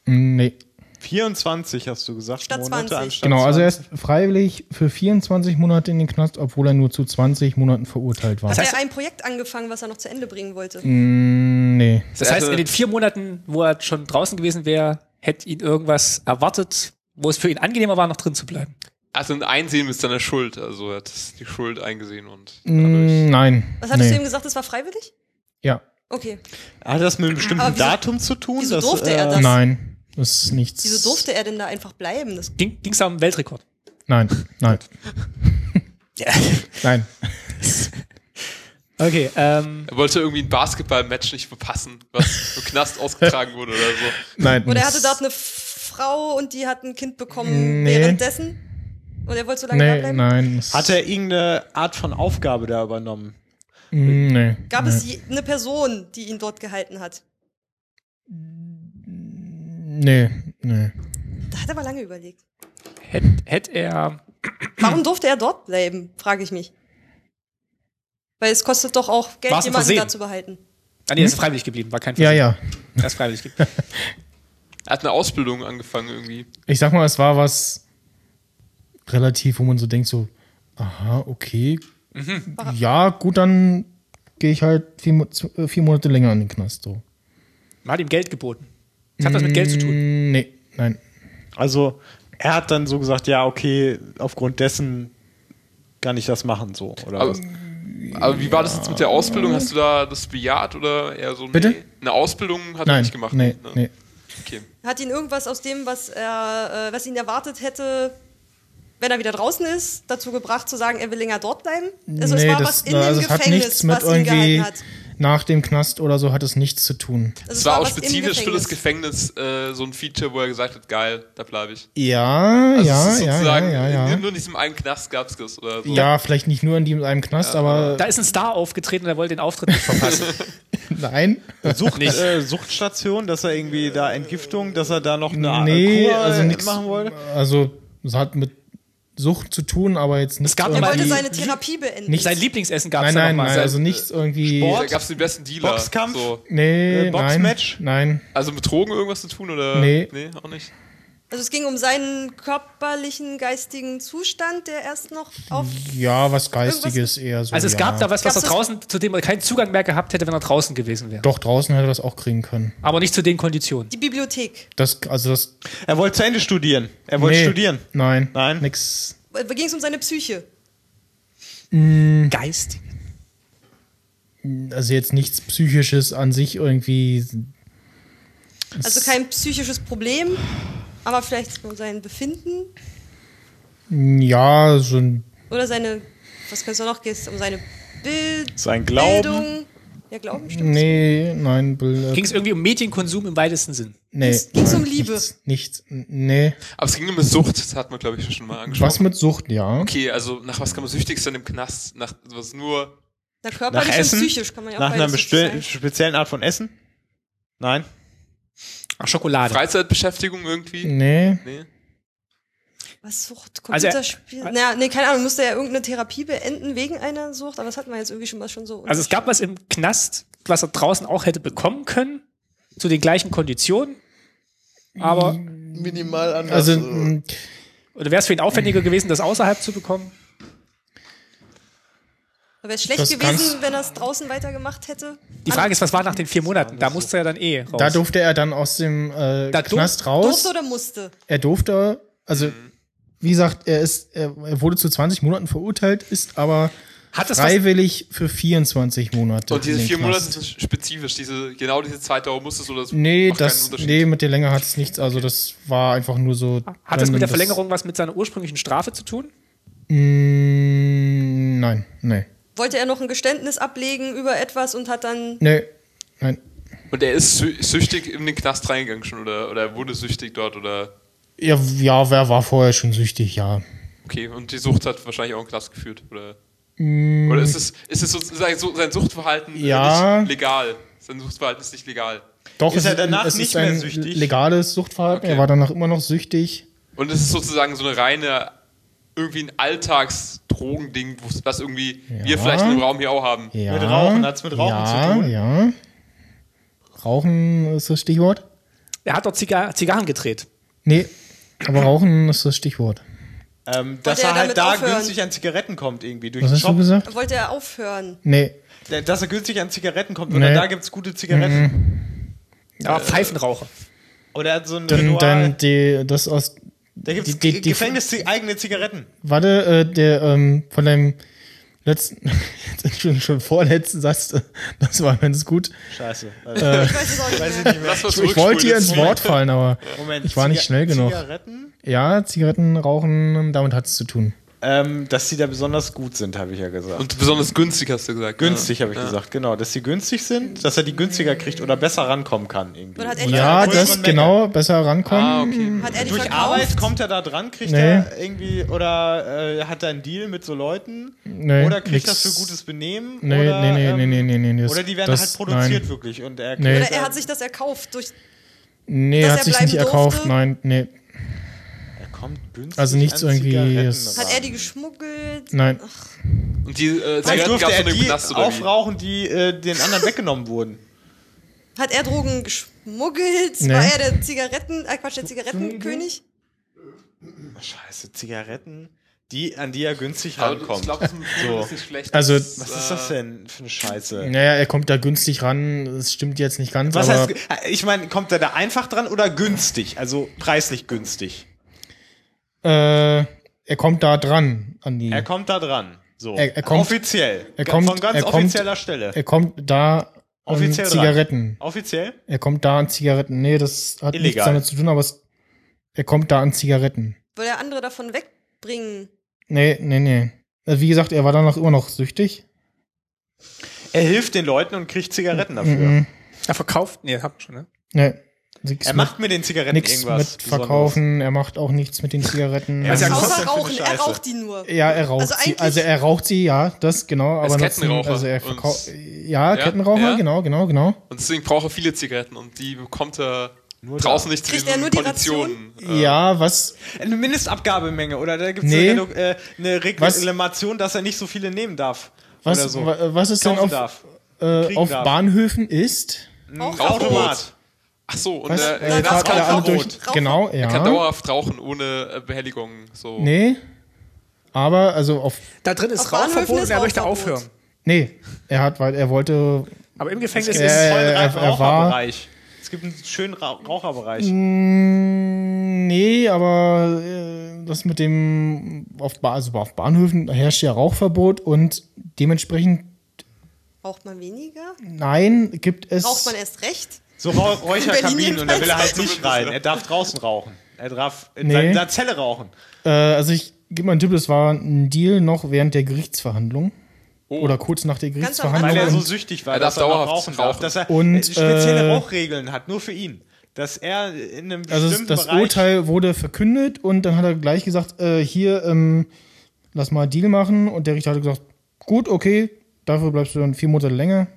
Mm, Nee.
24 hast du gesagt.
Statt
Monate
20.
anstatt
Genau, also er
20.
ist freiwillig für 24 Monate in den Knast, obwohl er nur zu 20 Monaten verurteilt war.
Hat
heißt- Hm,
er ein Projekt angefangen, was er noch zu Ende bringen wollte?
Mm, Nee.
Also
Das heißt, in den vier Monaten, wo er schon draußen gewesen wäre, hätte ihn irgendwas erwartet, wo es für ihn angenehmer war, noch drin zu bleiben.
Also ein Einsehen mit seiner Schuld. Also er hat die Schuld eingesehen und
Mm,
dadurch.
Nein.
Was hattest
nee.
du ihm gesagt, das war freiwillig?
Ja.
Okay.
Hat das mit einem bestimmten
Aber wieso-
Datum zu tun?
wieso
dass,
durfte er
äh,
das?
Nein. Das ist nichts.
Wieso durfte er denn da einfach bleiben? Das
Ging es da um einen Weltrekord?
Nein, nein. nein.
Okay, ähm,
Er wollte irgendwie ein Basketballmatch nicht verpassen, was im Knast ausgetragen wurde oder so.
Nein.
Oder er
das-
hatte dort eine Frau und die hat ein Kind bekommen
Nee.
währenddessen. Und er wollte so lange da
Nee,
bleiben.
nein. das-
Hat er irgendeine Art von Aufgabe da übernommen?
Mm, Nee.
Gab
nee.
es je- eine Person, die ihn dort gehalten hat?
Nee, nee.
Da hat er mal lange überlegt.
hätte hätt er. ah
Warum durfte er dort bleiben, frage ich mich. Weil es kostet doch auch Geld,
War's ein
jemanden
Versehen?
da zu behalten.
Ah, nee, er ist freiwillig geblieben, war kein
Ja,
Versehen.
ja.
Er ist freiwillig geblieben.
Er hat eine Ausbildung angefangen irgendwie.
Ich sag mal, es war was relativ, wo man so denkt, so, aha, okay.
Mhm.
Ja, gut, dann gehe ich halt vier, Mo- zu- äh, vier Monate länger in den Knast. So.
Man hat ihm Geld geboten. Das hat was mit Geld zu tun.
Mm, Nee, nein.
Also, er hat dann so gesagt, ja, okay, aufgrund dessen kann ich das machen, so, oder
Aber,
was?
aber wie war das jetzt mit der Ausbildung? Hast du da das bejaht oder eher so?
Bitte?
Nee, eine Ausbildung hat er
Nein,
nicht gemacht.
nee,
ne?
nee.
Okay.
Hat ihn irgendwas aus dem, was, er, äh, was ihn erwartet hätte, wenn er wieder draußen ist, dazu gebracht zu sagen, er will länger dort bleiben? Also es war was in
also
dem
es hat nichts
Gefängnis,
mit
was ihn
irgendwie
gehalten hat.
nach dem Knast oder so hat es nichts zu tun.
Also
Es war auch
was im
spezifisch für das
Gefängnis.
Gefängnis äh, so ein Feature, wo er gesagt hat, geil, da bleibe ich.
Ja,
Also es
ja, ja,
ist
ja,
sozusagen,
ja, ja.
in- nur in diesem einen Knast gab es das oder so.
Ja, vielleicht nicht nur in dem- einem Knast, aber
Da ist ein Star aufgetreten und er wollte den Auftritt nicht verpassen.
nein.
Sucht, äh, Suchtstation, dass er irgendwie da Entgiftung, dass er da noch eine
nee,
Kur
also
äh,
nichts.
machen wollte?
Also, es hat mit Sucht zu tun, aber jetzt nicht.
Es gab ja
Er
mal
wollte
die-
seine Therapie beenden.
Nicht-
Sein Lieblingsessen gab es
Nein,
ja
nein,
noch mal.
nein,
Sein,
also
äh,
nichts irgendwie.
Da gab es den besten Dealer.
Boxkampf?
So.
nee, nein,
äh, Boxmatch?
nein.
Also mit Drogen irgendwas zu tun oder?
Nee.
Nee, auch nicht.
Also es ging um seinen körperlichen, geistigen Zustand, der erst noch auf.
Ja, was Geistiges eher so.
Also es
ja.
gab da was, was
Gab's
er
das-
draußen, zu dem er keinen Zugang mehr gehabt hätte, wenn er draußen gewesen wäre.
Doch, draußen hätte er das auch kriegen können.
Aber nicht zu den Konditionen.
Die Bibliothek.
Das, also das.
Er wollte zu Ende studieren. Er wollte
nee,
studieren.
Nein.
Nein.
Nix.
Da ging es um seine Psyche.
Mm.
Geistig.
Also jetzt nichts Psychisches an sich irgendwie.
Also kein psychisches Problem, aber vielleicht so sein Befinden
Ja, so ein.
oder seine. Was kannst du noch gehen? Um seine Bild
Sein Glauben.
Bildung. Ja, Glauben stimmt.
Nee, nein. Bilder-
Ging es irgendwie um Medienkonsum im weitesten Sinn?
Nee.
Ging's- ging's um
nein,
Liebe?
Nichts, nichts. Nee.
Aber es ging um eine Sucht, das hat man, glaube ich, schon mal angesprochen.
Was mit Sucht, ja.
Okay, also nach was kann man süchtig sein im Knast? Nach was nur.
Na,
Nach
körperlich
Essen?
und psychisch kann man ja auch
Nach einer
beides süchtig
bestell-
sein.
speziellen Art von Essen? Nein.
Ach, Schokolade.
Freizeitbeschäftigung irgendwie?
Nee.
Nee.
Was Sucht?
Also er-
Computerspiel? naja, nee, keine Ahnung. Musste er irgendeine Therapie beenden wegen einer Sucht? Aber das hatten wir jetzt irgendwie schon mal schon so.
Also es gab was im Knast, was er draußen auch hätte bekommen können, zu den gleichen Konditionen. Aber,
Mm.
Minimal anders.
Also,
äh,
mh,
oder wäre es für ihn aufwendiger gewesen, das außerhalb zu bekommen?
Wäre es schlecht
Das
gewesen,
kannst-
wenn er es draußen weitergemacht hätte?
Die Frage ist, was war nach den vier Monaten? Da musste er dann eh raus.
da durfte er dann aus dem äh,
Da dur-
Knast raus.
Durfte oder musste?
er durfte, also
Mhm.
wie gesagt, er ist, er, er wurde zu 20 Monaten verurteilt, ist aber
Hat das was,
freiwillig für 24 Monate.
Und diese
in den
vier Monate
Knast.
sind spezifisch, diese, genau diese Zeitdauer muss es oder das
Nee,
macht keinen
das,
Unterschied.
nee, mit der Länge hat es nichts. Also das war einfach nur so.
hat das mit der
random,
Verlängerung was mit seiner ursprünglichen Strafe zu tun?
Mm, nein, nee,
Wollte er noch ein Geständnis ablegen über etwas und hat dann.
nee, nein.
Und er ist sü- süchtig in den Knast reingegangen schon oder, oder er wurde süchtig dort oder.
Ja, ja, wer war vorher schon süchtig? Ja,
Okay, und die Sucht hat wahrscheinlich auch in den Knast geführt oder. Oder ist es, ist es sozusagen so, sein Suchtverhalten äh,
Mm. Ja.
nicht legal? Sein Suchtverhalten ist nicht legal.
doch. es
Ist er
ein-
danach
es ist
nicht mehr
ein
süchtig?
Legales Suchtverhalten. Er
Okay.
war danach immer noch süchtig.
Und es ist sozusagen so eine reine, irgendwie ein Alltagsdrogending, wo- was irgendwie wir vielleicht in dem Raum hier auch haben.
Ja.
Mit Rauchen, hat's mit Rauchen
ja,
zu tun?
Ja, Rauchen ist das Stichwort.
Er hat dort Ziga Zigarren gedreht.
Nee, aber Rauchen ist das Stichwort.
Ähm, dass
er
er halt
damit
da
aufhören?
günstig an Zigaretten kommt irgendwie durch
Was
den
hast du
Shop.
gesagt?
Wollte er aufhören?
Nee.
Der- Dass er günstig an Zigaretten kommt.
Nee. Mhm.
Oder da gibt's gute Zigaretten.
Aber Pfeifenraucher.
Oder er hat so ein
Dann,
Ritual.
dann die, das aus.
da gibt's
die- die-
Ge-
die-
Gefängnis eigene Zigaretten.
Warte, äh, der ähm, von deinem letzten, schon, schon vorletzten Satz, äh, das war ganz gut.
Scheiße. Also,
Äh,
Ich weiß es auch nicht mehr.
Lass mal
Ich wollte dir ins Wort fallen, aber
Moment,
ich war nicht
Ziga-
schnell genug.
Zigaretten?
Ja, Zigaretten, Rauchen, damit hat es zu tun.
Ähm, dass die da besonders gut sind, habe ich ja gesagt.
Und besonders günstig hast du gesagt.
günstig, habe ich gesagt, genau. Dass die günstig sind, dass er die günstiger kriegt oder besser rankommen kann irgendwie.
Man hat er die,
Ja,
Zigaretten
das
und Mecker.
genau, besser rankommen.
Ah, okay.
hat er die
Durch
verkauft?
Arbeit kommt er da dran, kriegt
Nee.
er irgendwie oder äh, hat er einen Deal mit so Leuten
Nee,
oder kriegt
nix.
das für gutes Benehmen
Nee,
oder, ähm,
nee, nee, nee, nee, nee, nee, nee, das-
oder die werden
das-
halt produziert
nein.
wirklich und er
Nee.
Oder er hat sich das erkauft durch.
Nee,
dass
hat
er
sich
bleiben
nicht erkauft,
durfte?
nein, nee,
er kommt günstig
Also nichts
an
irgendwie-
Zigaretten
es-
Hat
ran.
er die geschmuggelt?
nein.
Und die äh,
Vielleicht
Zigaretten
durfte
gab es
er
nur im
die
Knast oder wie?
aufrauchen, die äh, den anderen weggenommen wurden.
Hat er Drogen geschmuggelt?
Nee.
War er der Zigaretten, äh Quatsch, der Zigarettenkönig?
Scheiße, Zigaretten, die an die er günstig
Aber ich
rankommt.
glaube, das ist ein
So.
bisschen schlecht.
Also-
Das, äh,
Was ist das denn für eine Scheiße?
Naja, er kommt da günstig ran, das stimmt jetzt nicht ganz,
Was
aber
heißt, äh, ich meine, kommt er da einfach dran oder günstig? Also preislich günstig.
äh, er kommt da dran an die.
Er kommt da dran. So.
Mhm. Er- er kommt-
offiziell.
er kommt-
Von ganz
er kommt-
offizieller Stelle.
Er kommt da an
Offiziell
Zigaretten.
Offiziell?
Er kommt da an Zigaretten. Nee, das hat nichts
Illegal.
damit zu tun, aber es, er kommt da an Zigaretten.
Wollte er andere davon wegbringen?
Nee, nee, nee. Also wie gesagt, er war danach immer noch süchtig.
Er hilft den Leuten und kriegt Zigaretten dafür.
Mhm.
Er verkauft. Nee, haben wir schon, ne?
Nee. Nix
Er macht mir den
mit,
Zigaretten
nichts
irgendwas.
mit Verkaufen, er macht auch nichts mit den Zigaretten.
Er ist
ja,
ja- was ist
Außer
denn für eine
rauchen. Er
Scheiße?
raucht die nur.
er raucht
Also
sie.
eigentlich-
Also er raucht sie, ja, das genau.
ist
Aber nutzen-
Kettenraucher
also er
und-
verkauft. Ja,
Ja,
Kettenraucher,
ja.
genau, genau, genau.
Und deswegen braucht er viele Zigaretten und die bekommt er
Nur
Draußen nicht zu
Kriegt er
diesen
nur die
Konditionen.
Ja, was?
Eine Mindestabgabemenge oder da gibt es
Nee.
eine, Redu- äh, eine
Was?
Reklamation, dass er nicht so viele nehmen darf.
Was,
oder so.
wa- äh, was es denn
Kaufen
auf,
darf.
äh,
Kriegen
auf
darf.
Bahnhöfen ist?
Auch
Rauchverbot.
Automat.
Ach so, und
Was?
der,
Äh,
der
fahren
Glas kann,
alle alle
rauchen.
durch,
Rauchen.
genau,
kann
ja.
dauerhaft rauchen ohne äh, Behelligung. So.
Nee, aber also auf.
Da drin ist
Auf Bahnhöfen
Rauchverbot
ist
und er möchte
Rauchverbot.
aufhören.
Nee, er hat, weil er wollte.
Aber im Gefängnis
Äh,
ist es voll.
er-
Ein
er war.
Raucherbereich. Es gibt einen schönen Ra Raucherbereich.
Mm, Nee, aber äh, das mit dem auf, ba also auf Bahnhöfen herrscht ja Rauchverbot und dementsprechend
Raucht man weniger?
nein gibt es
Raucht man erst recht?
So Rau
Berlin
Räucherkabinen und da will er
jedenfalls.
halt nicht rein. Er darf draußen rauchen. Er darf in
Nee.
seiner Zelle rauchen.
äh, also ich gebe mal einen Tipp, das war ein Deal noch während der Gerichtsverhandlung oder kurz nach der
Ganz am
Gerichtsverhandlung.
Weil er so
und,
süchtig war,
Er darf
dass er noch
dauerhaft
rauchen darf.
rauchen.
Dass er
Und,
äh, spezielle
äh,
Rauchregeln hat, nur für ihn. Dass er in einem
also das-
bestimmten
das
Bereich
Urteil wurde verkündet und dann hat er gleich gesagt, äh, hier ähm, lass mal einen Deal machen und der Richter hat gesagt, gut, okay, dafür bleibst du dann vier Monate länger.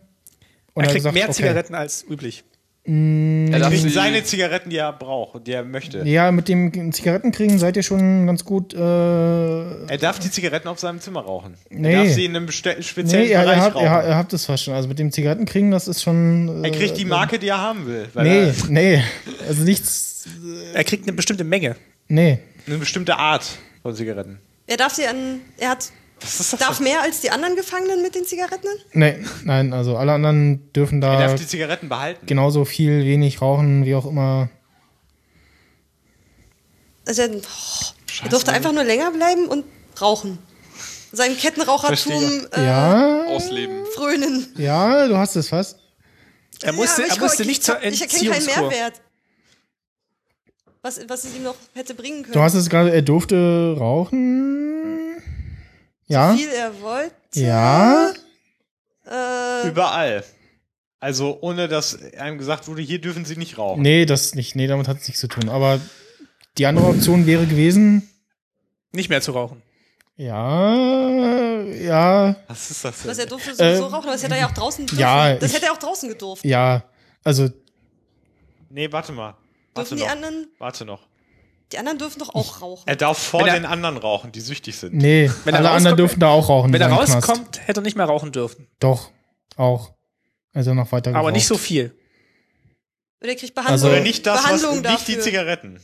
Und
Er
hat
kriegt
gesagt,
mehr
okay.
Zigaretten als üblich.
Er darf
kriegt
sie-
seine Zigaretten, die er braucht und die er möchte.
Ja, mit dem Zigarettenkriegen seid ihr schon ganz gut. Äh,
Er darf die Zigaretten auf seinem Zimmer rauchen.
Nee.
Er darf sie in einem beste- speziellen
Nee, ja,
Bereich
ihr habt,
rauchen.
ihr, habt- ihr habt es fast schon. Also mit dem Zigarettenkriegen, das ist schon. Äh,
er kriegt die Marke, die er haben will. Weil
nee,
er
nee. Also nichts.
Er kriegt eine bestimmte Menge.
Nee.
eine bestimmte Art von Zigaretten.
Er darf sie an. Er hat.
Was ist das
Darf
denn?
mehr als die anderen Gefangenen mit den Zigaretten?
Nee, nein, also alle anderen dürfen
Er
da
darf die Zigaretten behalten.
genauso viel, wenig rauchen, wie auch immer.
Also, er, oh, er durfte einfach nur länger bleiben und rauchen. Seinem Kettenrauchertum äh,
Ja,
ausleben.
frönen.
ja, du hast es fast.
Er musste,
Ja, aber
er musste
ich,
nicht
ich,
zur
ich, ich erkenne keinen
Entziehungskur.
Mehrwert. Was, was es ihm noch hätte bringen können.
Du hast es gerade, er durfte rauchen. Ja,
Viel er wollte.
Ah? ja.
Äh,
Überall. Also ohne, dass einem gesagt wurde, hier dürfen sie nicht rauchen.
Nee, das nicht. Nee, damit hat es nichts zu tun. Aber die andere Option wäre gewesen.
Nicht mehr zu rauchen.
Ja, ja,
Was ist das denn?
was er durfte sowieso
Ähm,
rauchen, aber das hätte er ja auch draußen dürfen.
ja,
das
ich-
hätte er auch draußen gedurft.
ja. Also
Nee, warte mal. Warte
Dürfen die
noch.
anderen,
Warte noch.
die anderen dürfen doch auch rauchen.
Er darf vor
Wenn er-
den anderen rauchen, die süchtig sind.
Nee,
Wenn er
alle anderen
rauskommt-
dürfen da auch rauchen.
Wenn er
die sind im Knast.
rauskommt, hätte er nicht mehr rauchen dürfen.
Doch, auch. Also noch weiter
Aber
geraucht.
nicht so viel.
Oder er kriegt
Also-
Behandlung.
Oder nicht das, was,
Behandlung
nicht
dafür.
die Zigaretten.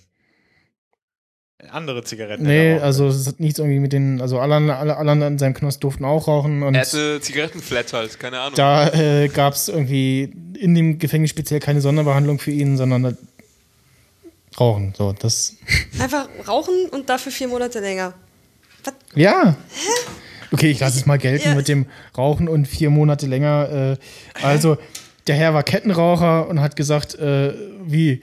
Andere Zigaretten.
Nee,
hätte er
also es hat nichts irgendwie mit den, also alle, alle, alle anderen in seinem Knast durften auch rauchen und
Er hatte Zigarettenflat halt, keine Ahnung.
da äh, gab es irgendwie in dem Gefängnis speziell keine Sonderbehandlung für ihn, sondern halt rauchen. So, das.
Einfach rauchen und dafür vier Monate länger. Was?
Ja. Okay, ich lasse es mal gelten
Ja.
mit dem Rauchen und vier Monate länger. Äh, also, der Herr war Kettenraucher und hat gesagt, äh, wie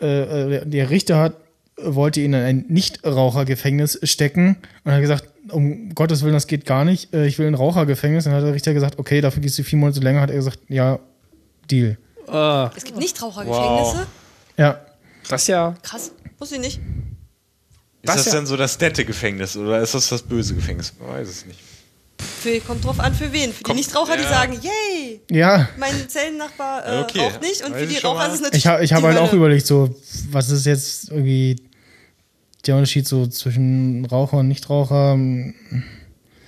äh, äh, der- der Richter hat, wollte ihn in ein Nichtrauchergefängnis stecken und hat gesagt, um Gottes Willen, das geht gar nicht. Äh, ich will ein Rauchergefängnis. Und dann hat der Richter gesagt, okay, dafür gehst du vier Monate länger. Hat er gesagt, ja, Deal.
Äh,
Es gibt Nichtrauchergefängnisse.
Ja.
das ist ja.
Krass, wusste ich nicht.
noch.
was
Ist das
ja-
denn so das nette Gefängnis oder ist das das böse Gefängnis? Man weiß es nicht.
Für, kommt drauf an, für wen. Für die Nichtraucher, die
ja.
sagen, yay,
Ja.
mein Zellennachbar äh,
Ja, okay.
raucht nicht. Und
Weiß
für die
ich schon
Raucher
mal.
ist es natürlich
Ich, ha ich habe
die
halt auch
Hölle.
überlegt, so, was ist jetzt irgendwie der Unterschied so zwischen Raucher und Nichtraucher?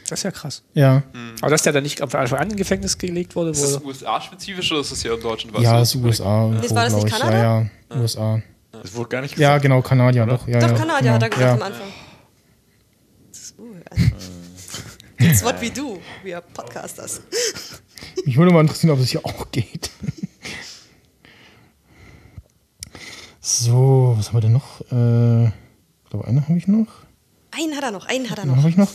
Das ist ja krass.
Ja.
Aber dass der dann nicht am Anfang an in Gefängnis gelegt wurde,
Ist das
wurde.
USA-spezifisch oder ist das hier in Deutschland was?
Ja, ist USA.
Ist-
so,
war das
glaub
nicht
ich.
Kanada?
Ja, ja, USA.
Das wurde gar nicht
Ja, genau, Kanadier, doch. Ja,
Doch,
ja,
Kanadier
genau.
hat er gesagt
ja.
am Anfang. Das ist, uh, That's what we do. We are Podcasters.
Mich würde mal interessieren, ob es hier auch geht. so, was haben wir denn noch? Äh, ich glaube, eine habe ich noch.
Einen hat er noch, einen hat er
Einen
noch.
habe ich noch.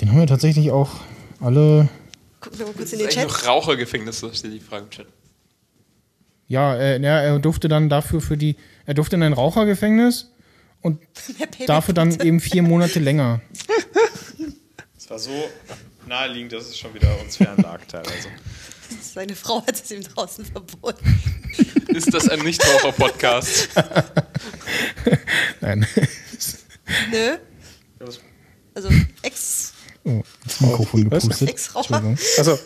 Den haben wir tatsächlich auch alle.
Gucken wir mal kurz in
Sind
den
eigentlich
Chat.
noch Rauchergefängnisse, steht die Frage im Chat.
Ja, äh, na, er durfte dann dafür für die. Er durfte in ein Rauchergefängnis und
Herr Payback.
dafür dann eben vier Monate länger.
Es war so naheliegend, dass es schon wieder uns fern lag teilweise.
Seine Frau hat es ihm draußen verboten.
Ist das ein Nichtraucher-Podcast?
Nein.
Nö. ne? Also Ex,
Oh, das Mikrofon gepustet.
Ex-Raucher.
Also,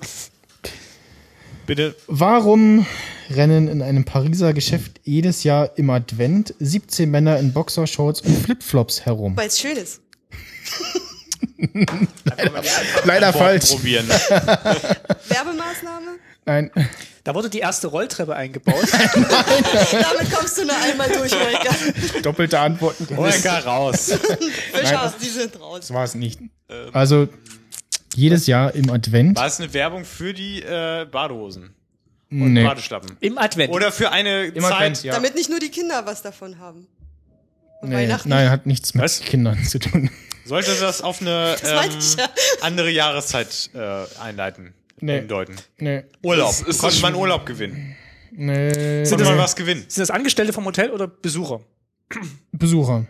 Bitte.
Warum rennen in einem Pariser Geschäft jedes Jahr im Advent 17 Männer in Boxershorts und Flipflops herum.
Weil es schön ist.
Leider falsch.
Probieren.
Werbemaßnahme?
Nein.
Da wurde die erste Rolltreppe eingebaut.
Damit kommst du nur einmal durch, Holger.
Doppelte Antworten.
Holger raus.
Fischer, die sind raus.
Das war es nicht. Also jedes Jahr im Advent.
War es eine Werbung für die äh, Badehosen?
Nee.
Badeschlappen.
Im Advent.
Oder für eine
Im
Zeit.
Advent, ja.
Damit nicht nur die Kinder was davon haben. Und
nee.
Weihnachten.
Nein, hat nichts mit
Was?
Kindern zu tun.
Sollte das auf eine
meinte
ähm,
ich ja.
andere Jahreszeit äh, einleiten?
Nee.
Hindeuten.
Nee.
Urlaub.
Ist- ist
Konnte
das
man Urlaub gewinnen?
Nee.
Konnte man was gewinnen?
Sind das Angestellte vom Hotel oder Besucher?
Besucher.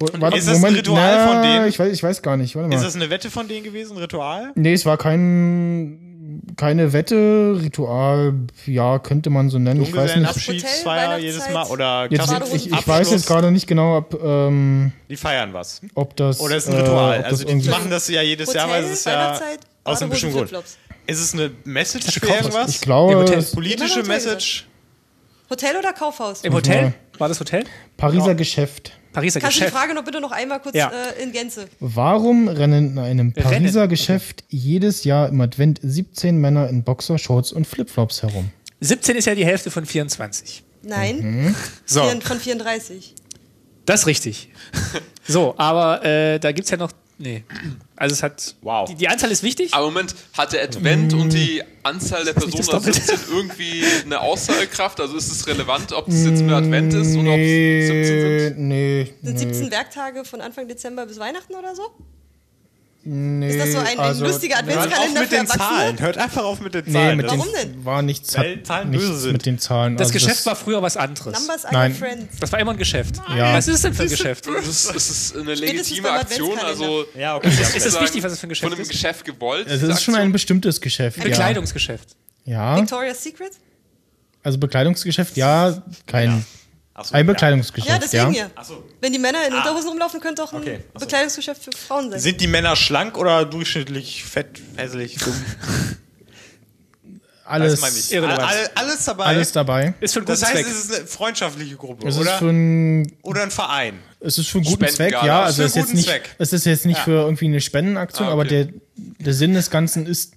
Oh, warte,
ist das ein Ritual
Na,
von denen?
Ich weiß, ich weiß gar nicht. Warte mal.
Ist das eine Wette von denen gewesen? Ein Ritual?
nee, es war kein, keine Wette, Ritual, ja, könnte man so nennen. Ich weiß nicht.
Abschiedsfeier
Hotel,
jedes Mal
Weihnachtszeit.
oder
Jetzt,
Klassen-
ich, ich
Abschluss?
weiß jetzt gerade nicht genau, ob, ähm,
Die feiern was.
ob das.
Oder ist ein
äh,
Ritual.
ob das
also die
irgendwie-
machen das ja jedes Jahr, weil es ist ja
Weihnachtszeit,
aus
Badehosen,
einem bestimmten Grund.
Flipflops.
Ist es eine Message für irgendwas?
Ich glaube,
Im Hotel.
das
Politische
Immer noch
Message?
Hotel oder Kaufhaus?
Im Hotel? War das Hotel?
Pariser Geschäft.
Pariser
Kannst du die
Geschäft.
Frage noch bitte noch einmal kurz
Ja.
äh, in Gänze?
Warum rennen in einem
Rennen,
Pariser
okay.
Geschäft jedes Jahr im Advent 17 Männer in Boxershorts und Flipflops herum?
17 ist ja die Hälfte von 24.
Nein,
So,
Vier- von 34.
das ist richtig. So, aber äh, da gibt's ja noch. Nee. Also es hat.
Wow.
Die, die Anzahl ist wichtig.
Aber Moment, hat der Advent und die Anzahl der
nicht
Personen
das
also
Doppelte?
17 irgendwie eine Aussagekraft? Also ist es relevant, ob es jetzt nur Advent ist oder ob es 17 sind?
nee,
Sind
nee,
17 Werktage von Anfang Dezember bis Weihnachten oder so?
nee.
Ist das so ein,
also-
ein lustiger
Hört auf
Adventskalender
mit
für
den
Erwachsene?
Zahlen. Hört einfach auf mit den
Nee,
Zahlen.
mit
Warum
den,
denn?
War nichts,
Weil
hat
Zahlen
nichts
böse sind.
mit den Zahlen.
das
also
Geschäft war früher was anderes.
Numbers are
Nein.
your friends.
Das war immer ein Geschäft.
Ja.
Was ist es denn für ein Geschäft?
Das ist, das ist eine legitime
beim
Aktion, also
ja, okay. ja,
Ist
okay.
das
sozusagen
wichtig, was es für ein Geschäft
von einem
ist?
Geschäft gewollt.
Das
diese
ist schon ein
Aktion?
bestimmtes Geschäft. ja.
Bekleidungsgeschäft.
Ja,
Victoria's Secret?
also Bekleidungsgeschäft, ja, kein.
Ach so,
Ein
ja.
Bekleidungsgeschäft.
Ja, deswegen ja.
so.
Wenn die Männer in Unterhosen rumlaufen, könnte auch ein
Okay, ach so.
Bekleidungsgeschäft für Frauen sein.
Sind die Männer schlank oder durchschnittlich fett, hässlich, dumm?
Alles,
meine ich.
irrelevant.
All- alles dabei.
alles dabei.
Ist für einen guten
das heißt,
Zweck.
es ist eine freundschaftliche Gruppe,
Es ist,
oder?
für einen,
oder ein Verein.
es ist für einen guten
Spendengala.
Zweck, ja. Also
Ist
es
für
ist jetzt
einen
nicht,
guten Zweck.
es ist jetzt nicht für irgendwie eine Spendenaktion,
Ah,
aber
okay.
der, der Sinn des Ganzen ist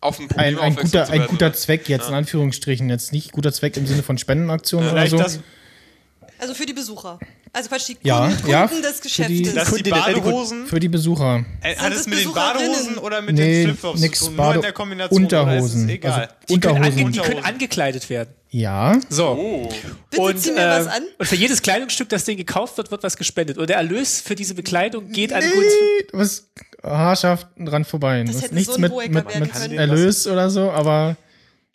auf ein
ein,
Problem
ein,
aufmerksam
guter,
zu
ein
werden,
guter
oder?
Zweck jetzt in Anführungsstrichen. Jetzt nicht guter Zweck im Sinne von Spendenaktionen oder
Vielleicht,
so.
dass,
Also für die Besucher. Also Quatsch, die Kunden,
Ja,
Kunden
ja,
des
für die-
Geschäftes.
dass die
Kunde, der- der-
Badehosen.
Für die Besucher.
Äh, hat es mit den
Besucherinnen.
Badehosen oder mit
Nee,
den Flipflops
nix
zu tun?
Bade-
Nur in der Kombination.
Unterhosen.
Oder ist Oh. es egal.
Also,
Die können, ange
Unterhosen.
die können angekleidet werden.
Ja.
So.
Bitte
und,
zieh mir
äh,
was an.
und für jedes Kleidungsstück, das denen gekauft wird, wird was gespendet. Und der Erlös für diese Bekleidung geht an guten Zweck.
was haarscharf dran vorbei. Das,
hätte
nichts
so ein
mit,
Boecker
mit,
werden
mit
können.
Erlös oder so, aber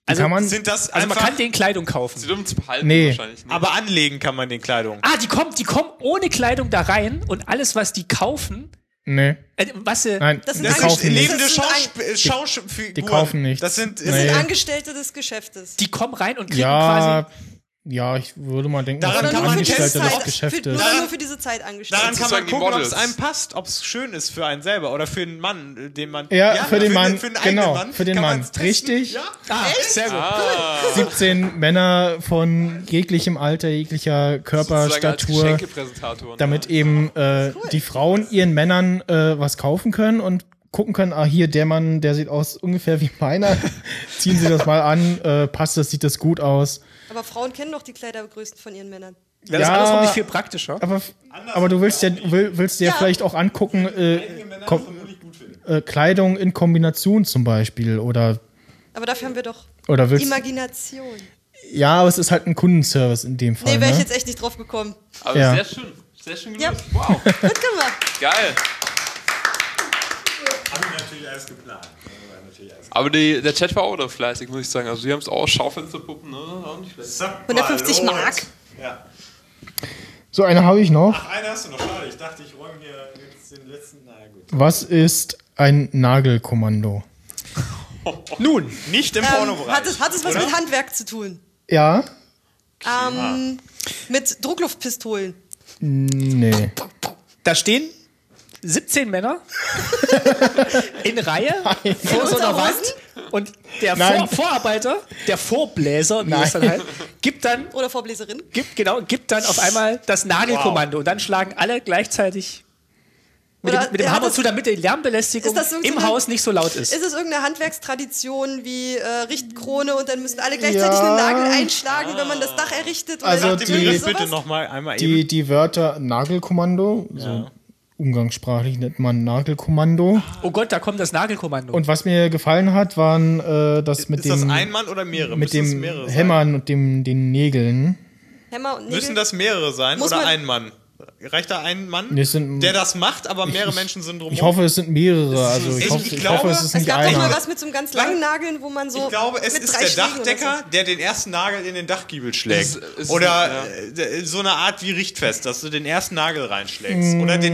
also kann man.
Sind das
also man
einfach,
kann denen Kleidung kaufen.
Sie dürfen es behalten
Nee.
wahrscheinlich. ne?
aber anlegen kann man den Kleidung.
Ah, die kommen, die kommen ohne Kleidung da rein und alles, was die kaufen,
nee,
äh, was sie.
nein,
Das sind
die
alles
kaufen
Leben-
nicht.
lebende
Das sind
Schausp- äh, Schauspieler.
Die kaufen nichts.
Das sind
Nee.
sind
äh,
Angestellte des Geschäftes.
Die kommen rein und kriegen
Ja,
quasi.
ja, ich würde mal denken,
Daran
das
kann
sind
man
Angestellte
festhalten,
des
ob-
für,
Geschäftes.
nur, nur für diese Zeit angestellt.
Daran kann man
Sozusagen die
gucken, ob
Models.
es einem passt, ob es schön ist für einen selber oder für einen Mann, äh, den man.
Ja, für den Mann,
den eigenen
genau, für den
kann
Mann.
man's testen.
Richtig.
Ja?
Ah, sehr gut.
17 Männer von jeglichem Alter, jeglicher
Sozusagen als
Körperstatur,
Geschenkepräsentator. ne?
damit eben äh, die Frauen ihren Männern äh, was kaufen können und gucken können, ah, hier, der Mann, der sieht aus ungefähr wie meiner, ziehen sie das mal an, äh, passt das, sieht das gut aus.
Aber Frauen kennen doch die Kleidergrößen von ihren Männern.
Das ist
Ja.
andersrum nicht viel praktischer.
Aber, aber du willst ja, will, willst dir ja.
Ja.
vielleicht auch angucken, äh, kom- äh, Kleidung in Kombination zum Beispiel oder
Aber dafür haben wir doch
oder willst
Imagination.
ja, aber es ist halt ein Kundenservice in dem Fall.
Nee, wäre ich
Ah, ne?
jetzt echt nicht drauf gekommen.
Aber
Ja.
Also sehr schön. Sehr schön
Ja.
gelöst. Wow,
Gut gemacht.
geil. Aber die, der Chat war auch da fleißig, muss ich sagen. Also, die haben es auch Schaufensterpuppen, ne? Auch nicht schlecht.
150 Mark.
Ja.
so eine habe ich noch.
Eine hast du noch, schade. Ich dachte, ich räume hier jetzt den letzten. Na gut.
Was ist ein Nagelkommando?
Nun, nicht im
Ähm,
Pornobereich.
hat, es, hat es was mit Handwerk zu tun?
Ja?
Ähm, mit Druckluftpistolen.
Nee.
Da stehen 17 Männer in Reihe vor so einer Wand Und der
Nein.
Vor Vorarbeiter, der Vorbläser, wie
Nein.
es dann heißt, gibt dann,
Oder Vorbläserin.
gibt, genau, gibt dann auf einmal das Nagelkommando und dann schlagen alle gleichzeitig mit
Oder
dem, mit dem
er hat
Hammer
das-
zu, damit die Lärmbelästigung
Ist das irgendwie
im
so eine-
Haus nicht so laut ist.
Ist es irgendeine Handwerkstradition wie äh, Richtkrone und dann müssen alle gleichzeitig
Ja.
einen Nagel einschlagen, wenn man das Dach errichtet? und
Also
dann-
die-
Den Begriff
sowas?
bitte nochmal einmal eben.
Die, die Wörter Nagelkommando, so umgangssprachlich nennt man Nagelkommando.
oh Gott, da kommt das Nagelkommando.
Und was mir gefallen hat, waren äh, das mit
Ist das
dem,
ein Mann oder mehrere?
mit
Müssen
dem
das mehrere sein?
Hämmern und dem, den Nägeln.
Hämmer und Nägel.
Müssen das mehrere sein
Muss
oder
man-
ein Mann? Reicht da ein Mann,
Nee, es sind-
der das macht, aber mehrere Menschen sind drumherum?
Ich hoffe, es sind mehrere. Also ich,
ich
hoffe, ich
glaube,
hoffe, es ist
es
nicht
gab doch mal
einer.
was mit so einem ganz langen Nageln, wo man so.
ich glaube, es
mit
ist
drei
der
Schlägen oder
Dachdecker, der den ersten Nagel in den Dachgiebel schlägt.
Es ist- es ist-
oder
ja.
äh, so eine Art wie Richtfest, dass du den ersten Nagel reinschlägst. Oder den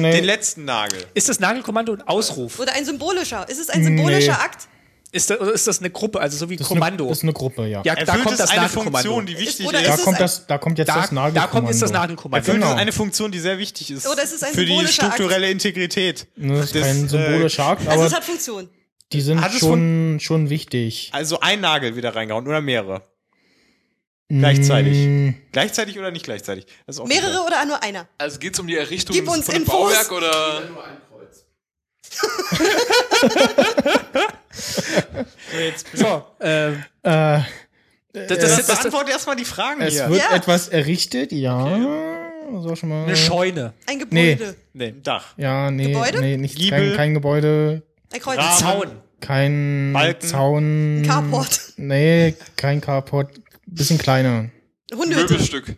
Mm, nee.
den letzten Nagel.
ist das Nagelkommando ein Ausruf?
So. Oder ein symbolischer. Ist es ein symbolischer
Nee.
Akt?
Ist das, oder ist das eine Gruppe, also so wie
Das ist
Kommando?
Eine, das ist eine Gruppe, ja.
ja, da
Erfüllt
kommt
es
das
eine
Nagelkommando.
Funktion, die wichtig
oder
ist?
ist
da,
es
kommt
ein-
das, da kommt jetzt
da,
das Nagelkommando.
da kommt jetzt das
Erfüllt
Nagelkommando.
Genau.
es eine Funktion, die sehr wichtig ist.
Oder es ist ein
für die
symbolischer Akt.
strukturelle Integrität.
Ne, Das ist
des,
kein
äh,
symbolischer Akt,
Also,
aber
es hat Funktion.
die sind
hat es
schon, schon wichtig.
Also ein Nagel wieder reingehauen oder mehrere?
Mm.
Gleichzeitig. Gleichzeitig oder nicht gleichzeitig? Das ist auch
Mehrere oder nur einer?
Also geht's um die Errichtung
Gib
von
uns
einem
Infos.
Bauwerk oder?
So, ähm,
Äh,
das, das,
Das
das, das,
beantwortet erstmal die Fragen
es
hier.
wird
Ja.
etwas errichtet, ja. So schon mal.
eine Scheune.
Ein Gebäude.
Nee, Dach.
Ja, nee,
Gebäude?
nee nicht,
Giebel.
kein, kein Gebäude,
Ein Kreuz.
Äh.
Rahmen.
Zaun.
kein
Balken.
Zaun.
Carport.
Nee, kein Carport. Bisschen kleiner.
Hundehütte.
Möbelstück.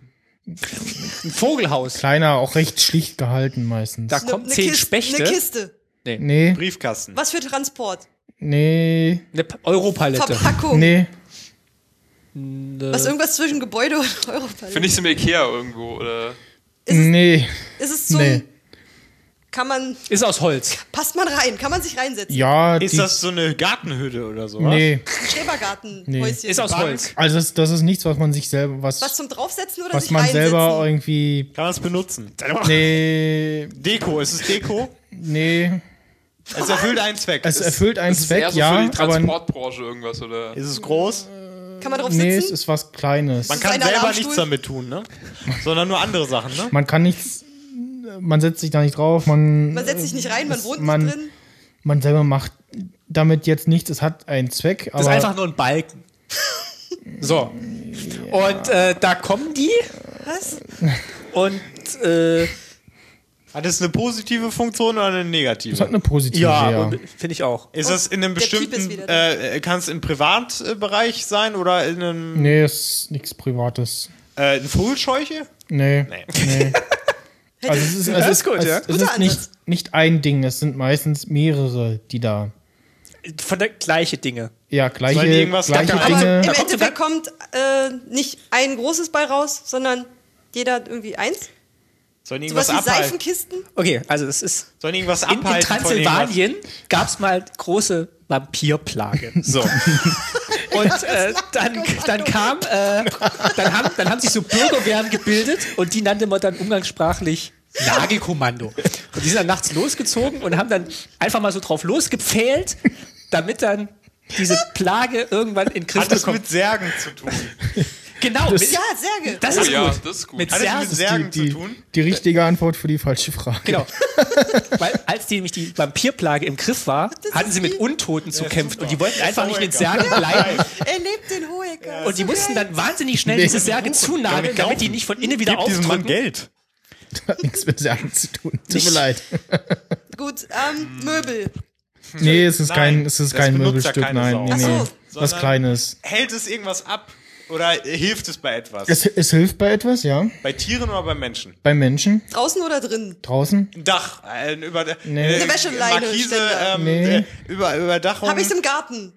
Ein Vogelhaus.
Kleiner, auch recht schlicht gehalten meistens.
Da
Ne-
kommen
ne
zehn
Kiste-
Spechte.
Eine Kiste.
Nee,
Briefkasten.
Was für Transport?
nee,
Eine P- Europalette.
Verpackung.
nee.
Was irgendwas zwischen Gebäude und Europalette.
Finde ich im Ikea irgendwo oder?
Nee,
Ist es so
nee.
ein, kann man,
Ist aus Holz.
passt man rein, kann man sich reinsetzen?
Ja,
Ist
die,
das so eine Gartenhütte oder sowas?
nee.
Schrebergartenhäuschen.
Ist aus Holz.
Also das, das ist nichts, was man sich selber, was,
Was
was,
zum draufsetzen oder sich
man
reinsetzen?
selber irgendwie.
Kann man es benutzen?
Nee,
Deko, ist es Deko?
nee.
Es erfüllt einen Zweck.
Es erfüllt einen
Ist es
Zweck,
eher so für
ja,
die
aber
Transportbranche irgendwas oder?
ist es groß?
kann man drauf
nee, es
sitzen?
ist was Kleines.
Man
es
kann
ein
selber
Alarmstuhl?
nichts damit tun, ne? Sondern nur andere Sachen, ne?
Man kann nichts, man setzt sich da nicht drauf, man,
man setzt sich nicht rein, man wohnt
man-
nicht drin.
man selber macht damit jetzt nichts, es hat einen Zweck,
Das ist einfach
aber
nur ein Balken. So. Und äh, da kommen die
Was?
und äh,
Hat es eine positive Funktion oder eine
es hat
negative?
eine positive,
ja,
ja.
und- finde ich auch.
Ist das in einem
Der Typ ist
bestimmten,
wieder da.
äh, kann es im Privatbereich sein oder in einem,
Nee, es ist nichts Privates.
äh, in Vogelscheuche?
Nee. nee. Also es ist, es
ist
ist,
gut,
es,
ja.
es
Guter
ist nicht, nicht ein Ding, es sind meistens mehrere, die da.
Von der gleiche Dinge.
Ja, gleiche,
Sollen die irgendwas
gleiche
dackern?
Aber
Dinge.
im
Da kommt sogar-
Endeffekt kommt äh, nicht ein großes bei raus, sondern jeder hat irgendwie eins.
Sollen die
Sowas
irgendwas
wie
abhalten?
Seifenkisten.
Okay, also es ist
Sollen die irgendwas
in, in
abhalten? von irgendwas?
Transsilvanien gab es mal große Vampirplage.
So.
Und äh, dann, dann kam, äh, dann, haben, dann haben sich so Bürgerwehren gebildet und die nannte man dann umgangssprachlich Nagelkommando. Und die sind dann nachts losgezogen und haben dann einfach mal so drauf losgepfählt, damit dann diese Plage irgendwann in den Griff
Hat es
bekommt.
mit Särgen zu tun?
Genau, mit,
Ja, Särge.
das
Oh
ist
ja,
gut.
das ist gut.
Mit
Hat es
Särgen.
mit
Die,
Särgen zu
die,
tun?
die richtige Antwort für die falsche Frage.
Genau. Weil als die nämlich die Vampirplage im Griff war, hatten sie mit Untoten zu kämpfen und die wollten einfach nicht mit Särgen bleiben.
Er lebt in Hohecker.
Und die mussten dann wahnsinnig schnell diese Särge zunageln, damit die nicht von innen wieder
Gib diesem Mann
aufdrücken.
Geld.
Hat nichts mit Sagen zu tun. Tut mir
Nicht.
leid.
Gut, ähm, Möbel.
Nee, es ist
Nein,
kein, es ist
das
kein
benutzt ja
Möbelstück,
keine
nein. Nee,
Sau.
nee.
Ach
so.
Was
Sondern-
Kleines.
Hält es irgendwas ab? Oder hilft es bei etwas?
Es, es hilft bei etwas, ja.
bei Tieren oder bei Menschen?
Bei Menschen
Draußen oder drinnen?
draußen.
Ein Dach, ein über äh,
Nee.
Eine Wäscheleine,
Markise,
Ständer.
ähm,
Nee.
äh, über Überdachung.
Habe ich im Garten.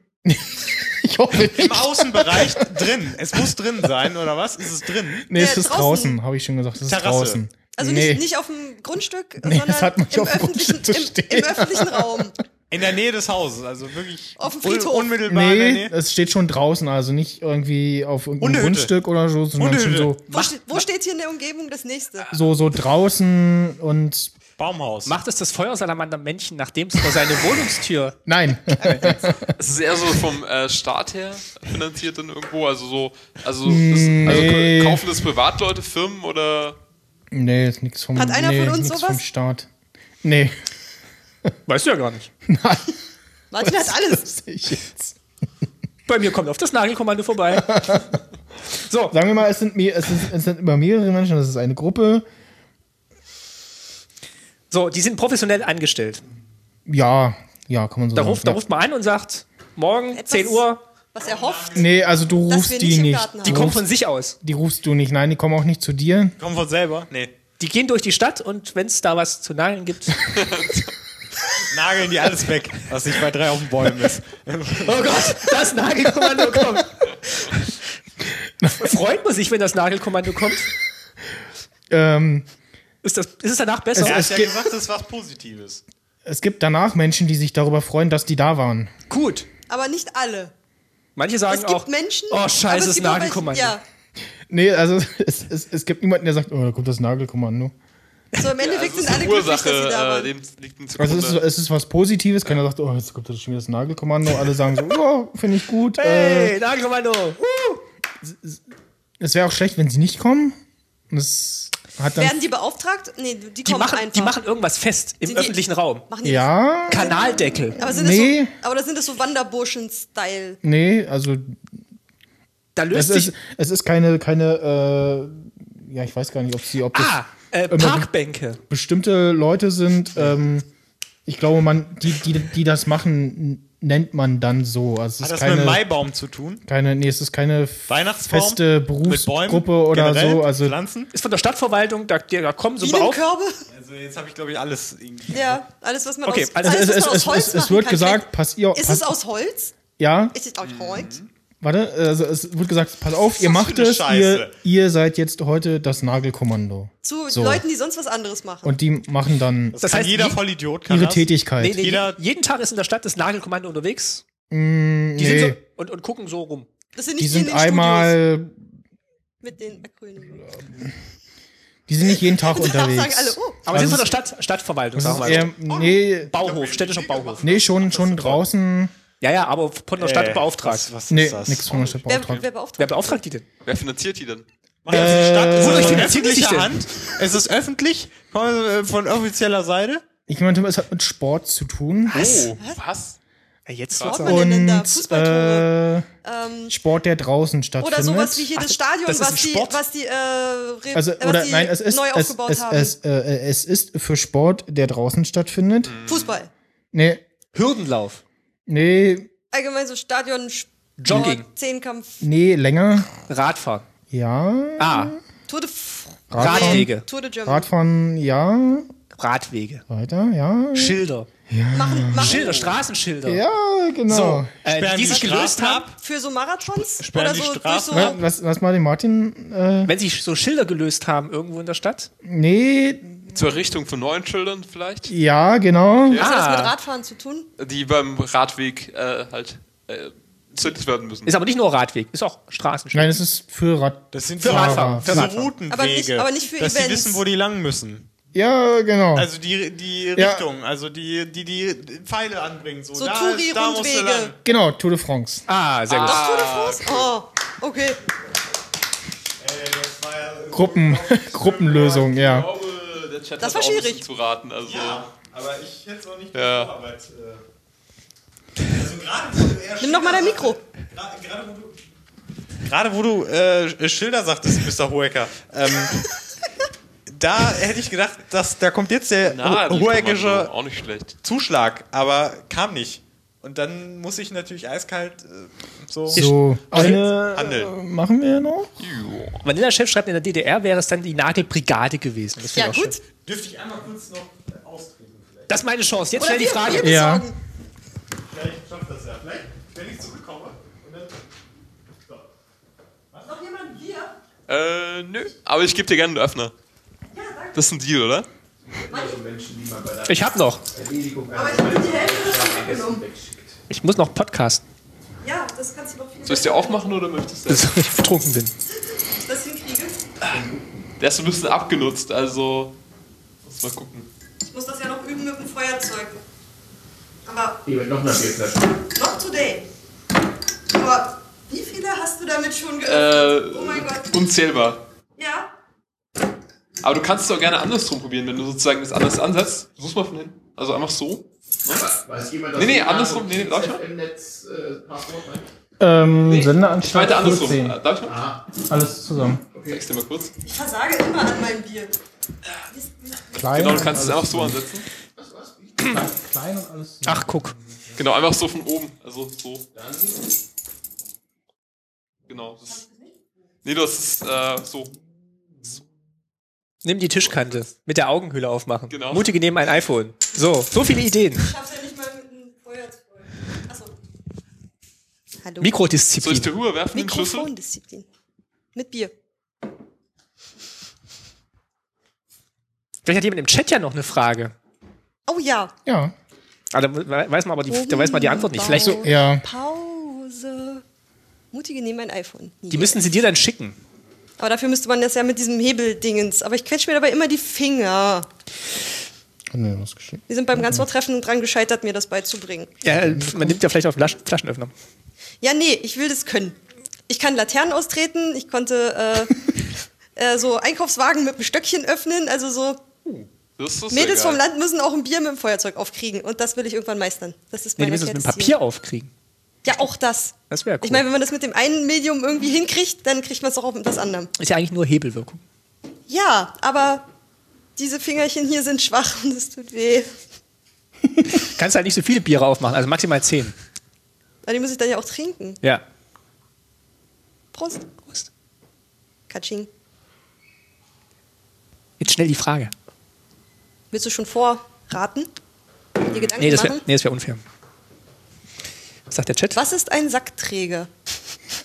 Ich hoffe nicht.
im Außenbereich drin. Es muss drin sein, oder was? Ist es drin?
Nee, es
Ja,
ist
Äh, draußen.
draußen, habe ich schon gesagt. Es ist
Terrasse.
draußen.
Also
nee.
nicht, nicht auf dem Grundstück,
Nee,
sondern
das hat man nicht
im,
auf dem
öffentlichen,
Grundstück zu
im,
stehen.
im öffentlichen Raum.
In der Nähe des Hauses, also wirklich
Auf dem
un-
Friedhof.
unmittelbar in der
Nee,
Nähe.
es steht schon draußen, also nicht irgendwie auf irgendeinem
Hundehütte.
Grundstück oder so, sondern schon
Hundehütte.
so,
Wo, steht, wo steht hier in der Umgebung das nächste?
so, so draußen und
Baumhaus.
Macht es das Feuersalamander-Männchen, nachdem es vor seine Wohnungstür.
nein.
Es ist eher so vom äh, Staat her finanziert dann irgendwo, also so, also, ist, also
Nee.
k- kaufen das Privatleute, Firmen oder
nee, ist nichts vom
Hat einer
nee,
von uns
nix
sowas?
vom Staat. Nee,
Weißt du ja gar nicht.
Martin hat alles.
ich jetzt.
Bei mir kommt auf das Nagelkommando vorbei. So,
Sagen wir mal, es sind, mehr, es, ist, es sind immer mehrere Menschen, das ist eine Gruppe.
so, die sind professionell angestellt.
Ja, ja, kann man so
Da
sagen.
ruft, da
ja.
ruft man an und sagt, morgen,
Etwas-
10 Uhr,
Was er hofft.
Nee, also du
Dass
rufst
wir nicht
die
im
nicht.
Garten haben.
Die,
die
rufst,
kommen von sich aus.
die rufst du nicht. Nein, die kommen auch nicht zu dir.
Kommen von selber? Nee.
Die gehen durch die Stadt und wenn es da was zu nageln gibt.
Nageln die alles weg, was nicht bei drei auf den Bäumen ist.
Oh Gott, das Nagelkommando kommt. Freut man sich, wenn das Nagelkommando kommt?
Ähm,
Ist, das, ist es danach besser?
Er
Es
hat ja
gibt-
gesagt, das ist was Positives.
es gibt danach Menschen, die sich darüber freuen, dass die da waren.
Gut.
Aber nicht alle.
Manche sagen
Es
auch,
gibt Menschen.
oh
aber
scheiße,
es
das
gibt auch welche-
Nagelkommando.
Ja,
Nee, also es, es, es gibt niemanden, der sagt, oh, da kommt das Nagelkommando.
so im Endeffekt
also
sind
es ist
alle
eine
glücklich, dass
Ursache,
sie da
äh,
waren.
dem liegt ein zugrunde.
Also es ist, es ist was Positives. Keiner sagt, oh, jetzt kommt das schon wieder das Nagelkommando. Alle sagen so, oh, finde ich gut. Äh,
Hey, Nagelkommando.
es wäre auch schlecht, wenn sie nicht kommen. Und es hat dann...
Werden die beauftragt? Nee, die
Die
kommen
machen,
einfach.
die machen irgendwas fest im
Die- die-
öffentlichen Raum.
machen die
ja,
Kanaldeckel.
Aber sind
Nee.
das so, aber das sind das so Wanderburschen-Style.
nee, also
Da
es
löst sich.
ist, es ist keine, keine, äh, ja, ich weiß gar nicht, ob sie, ob das
Ah, äh, Parkbänke.
bestimmte Leute sind. Ähm, ich glaube, man, die, die, die das machen, n- nennt man dann so. Also es
Hat
ist
das mit
keine,
dem Maibaum zu tun?
keine, nee, es ist keine
Weihnachtsbaum?
feste Berufsgruppe oder
generell?
so. Also
Pflanzen?
Ist von der Stadtverwaltung, da, da kommen so auf.
Bienenkörbe?
Also jetzt habe ich, glaube ich, alles irgendwie.
Ja, alles, was man
Okay,
aus,
also
alles,
es,
was
es,
man aus
es,
Holz
es, es
machen
wird
kann.
gesagt, pass ihr,
Ist
pass,
es aus Holz?
ja,
Ist es aus Holz?
warte, also es wird gesagt, pass auf, ihr macht
für eine
es, ihr,
Scheiße?
ihr seid jetzt heute das Nagelkommando.
Zu
So.
Leuten, die sonst was anderes machen.
Und die machen dann
Das
kann
heißt,
jeder
je-
Vollidiot kann
ihre
das.
Tätigkeit.
Nee, nee,
Jeder-
je- jeden Tag ist in der Stadt das Nagelkommando unterwegs. Die
Mm, Nee,
sind so und, und gucken so rum.
das sind
die
nicht in
sind
den Studios
einmal,
mit den Acronymen.
die sind nicht jeden Tag
Da sagen
unterwegs.
alle, oh,
Also
Aber sie sind von
es-
der Stadt, Stadtverwaltung,
Das
sagen
ist
wir mal.
eher, nee,
Bauhof, städtischer Bauhof.
nee, schon, schon draußen.
Ja, ja, aber von der Stadt beauftragt.
Äh, Was
Nee,
ist das?
nix von der Stadt
wer,
beauftragt.
wer
Wer
beauftragt?
beauftragt die denn?
Wer finanziert die denn?
Macht das Äh, die Stadt? Ist
Wodurch
das in
finanziert sich denn?
öffentlicher Hand? Es ist öffentlich, von, äh, von offizieller Seite.
Ich meine, es hat mit Sport zu tun.
Oh, was?
Ja, jetzt
Was?
was?
Wo denn da?
Und äh,
Fußballtore. Ähm,
Sport, der draußen
oder
stattfindet.
sowas wie hier
Ach,
das Stadion,
das ist ein
was, die,
Sport?
was die, äh, re-
Also,
äh, was
oder
die
nein, es ist,
neu
es,
aufgebaut
es,
haben.
es, äh, es ist für Sport, der draußen stattfindet.
Fußball.
Nee,
Hürdenlauf.
nee,
Allgemein so Stadion, Sport,
Jogging.
Zehnkampf,
nee, länger.
Radfahren.
Ja.
Ah,
Tour de, F-
Radwege.
Tour de Germany.
Radfahren, ja.
Radwege.
Weiter, ja.
Schilder.
Machen, machen
Schilder, Straßenschilder.
Ja, genau.
So, äh,
Sperren
die
die
sich gelöst
Straßen
haben,
für so Marathons?
Sperren
oder
die
so, durch
Straßen ne?
Na,
so
lass, lass mal den Martin. Äh,
wenn sich so Schilder gelöst haben irgendwo in der Stadt.
nee,
Zur Errichtung von neuen Schildern vielleicht?
ja, genau.
Was hat das
Ah.
mit Radfahren zu tun?
Die beim Radweg äh, halt äh, zündet werden müssen.
Ist aber nicht nur Radweg, ist auch Straßenschilder.
Nein, es ist für Rad.
Das sind
Für
so,
Radfahren, für
so
Radfahren.
Routenwege.
Aber nicht- aber nicht für
dass die
Events.
wissen, wo die lang müssen.
Ja, genau.
Also die, die
Ja.
Richtung, also die, die, die Pfeile anbringen. So,
So
da, da musst du lang.
Touri-Rundwege.
genau, Tour de France.
Ah, sehr gut.
Doch, Tour de France? Oh, okay.
Gruppen, Gruppenlösung,
Ich
ja.
glaube, der Chat
Das
hat
war
auch ein
schwierig.
bisschen zu raten. Also,
Aber ich hätte es auch nicht
Ja.
Vorarbeit. äh. Also gerade wo du eher
Nimm doch mal dein
Schilder-
Mikro.
gra- Gerade wo du, gerade wo du äh, Schilder sagtest, Mr. Hoeker, ähm, da hätte ich gedacht, dass, da kommt jetzt der
na, also
Ho-
Ruhreckischer.
Hoekersche
Auch nicht schlecht.
Zuschlag, aber kam nicht. Und dann muss ich natürlich eiskalt äh, so,
So, eine
handeln.
machen wir noch?
Vanilla-Chef schreibt, in der DDR wäre es dann die Nagelbrigade gewesen. Das finde
Ja,
ich auch
gut.
Schön.
Dürfte ich einmal kurz noch äh, austreten vielleicht?
Das ist meine Chance. Jetzt
Oder
schnell
wir,
die
wir
Frage.
Ja.
besorgen.
Vielleicht schafft das ja. Vielleicht, wenn ich zurückkomme und dann...
Noch jemand? Wir?
Äh, nö. Aber ich gebe dir gerne einen Öffner. Das ist ein Deal, oder?
Ich hab noch.
Aber ich habe die Hälfte des schon weggenommen.
Ich muss noch podcasten,
Ja, das kannst du doch viel
Soll ich dir aufmachen oder möchtest du?
bis ich betrunken bin.
das hinkriege.
Der ist so ein bisschen abgenutzt, also. Muss mal gucken.
Ich muss das ja noch üben mit dem Feuerzeug. Aber
Hier wird noch eine Bierflasche.
not today. Aber wie viele hast du damit schon geöffnet?
Äh,
oh mein Gott.
unzählbar.
Ja,
Aber du kannst es auch gerne andersrum probieren, wenn du sozusagen das anders ansetzt. Such's mal von hinten. Also einfach so.
Weiß jemand,
Nee, nee,
jemand
andersrum, nee, nee, darf ich mal?
im Netz äh, Passwort hat?
Ähm,
Nee, Ich
Sendeanstalt
meinte andersrum. Genau,
14.
Äh, Darf ich mal?
Alles zusammen.
Zeig's dir mal kurz.
ich versage immer an meinem Bier.
Klein,
Genau, du kannst es einfach so ansetzen.
klein und alles
Ach, guck.
Genau, einfach so von oben. Also so. Genau. Das ist, nee, du hast es äh, so.
Nimm die Tischkante. Mit der Augenhöhle aufmachen.
Genau.
Mutige nehmen ein iPhone. So, so viele Ideen.
Ich schaff's ja nicht mal mit dem Feuerzeug. Achso. Hallo.
Soll ich
Mikrodisziplin.
dir rüberwerfen den Schlüssel?
Mikrofondisziplin. Mit Bier.
Vielleicht hat jemand im Chat ja noch eine Frage.
Oh ja.
Ja.
Ah, da weiß man aber die, da weiß man die Antwort nicht. Vielleicht so,
Ja.
Pause. Mutige nehmen ein iPhone.
die müssen sie dir dann schicken.
Aber dafür müsste man das ja mit diesem Hebeldingens. Aber ich quetsche mir dabei immer die Finger.
Nee, was geschickt.
Wir sind beim Ganzworttreffen dran gescheitert, mir das beizubringen.
Ja, pf, man nimmt ja vielleicht auf Flaschen, Flaschenöffner.
Ja, nee, ich will das können. Ich kann Laternen austreten, ich konnte äh, äh, so Einkaufswagen mit einem Stöckchen öffnen. Also so
Das ist
Mädels
egal.
vom Land müssen auch ein Bier mit dem Feuerzeug aufkriegen. Und das will ich irgendwann meistern. Das ist
Nee,
mein
die müssen es mit dem
erklärtes
Papier aufkriegen.
Ziel. Ja, auch das.
Das wäre cool.
Ich meine, wenn man das mit dem einen Medium irgendwie hinkriegt, dann kriegt man es auch auf das andere.
Ist ja eigentlich nur Hebelwirkung.
Ja, aber diese Fingerchen hier sind schwach und es tut weh.
Kannst halt nicht so viele Biere aufmachen, also maximal zehn.
Aber die muss ich dann ja auch trinken.
Ja.
Prost.
Prost.
Katsching.
Jetzt schnell die Frage.
Willst du schon vorraten? Dir Gedanken
Nee, das wäre
machen?
nee, das wär unfair. Was sagt der Chat?
Was ist ein Sackträger?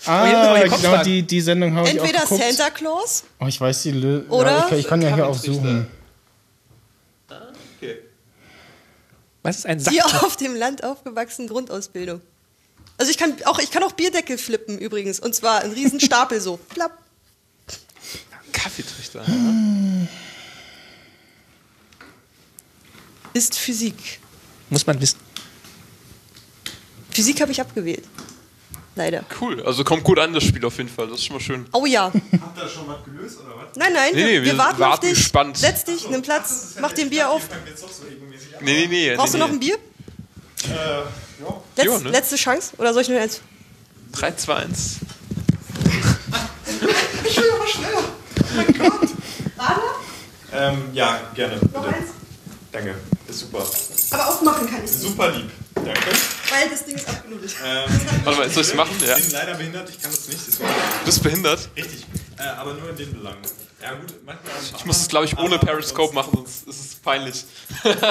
Ah,
hier sind aber die
genau,
Kopfwagen.
die, die Sendung habe ich auch
Entweder
geguckt.
Santa Claus
Oh, ich weiß die Lö
Oder
Ja, ich, kann- ich kann ja hier auch suchen.
Okay.
Was ist ein Sack?
Bier auf dem Land aufgewachsen, Grundausbildung. Also ich kann auch, ich kann auch Bierdeckel flippen übrigens. Und zwar einen riesen Stapel so. Plapp.
Kaffeetrichter.
Ist Physik.
Muss man wissen.
Physik habe ich abgewählt. Leider.
Cool, also kommt gut an das Spiel auf jeden Fall. Das ist schon mal schön.
Oh ja.
Habt ihr schon was gelöst oder was?
Nein, nein,
Nee, nee,
wir, wir
wir
warten, auf
warten
dich.
gespannt.
Setz dich, nimm Platz, mach den Bier auf.
Nee, nee, nee.
Brauchst
nee,
du noch ein
nee.
Bier? Letz,
Ja, ne?
Letzte Chance? Oder soll ich nur eins?
3, 2, 1.
Ähm, ja, gerne.
Noch
Bitte.
eins?
Danke. Ist super.
Aber aufmachen kann ich nicht,
Super lieb. Danke.
weil das Ding ist abgenudelt.
Ähm,
Warte mal, soll ich es machen? Ja.
Ich bin leider behindert, ich kann das nicht. Das war
Du bist behindert.
richtig. Äh, aber nur in den Belangen. Ja gut, manchmal.
Ich muss es, glaube ich, ohne Periscope machen, sonst ist es peinlich.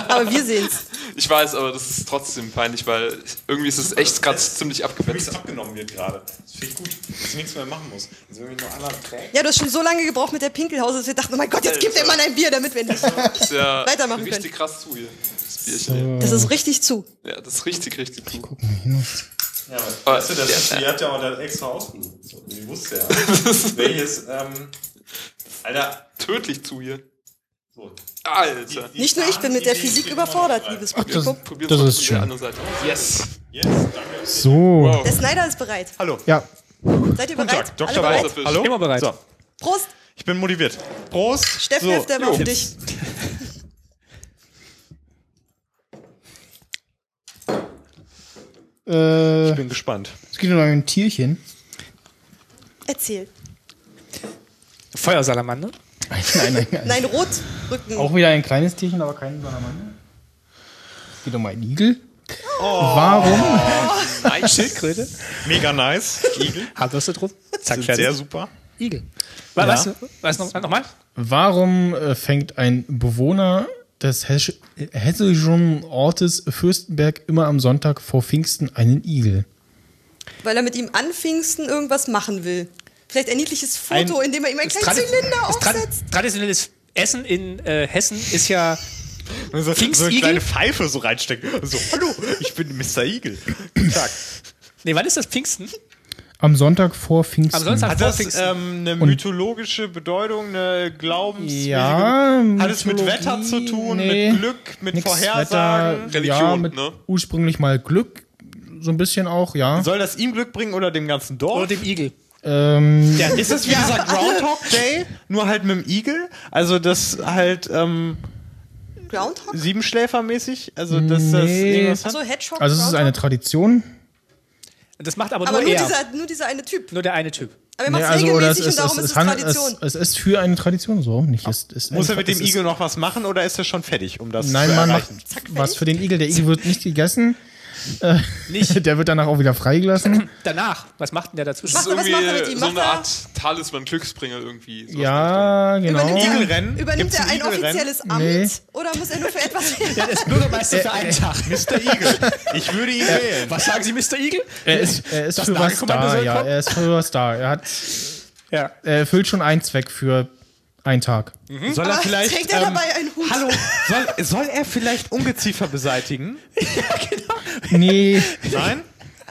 Aber wir sehen's.
Ich weiß, aber das ist trotzdem peinlich, weil irgendwie ist es echt gerade ziemlich
Wie es
abgefetzt.
abgenommen wird gerade. Das finde ich gut, dass ich nichts mehr machen muss. Also wenn mich nur einer trägt.
Ja, du hast schon so lange gebraucht mit der Pinkelhause, dass wir dachten, oh mein Gott, jetzt gibt der Mann ein Bier, damit wir nicht.
Das ist ja
Weitermachen
richtig
können.
krass zu hier. Das Bierchen.
Das ist richtig zu.
Ja, das ist richtig, richtig zu.
Ja,
Ah,
aber weißt du, das
ja,
ist, die
ja.
hat ja auch das extra ausgesucht. Die wusste ja. Welches, ähm, Alter.
Tödlich zu hier.
So.
Alter.
Die
Nicht nur ich bin mit der Physik überfordert, liebes Publikum.
Probier's
Das
mal
ist
von
schön.
der anderen Seite. Yes.
Yes, danke.
So.
Wow.
Der Snyder ist bereit.
Ja.
Seid ihr bereit?
Tag, Dr.
Alle
Weiser
bereit?
Fisch.
Hallo?
Immer bereit.
So,
Prost!
ich bin motiviert. Prost.
Steffen hilft der mal für dich.
Äh,
Ich bin gespannt.
äh, es geht um ein Tierchen.
Erzähl.
Feuersalamander.
Nein, nein, nein.
Nein, Rotrücken.
Auch wieder ein kleines Tierchen, aber kein Salamander. Es geht um einen Igel.
Oh.
Warum?
Nein,
Schildkröte.
Mega nice. Igel.
Haarwürste drum. Zack,
Sind
fertig.
sehr super.
Igel. Was, weißt du, weißt du noch, nochmal?
Warum äh, fängt ein Bewohner des Hess- hessischen Ortes Fürstenberg immer am Sonntag vor Pfingsten einen Igel?
Weil er mit ihm an Pfingsten irgendwas machen will. Vielleicht ein niedliches Foto, in dem er ihm einen kleinen
Tradi-
Zylinder
das Trad-
aufsetzt.
Traditionelles Essen in äh, Hessen ist ja
Und so, so eine
Pfingstigel?
kleine Pfeife so reinstecken. Und so, hallo, ich bin Mr. Igel. Guten Tag.
Nee, wann ist das Pfingsten?
Am Sonntag vor Pfingsten.
Am Sonntag
Hat
vor
das
Pfingsten.
ähm, eine mythologische Bedeutung, eine Glaubensmäßige?
Ja,
Hat es mit
Mythologie,
Wetter zu tun,
nee.
mit Glück, mit
Nix
Vorhersagen?
Wetter,
Religion,
ja, mit
ne?
ursprünglich mal Glück, so ein bisschen auch, ja.
Soll das ihm Glück bringen oder dem ganzen Dorf?
Oder dem Igel.
ähm,
Ja,
Ist das wie dieser Groundhog Day, nur halt mit dem Igel? Also das halt ähm,
Groundhog?
siebenschläfermäßig? Also dass das
Nee.
irgendwas hat?
Also Hedgehog?
also es ist eine
Groundhog?
Tradition.
Das macht aber,
Aber
nur,
nur
er.
dieser, nur dieser eine Typ.
nur der eine Typ.
Aber er macht
Nee,
es
also, oder
regelmäßig und darum ist es
handelt-
Tradition.
Es, es ist für eine Tradition so, nicht? Es, es
Muss er
ein-
mit
es
dem
ist-
Igel noch was machen oder ist er schon fertig, um das zu
Nein, man macht
erreichen?
was für den Igel. Der Igel wird nicht gegessen. Äh,
Nicht
Der wird danach auch wieder freigelassen.
danach. Was macht denn der dazwischen?
Das ist
Was macht er mit
irgendwie
ihm?
so
Macht
eine
er-
Art Talisman Glücksbringer irgendwie. sowas
ja, genau.
Übernimmt,
Igelrennen?
er, übernimmt
Gibt's
er
ein
ein
Igelrennen?
offizielles Amt
Nee.
oder muss er nur für etwas
Der ist Bürgermeister für einen Tag.
Mr. Igel. Ich würde ihn wählen.
Was sagen Sie, Mr. Igel?
Er ist, er ist
Das
für was
Lagerkommando
da,
soll
ja.
kommen?
Er ist für was da. Er, hat,
Ja.
er erfüllt schon einen Zweck für einen Tag.
Soll er
Aber
vielleicht.
trägt er
ähm,
dabei einen Hut?
Hallo, soll, soll er vielleicht Ungeziefer beseitigen?
Nee,
Nein?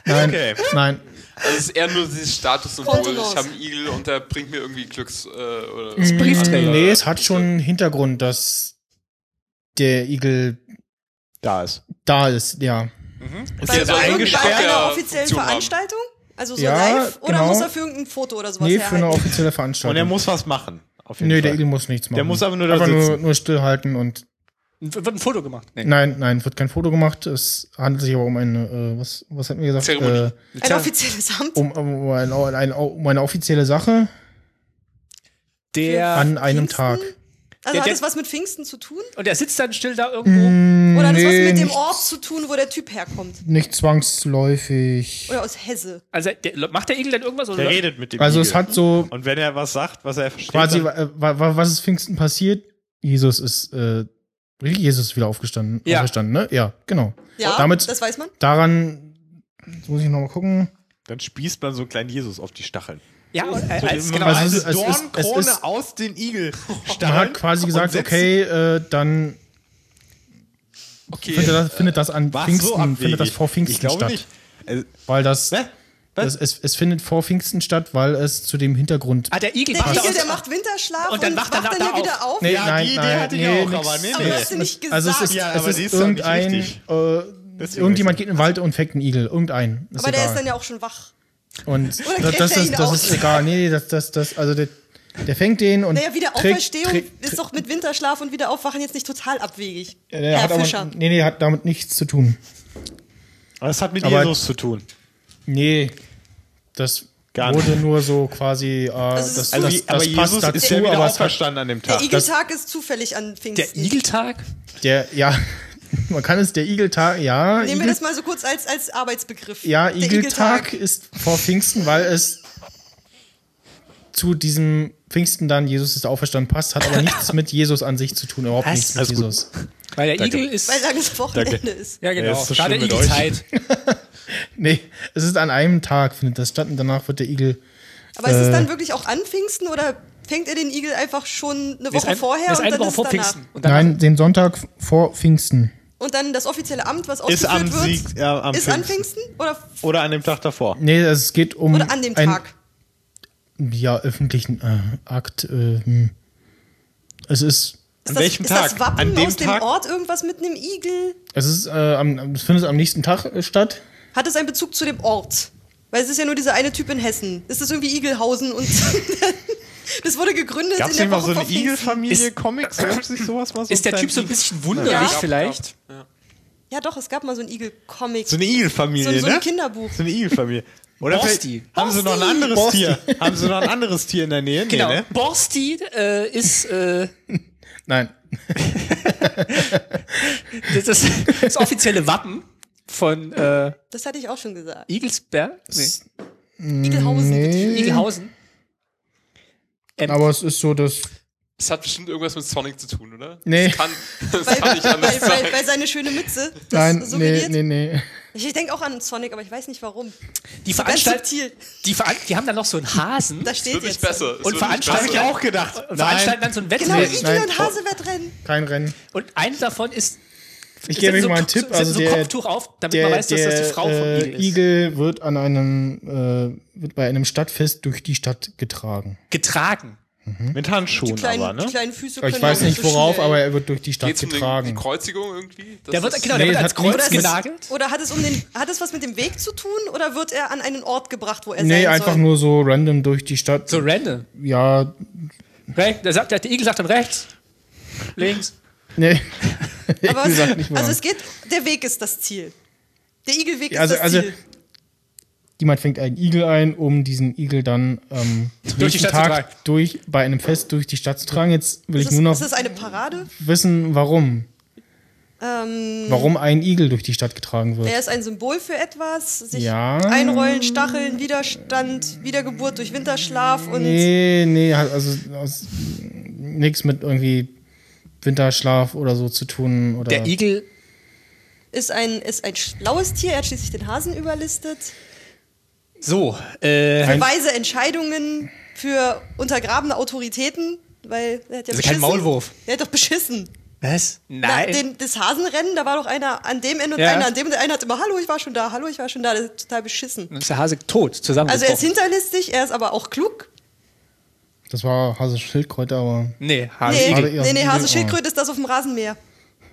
nein,
Okay.
nein.
Also es ist eher nur dieses Statussymbol.
Kontenance.
Ich habe einen Igel und der bringt mir irgendwie Glücks. Äh, oder
Mhm. Briefträger.
Nee, es hat schon einen Hintergrund, dass der Igel
Da ist.
da ist, ja.
ist
er so eingesperrt?
bei einer
Ja,
offiziellen
Funktion haben.
Veranstaltung? Also so
Ja,
live? Oder
genau.
muss er für irgendein Foto oder sowas
Nee, für eine
herhalten?
offizielle
Und er
Veranstaltung.
muss was machen. Auf jeden
Nee,
Fall.
der Igel muss nichts machen.
muss aber nur da
aber nur,
sitzen.
nur stillhalten und
Wird ein Foto gemacht. Nee.
Nein, nein, wird kein Foto gemacht. Es handelt sich aber um eine, äh, was, was hatten wir gesagt?
Zeremonie.
Äh,
ein offizielles Amt?
um, um, ein, ein, um eine offizielle Sache
Der,
an einem Tag.
Also
der-
hat
der-
das was mit Pfingsten zu tun?
und der sitzt dann still da irgendwo.
Oder hat das was
Hm, nee,
mit dem
nicht-
Ort zu tun, wo der Typ herkommt?
Nicht zwangsläufig.
Oder aus Hesse?
Also der, macht der Igel dann irgendwas? Oder?
Der redet mit dem
Also
Igel.
es hat so
Und wenn er was sagt, was er versteht.
quasi,
dann-
äh, wa- wa- was ist Pfingsten passiert? Jesus ist, äh, Jesus ist wieder aufgestanden,
Ja.
auferstanden, ne? Ja, genau.
Ja,
Damit-
das weiß man.
Daran, jetzt muss ich nochmal gucken.
dann spießt man so einen kleinen Jesus auf die Stacheln.
Ja, und, äh, als,
Man
genau.
macht
Also es
die
ist- es ist-
Dornkrone
es ist-
aus den Igel.
Man hat quasi gesagt, okay, äh, dann
Okay.
findet das, findet das an Pfingsten, findet das vor Pfingsten
Ich glaube
statt.
nicht. Also,
Weil das,
Ne? Was?
das es, es findet vor Pfingsten statt, weil es zu dem Hintergrund.
ah, der Igel
Der
macht da
Igel,
aus-
der macht Winterschlaf
Und
und,
dann
wacht
macht er
dann
da
hier
auf.
wieder auf.
ja, die Idee hatte ich auch,
nix.
aber nee,
Aber
nee.
hast du nicht gesagt.
Also es ist,
Ja, aber
es
die
ist
ist doch nicht
irgendein,
richtig.
äh,
Deswegen
irgendjemand
ist-
geht in den Wald und fängt einen Igel, irgendeinen. Ist
aber
egal.
der ist dann ja auch schon wach.
und das,
Oder gräbt
das,
er ihn
ist, das ist
aus?
egal. Nee, das, das, das, also der, der fängt den und
Naja, wieder
trägt-
Auferstehung
trägt-
ist doch mit Winterschlaf und wieder Aufwachen jetzt nicht total abwegig.
Ja, äh, der hat
Herr
aber,
Fischer.
nee, nee, hat damit nichts zu tun.
Aber das hat mit
Aber-
Jesus zu tun.
Nee, das
Gar Also
wurde nur so quasi, äh,
Also es ist
das,
so-
das,
Je-
das passt dazu,
ist ja wieder
aber es hat,
auferstanden an dem
Der
Tag.
Igeltag ist zufällig an Pfingsten.
Der Igeltag?
der, ja, man kann es der Igeltag, ja,
Nehmen
Igel-
wir das mal so kurz als, als Arbeitsbegriff.
Ja,
Der
Igeltag ist vor Pfingsten, weil es zu diesem Pfingsten dann Jesus ist auferstanden passt, hat aber nichts mit Jesus an sich zu tun, überhaupt
Was?
nichts mit
Alles gut.
Jesus.
Weil der
Danke.
Igel ist.
Weil dann das Wochenende ist.
Ja,
Ja,
genau.
ist so
Gerade
schlimm mit
Igelzeit.
Nee, es ist an einem Tag findet das statt und danach wird der Igel
Aber
Äh.
ist es dann wirklich auch an Pfingsten oder fängt er den Igel einfach schon eine Woche
ein-
vorher
das
und
eine
dann
Woche
ist
vor
es danach?
Pfingsten. Und dann
Nein, den Sonntag vor Pfingsten.
Und dann das offizielle Amt, was
Ist
ausgeführt
am
wird,
Sieg, ja, am
ist an
Pfingsten.
Pfingsten oder,
Oder an dem Tag davor.
Nee, es geht um
oder an dem
einen
Tag?
ja öffentlichen äh, Akt äh, hm. Es ist
Ist
An
das,
welchem
ist
Tag?
das Wappen
An dem
aus dem
Tag?
Ort irgendwas mit einem Igel?
es ist äh, am am- es findet am nächsten Tag äh, statt.
Hat es einen Bezug zu dem Ort? Weil es ist ja nur dieser eine Typ in Hessen. Ist das irgendwie Igelhausen und das wurde gegründet
Gab
in
es
der
nicht mal
Woche
so eine
vor Pfingsten.
Ist-
Igelfamilie-Comics? Gab es nicht sowas mal so?
ist der
einen
Typ so ein
kleinen-
bisschen wunderlich
Ja.
vielleicht?
Ja doch, es gab mal so einen Igel-Comic.
So eine Igelfamilie,
So ein- so ein
ne?
Kinderbuch.
So eine Igelfamilie. Oder
Borsti.
vielleicht haben sie noch ein anderes
Borsti.
Tier? Haben sie noch ein anderes Tier in der Nähe?
Genau.
Nee, ne?
Borsti äh, ist. Äh,
Nein,
das, ist das offizielle Wappen von äh,
Das hatte ich auch schon gesagt.
Igelsberg. Nee.
Igelhausen.
nee.
Igelhausen.
aber es ist so, dass
Es hat bestimmt irgendwas mit Sonic zu tun, oder?
Nee.
Das kann, das
Weil,
kann nicht anders
weil,
sein.
weil, weil seine schöne Mütze das
Nein, nee,
suggeriert.
nee, nee.
Ich denke auch an Sonic, aber ich weiß nicht warum.
Die
Ganz
Veranstalt
subtil.
die, veran die haben dann noch so einen Hasen
Da
Es
steht
wird
jetzt.
nicht besser. Es
und
wird
veranstalten,
nicht besser.
auch gedacht.
und veranstalten dann so ein
Genau,
Wettrennen.
Nee,
Igel
nein.
und Hase wettrennen.
Kein Rennen.
Und eins davon ist
Ich gebe
sind
euch mal einen
so,
Tipp.
sind
Also
so
der,
Kopftuch auf, damit
der,
man weiß, dass
der
das die Frau vom
äh,
Igel ist.
Igel wird an einem äh, wird bei einem Stadtfest durch die Stadt getragen.
Getragen.
Hm?
Mit Handschuhen
Die kleinen,
aber,
die
ne?
kleinen Füße können
Ich weiß
auch
nicht
so
worauf,
schnell-
aber er wird durch die Stadt
Geht's um den, die
getragen.
Kreuzigung irgendwie? Das
Der wird,
ist-
genau, der
nee,
wird
das
als
hat nichts
Kreuz
mit-
genagelt.
Oder hat es, um den, hat es was mit dem Weg zu tun oder wird er an einen Ort gebracht, wo er
Nee,
sein
einfach
soll?
nur so random durch die Stadt.
So random.
Ja,
Rechts, der, sagt, der, der Igel sagt dann rechts, links.
nee.
Aber
Igel sagt nicht
also
wahr.
es geht, der Weg ist das Ziel. Der Igelweg ist
Also-
das
also-
Ziel.
Jemand fängt einen Igel ein, um diesen Igel dann ähm, jeden
die Stadt zu tragen.
durch bei einem Fest durch die Stadt zu tragen. Jetzt will
Ist
ich
das,
nur noch
ist das eine Parade?
wissen, warum.
Ähm,
Warum ein Igel durch die Stadt getragen wird.
er ist ein Symbol für etwas, sich
Ja.
einrollen, stacheln, Widerstand, Wiedergeburt durch Winterschlaf und
Nee, nee, hat also aus, nichts mit irgendwie Winterschlaf oder so zu tun. Oder
Der Igel
ist, ein, ist ein schlaues Tier. Er hat schließlich den Hasen überlistet.
So, äh,
Ein-
Weise Entscheidungen für untergrabene Autoritäten, weil er hat ja
Also kein
beschissen.
Maulwurf.
Er hat doch beschissen.
was?
Na,
Nein.
den, das Hasenrennen, da war doch einer an dem Ende und
Ja.
einer an dem und der eine hat immer, hallo, ich war schon da, hallo, ich war schon da, das ist total beschissen.
Dann ist der Hase tot, zusammen.
Also er ist hinterlistig, er ist aber auch klug.
das war Hase Schildkröte, aber.
Nee, Hase.
Nee,
Igel.
nee, nee
Igel.
oh.
Hase Schildkröte ist das auf dem Rasenmäher.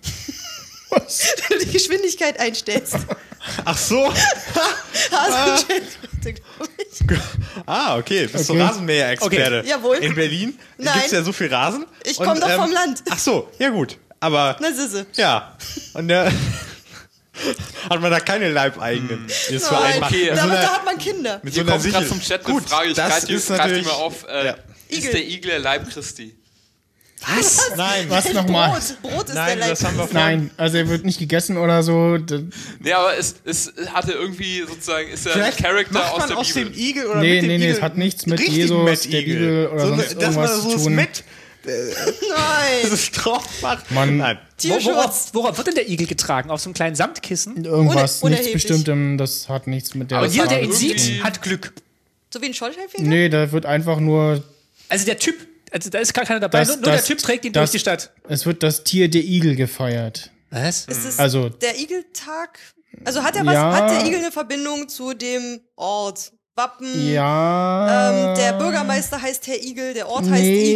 Wenn du die Geschwindigkeit einstellst.
Ach so.
Ah.
Hase Schildkröte, glaube ich.
Ah, okay. Bist du
Okay.
Rasenmäher-Experte?
Okay. Jawohl.
In Berlin
Nein.
gibt es ja so viel Rasen.
Ich
Und, ähm,
komm doch vom Land.
Ach so, ja gut. Aber
Na Sisse.
ja. Und der. Hat man da keine
Hm.
Leibeigenen? Jetzt für
Nein,
einmal.
okay.
Mit so
damit,
einer-
da hat man Kinder.
mit
Hier
so einer
kommt gerade
Sichel.
vom Chat eine
Gut,
Frage. Ich
das
greife die,
ist
greif die
natürlich.
mal auf. Äh,
ja.
Ist
Igel.
der Igel der Leib Christi?
Was?
Nein,
Was nochmal?
Brot, Brot ist
nein,
der
das
Leib.
haben wir vor.
Nein, also er wird nicht gegessen oder so. D-
Nee, aber es, es hatte irgendwie sozusagen, ist
Also
er ein
Vielleicht
Charakter
macht
aus
man
der
aus
Bibel.
dem Igel oder
Nee,
mit dem
nee, nee,
Igel
es hat nichts mit
richtigen
Jesus, der
Met-Igel.
Bibel oder sonst
dass
irgendwas
man so
zu
das
tun.
Met
Nein.
das drauf macht.
Mann.
Nein.
Wo,
Tierschutz.
worauf, worauf wird denn der Igel getragen? Auf so einem kleinen Samtkissen?
Irgendwas,
Ohne-
nichts
unerheblich.
Bestimmtem, das hat nichts mit der.
Und jeder,
Frage
der ihn
zu
sieht,
irgendwie-
hat Glück.
So wie ein Schornsteinfeger?
Nee, da wird einfach nur.
Also der Typ, also da ist gar keiner dabei,
Das-
nur, nur
das-
der Typ trägt ihn
das-
durch die Stadt.
Es wird das Tier der Igel gefeiert.
Was?
Ist es
Also-
der Igeltag? Also hat er was,
Ja.
hat der Igel eine Verbindung zu dem Ort? Wappen?
Ja.
Ähm, der Bürgermeister heißt Herr Igel, der Ort heißt
nee,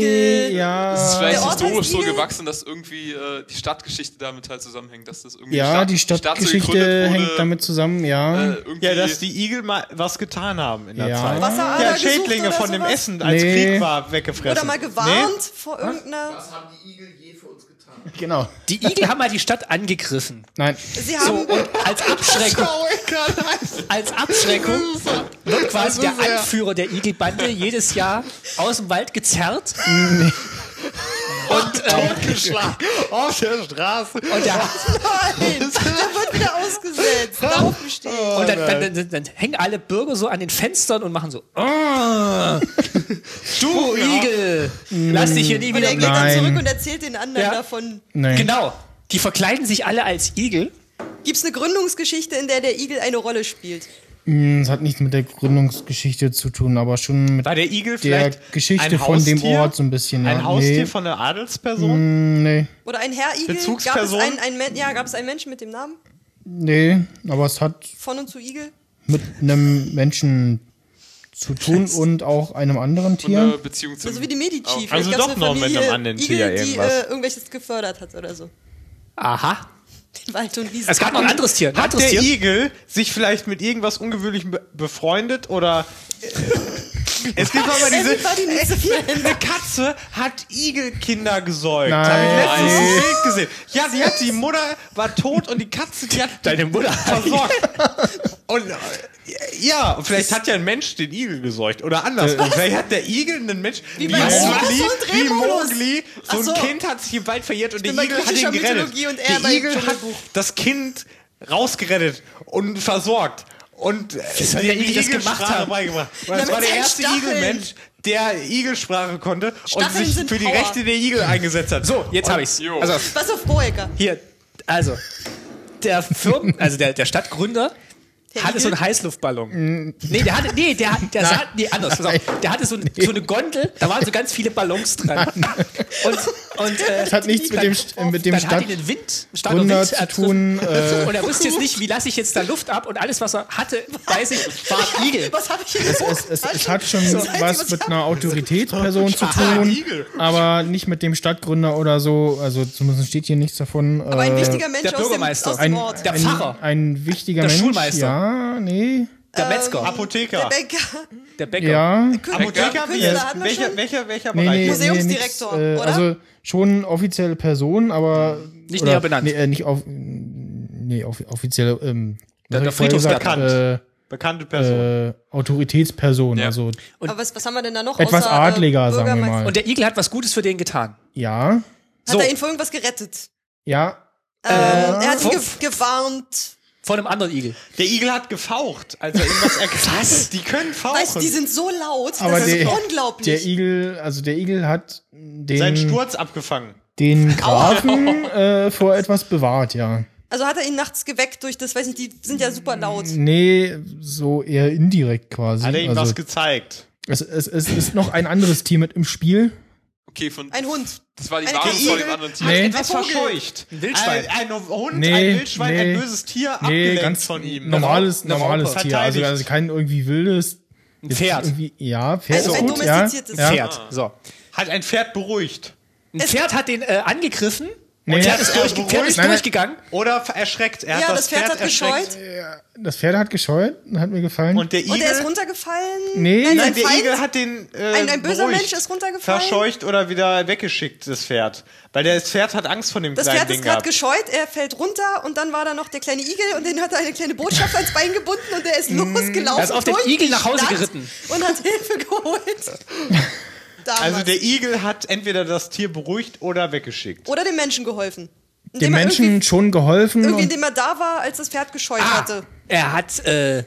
Igel.
Ja.
Es ist vielleicht
Der Ort
historisch
heißt
so
Igel?
gewachsen, dass irgendwie äh, die Stadtgeschichte damit halt zusammenhängt, dass das irgendwie
Ja, die
Stadt- so
Stadtgeschichte
gegründet wurde,
hängt damit zusammen, ja.
Äh, irgendwie
Ja, dass die Igel mal was getan haben in der
Ja.
Zeit.
Wasserader
ja,
gesucht
Schädlinge
oder
von dem
sowas?
Essen, als
Nee.
Krieg war, weggefressen.
Oder mal gewarnt vor irgendeiner.
Was haben die Igel je für uns getan?
genau.
Die Igel haben mal die Stadt angegriffen.
Nein.
Sie
So,
haben.
und als Abschreckung,
Nee?
als Abschreckung wird quasi der
Das ist ja-
Anführer der Igelbande jedes Jahr aus dem Wald gezerrt. Und, äh,
Geschlagen auf der Straße.
und der,
Nein! Der wird wieder ausgesetzt. Darauf besteht.
Oh,
Und dann, dann, dann, dann hängen alle Bürger so an den Fenstern und machen so, "Ah, du Igel, lass dich hier nie
Und
wieder
er
blicken."
geht dann
Oh, Nein.
zurück und erzählt den anderen
Ja.
davon.
Nein.
Genau, die verkleiden sich alle als Igel.
Gibt es eine Gründungsgeschichte, in der der Igel eine Rolle spielt?
Es hat nichts mit der Gründungsgeschichte zu tun, aber schon mit
War der
der
Igel vielleicht
Geschichte
ein
von dem
Haustier?
Ort so ein bisschen. Ja.
Ein Haustier
nee,
von einer Adelsperson?
nee,
Oder ein Herr Igel? Gab es
Bezugsperson?
einen, einen, Men- ja, gab es einen Menschen mit dem Namen?
nee, aber es hat
Von und zu Igel?
mit einem Menschen zu tun und auch einem anderen
und äh, eine
Tier.
Beziehung zu
So wie die Medici. Vielleicht
Also
gab's
doch
eine
noch mit
Familie
einem anderen
Igel,
Tier
die
irgendwas.
äh, irgendwelches gefördert hat oder so.
Aha.
Den Wald und Wiesen.
Es gab noch ein anderes Tier. Ein
Hat
anderes
der
Tier.
Igel sich vielleicht mit irgendwas Ungewöhnlichem be befreundet oder. äh, es gibt aber diese.
Everybody needs a friend.
Eine Katze hat Igelkinder gesäugt.
Nein.
Habe ich letztens
Nein.
ein Bild gesehen. Ja, die hat die Mutter war tot und die Katze, die hat
Deine Mutter.
versorgt. Und äh, ja, und vielleicht hat ja ein Mensch den Igel gesäugt oder
Äh,
andersrum. Vielleicht hat der Igel einen Mensch wie,
bei Mowgli und
wie
Drehmodus.
Mowgli, so,
Ach so.
ein Kind hat sich im Wald verirrt und der
bin bei
Igel hat ihn
griechischer
gerettet.
Mythologie und er
Der
bei
Igel hat
Dschungelbuch.
das Kind rausgerettet und versorgt. Und äh,
soll der Igel das gemacht
Sprache
haben?
beigebracht. Weil
Damit
Das war der
sein
erste
Stacheln.
Igelmensch, der Igelsprache konnte
Stacheln
und sich
sind
für die
Power.
Rechte der Igel eingesetzt hat.
So, jetzt habe ich's.
Jo.
Also,
Pass auf, Boecker.
hier, also, der Firmen, also der, der Stadtgründer
Der
hatte so einen
Igel?
Mm.
Heißluftballon. Nee, der hatte, nee, der, hat- der sah, nee, anders. Pass auf, der hatte so, ein, so eine Gondel, da waren so ganz viele Ballons dran. Und, und äh,
Das hat nichts mit dem, St- äh, mit dem
dann hat
Stadt.
ihn den Wind, starker
Gründer
Wind
zu
ergriffen.
tun, äh,
und er wusste jetzt nicht, wie lasse ich jetzt da Luft ab und alles, was er hatte, weiß ich, war Igel.
Was habe ich hier
Es,
gesagt?
es, es hat schon
So, Einzige,
was
was
mit
ich
einer Autoritätsperson zu tun, aber nicht mit dem Stadtgründer oder so. Also zumindest steht hier nichts davon.
Aber ein
Äh,
wichtiger Mensch
der
aus dem,
Bürgermeister.
aus
ein,
dem Ort.
Der
ein,
Pfarrer.
Ein wichtiger
Der
Mensch.
Schulmeister.
Ja, nee.
Der Metzger,
Apotheker.
Bäcker.
der Bäcker.
Ähm. Ja.
Apotheker haben wir
Künstler
jetzt.
hatten wir
Welcher,
schon.
welcher, welcher
Nee,
Bereich?
nee,
Museumsdirektor,
nee, nix, äh,
oder?
Also schon offizielle Person, aber.
Nicht
oder,
näher benannt.
Nee, äh, nicht auf, nee, auf, offizielle. Ähm, was
Der-
hab
der
ich vorher
Friedhof
gesagt?
bekannt. Bekannte Person.
Äh, äh, Autoritätsperson.
Ja.
Also
Aber was, was haben wir denn da noch?
etwas
außer, äh,
adliger, sagen wir
Bürgermeister?
mal.
Und der Igel hat was Gutes für den getan.
ja.
Hat
So.
er ihn vor irgendwas gerettet?
Ja.
Ähm, er hat ihn
Äh,
Vor-
ge gewarnt.
Von einem anderen Igel.
Der Igel hat gefaucht, als er irgendwas erkannt hat. Die können fauchen.
Weißt du, die sind so laut,
Aber
das ist
der-
unglaublich.
Der Igel, also der Igel hat den,
Seinen Sturz abgefangen.
den Grafen äh, vor etwas bewahrt, ja.
also hat er ihn nachts geweckt durch das, weiß nicht, die sind ja super laut.
Mm.
Nee, so eher indirekt quasi.
Hat er ihm
also,
was gezeigt?
es, es, es ist noch ein anderes Team mit im Spiel.
Okay, von,
Ein Hund.
das war die
Ein
Ware von dem
Igel-
anderen Team.
Nee,
Etwas
Vogel.
verscheucht.
Ein Wildschwein.
Ein, ein Hund, ein
Nee,
Wildschwein,
nee.
ein böses Tier,
nee
abgelenkt
ganz
von ihm.
normales,
Eine Raupe.
normales Tier. Also,
Verteidigt.
also kein irgendwie wildes. Ein
Pferd.
Ja, Pferd
Also
ist
ein
gut, ja.
domestiziertes
ja.
Pferd. So.
Hat ein Pferd beruhigt.
Ein Pferd hat den äh, angegriffen
Nee,
und Pferd ist, durchge
beruhigt.
Pferd ist
Nein, nein.
durchgegangen.
Oh,
Oder erschreckt. Er
ja,
hat
das Pferd hat
erschreckt.
gescheut
Das Pferd hat gescheut, hat mir gefallen.
Und der Igel,
und er ist runtergefallen.
Nee.
Nein,
nein,
sein
der
Feind.
Igel hat den äh,
Ein- ein böser
beruhigt.
Mensch ist runtergefallen.
Verscheucht oder wieder weggeschickt, das Pferd. Weil das Pferd hat Angst vor dem
Das
kleinen
Pferd
Ding
ist gerade
gehabt.
gescheut, er fällt runter und dann war da noch der kleine Igel und den hat er eine kleine Botschaft ans Bein gebunden und der ist
Mm.
losgelaufen.
Er ist auf den
durch die
Igel nach Hause
Stadt
geritten.
Und hat Hilfe geholt. Damals.
Also der Igel hat entweder das Tier beruhigt oder weggeschickt.
Oder dem Menschen geholfen. Indem
dem
er
Menschen
Irgendwie,
schon geholfen.
irgendwie
Und,
indem er da war, als das Pferd gescheut
Ah!
hatte.
Ah, Er hat, äh, er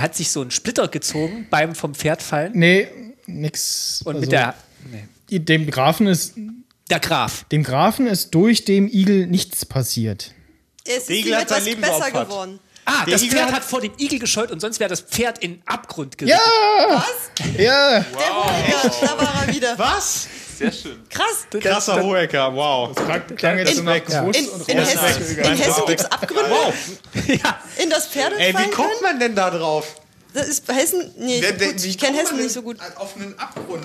hat sich so einen Splitter gezogen beim vom Pferd fallen.
nee, nix.
Und
also,
mit der, nee.
dem Grafen ist
der Graf.
Dem Grafen ist durch dem Igel nichts passiert.
Es ist
Der Igel
ihm
hat sein
etwas
Leben
besser
geopfert.
geworden.
Ah,
Der
das
Igel
Pferd
hat-
hat vor dem Igel gescheut und sonst wäre das Pferd in den Abgrund geritten.
Ja,
Der
Oh.
Hohecker, da war er wieder.
Was?
Sehr schön.
Krass.
Krasser Hohecker, Oh, wow.
klang jetzt so nach
In,
Gewusst
in Hessen, in Hessen gibt es Abgründe,
Ja.
in das Pferde
Ey, wie
fallen können.
kommt man denn da drauf?
Das ist Hessen, nee,
Wer- wer-
gut,
wie
ich
kommt
kenne
man denn
Hessen
halt
nicht so gut.
Auf einen Abgrund.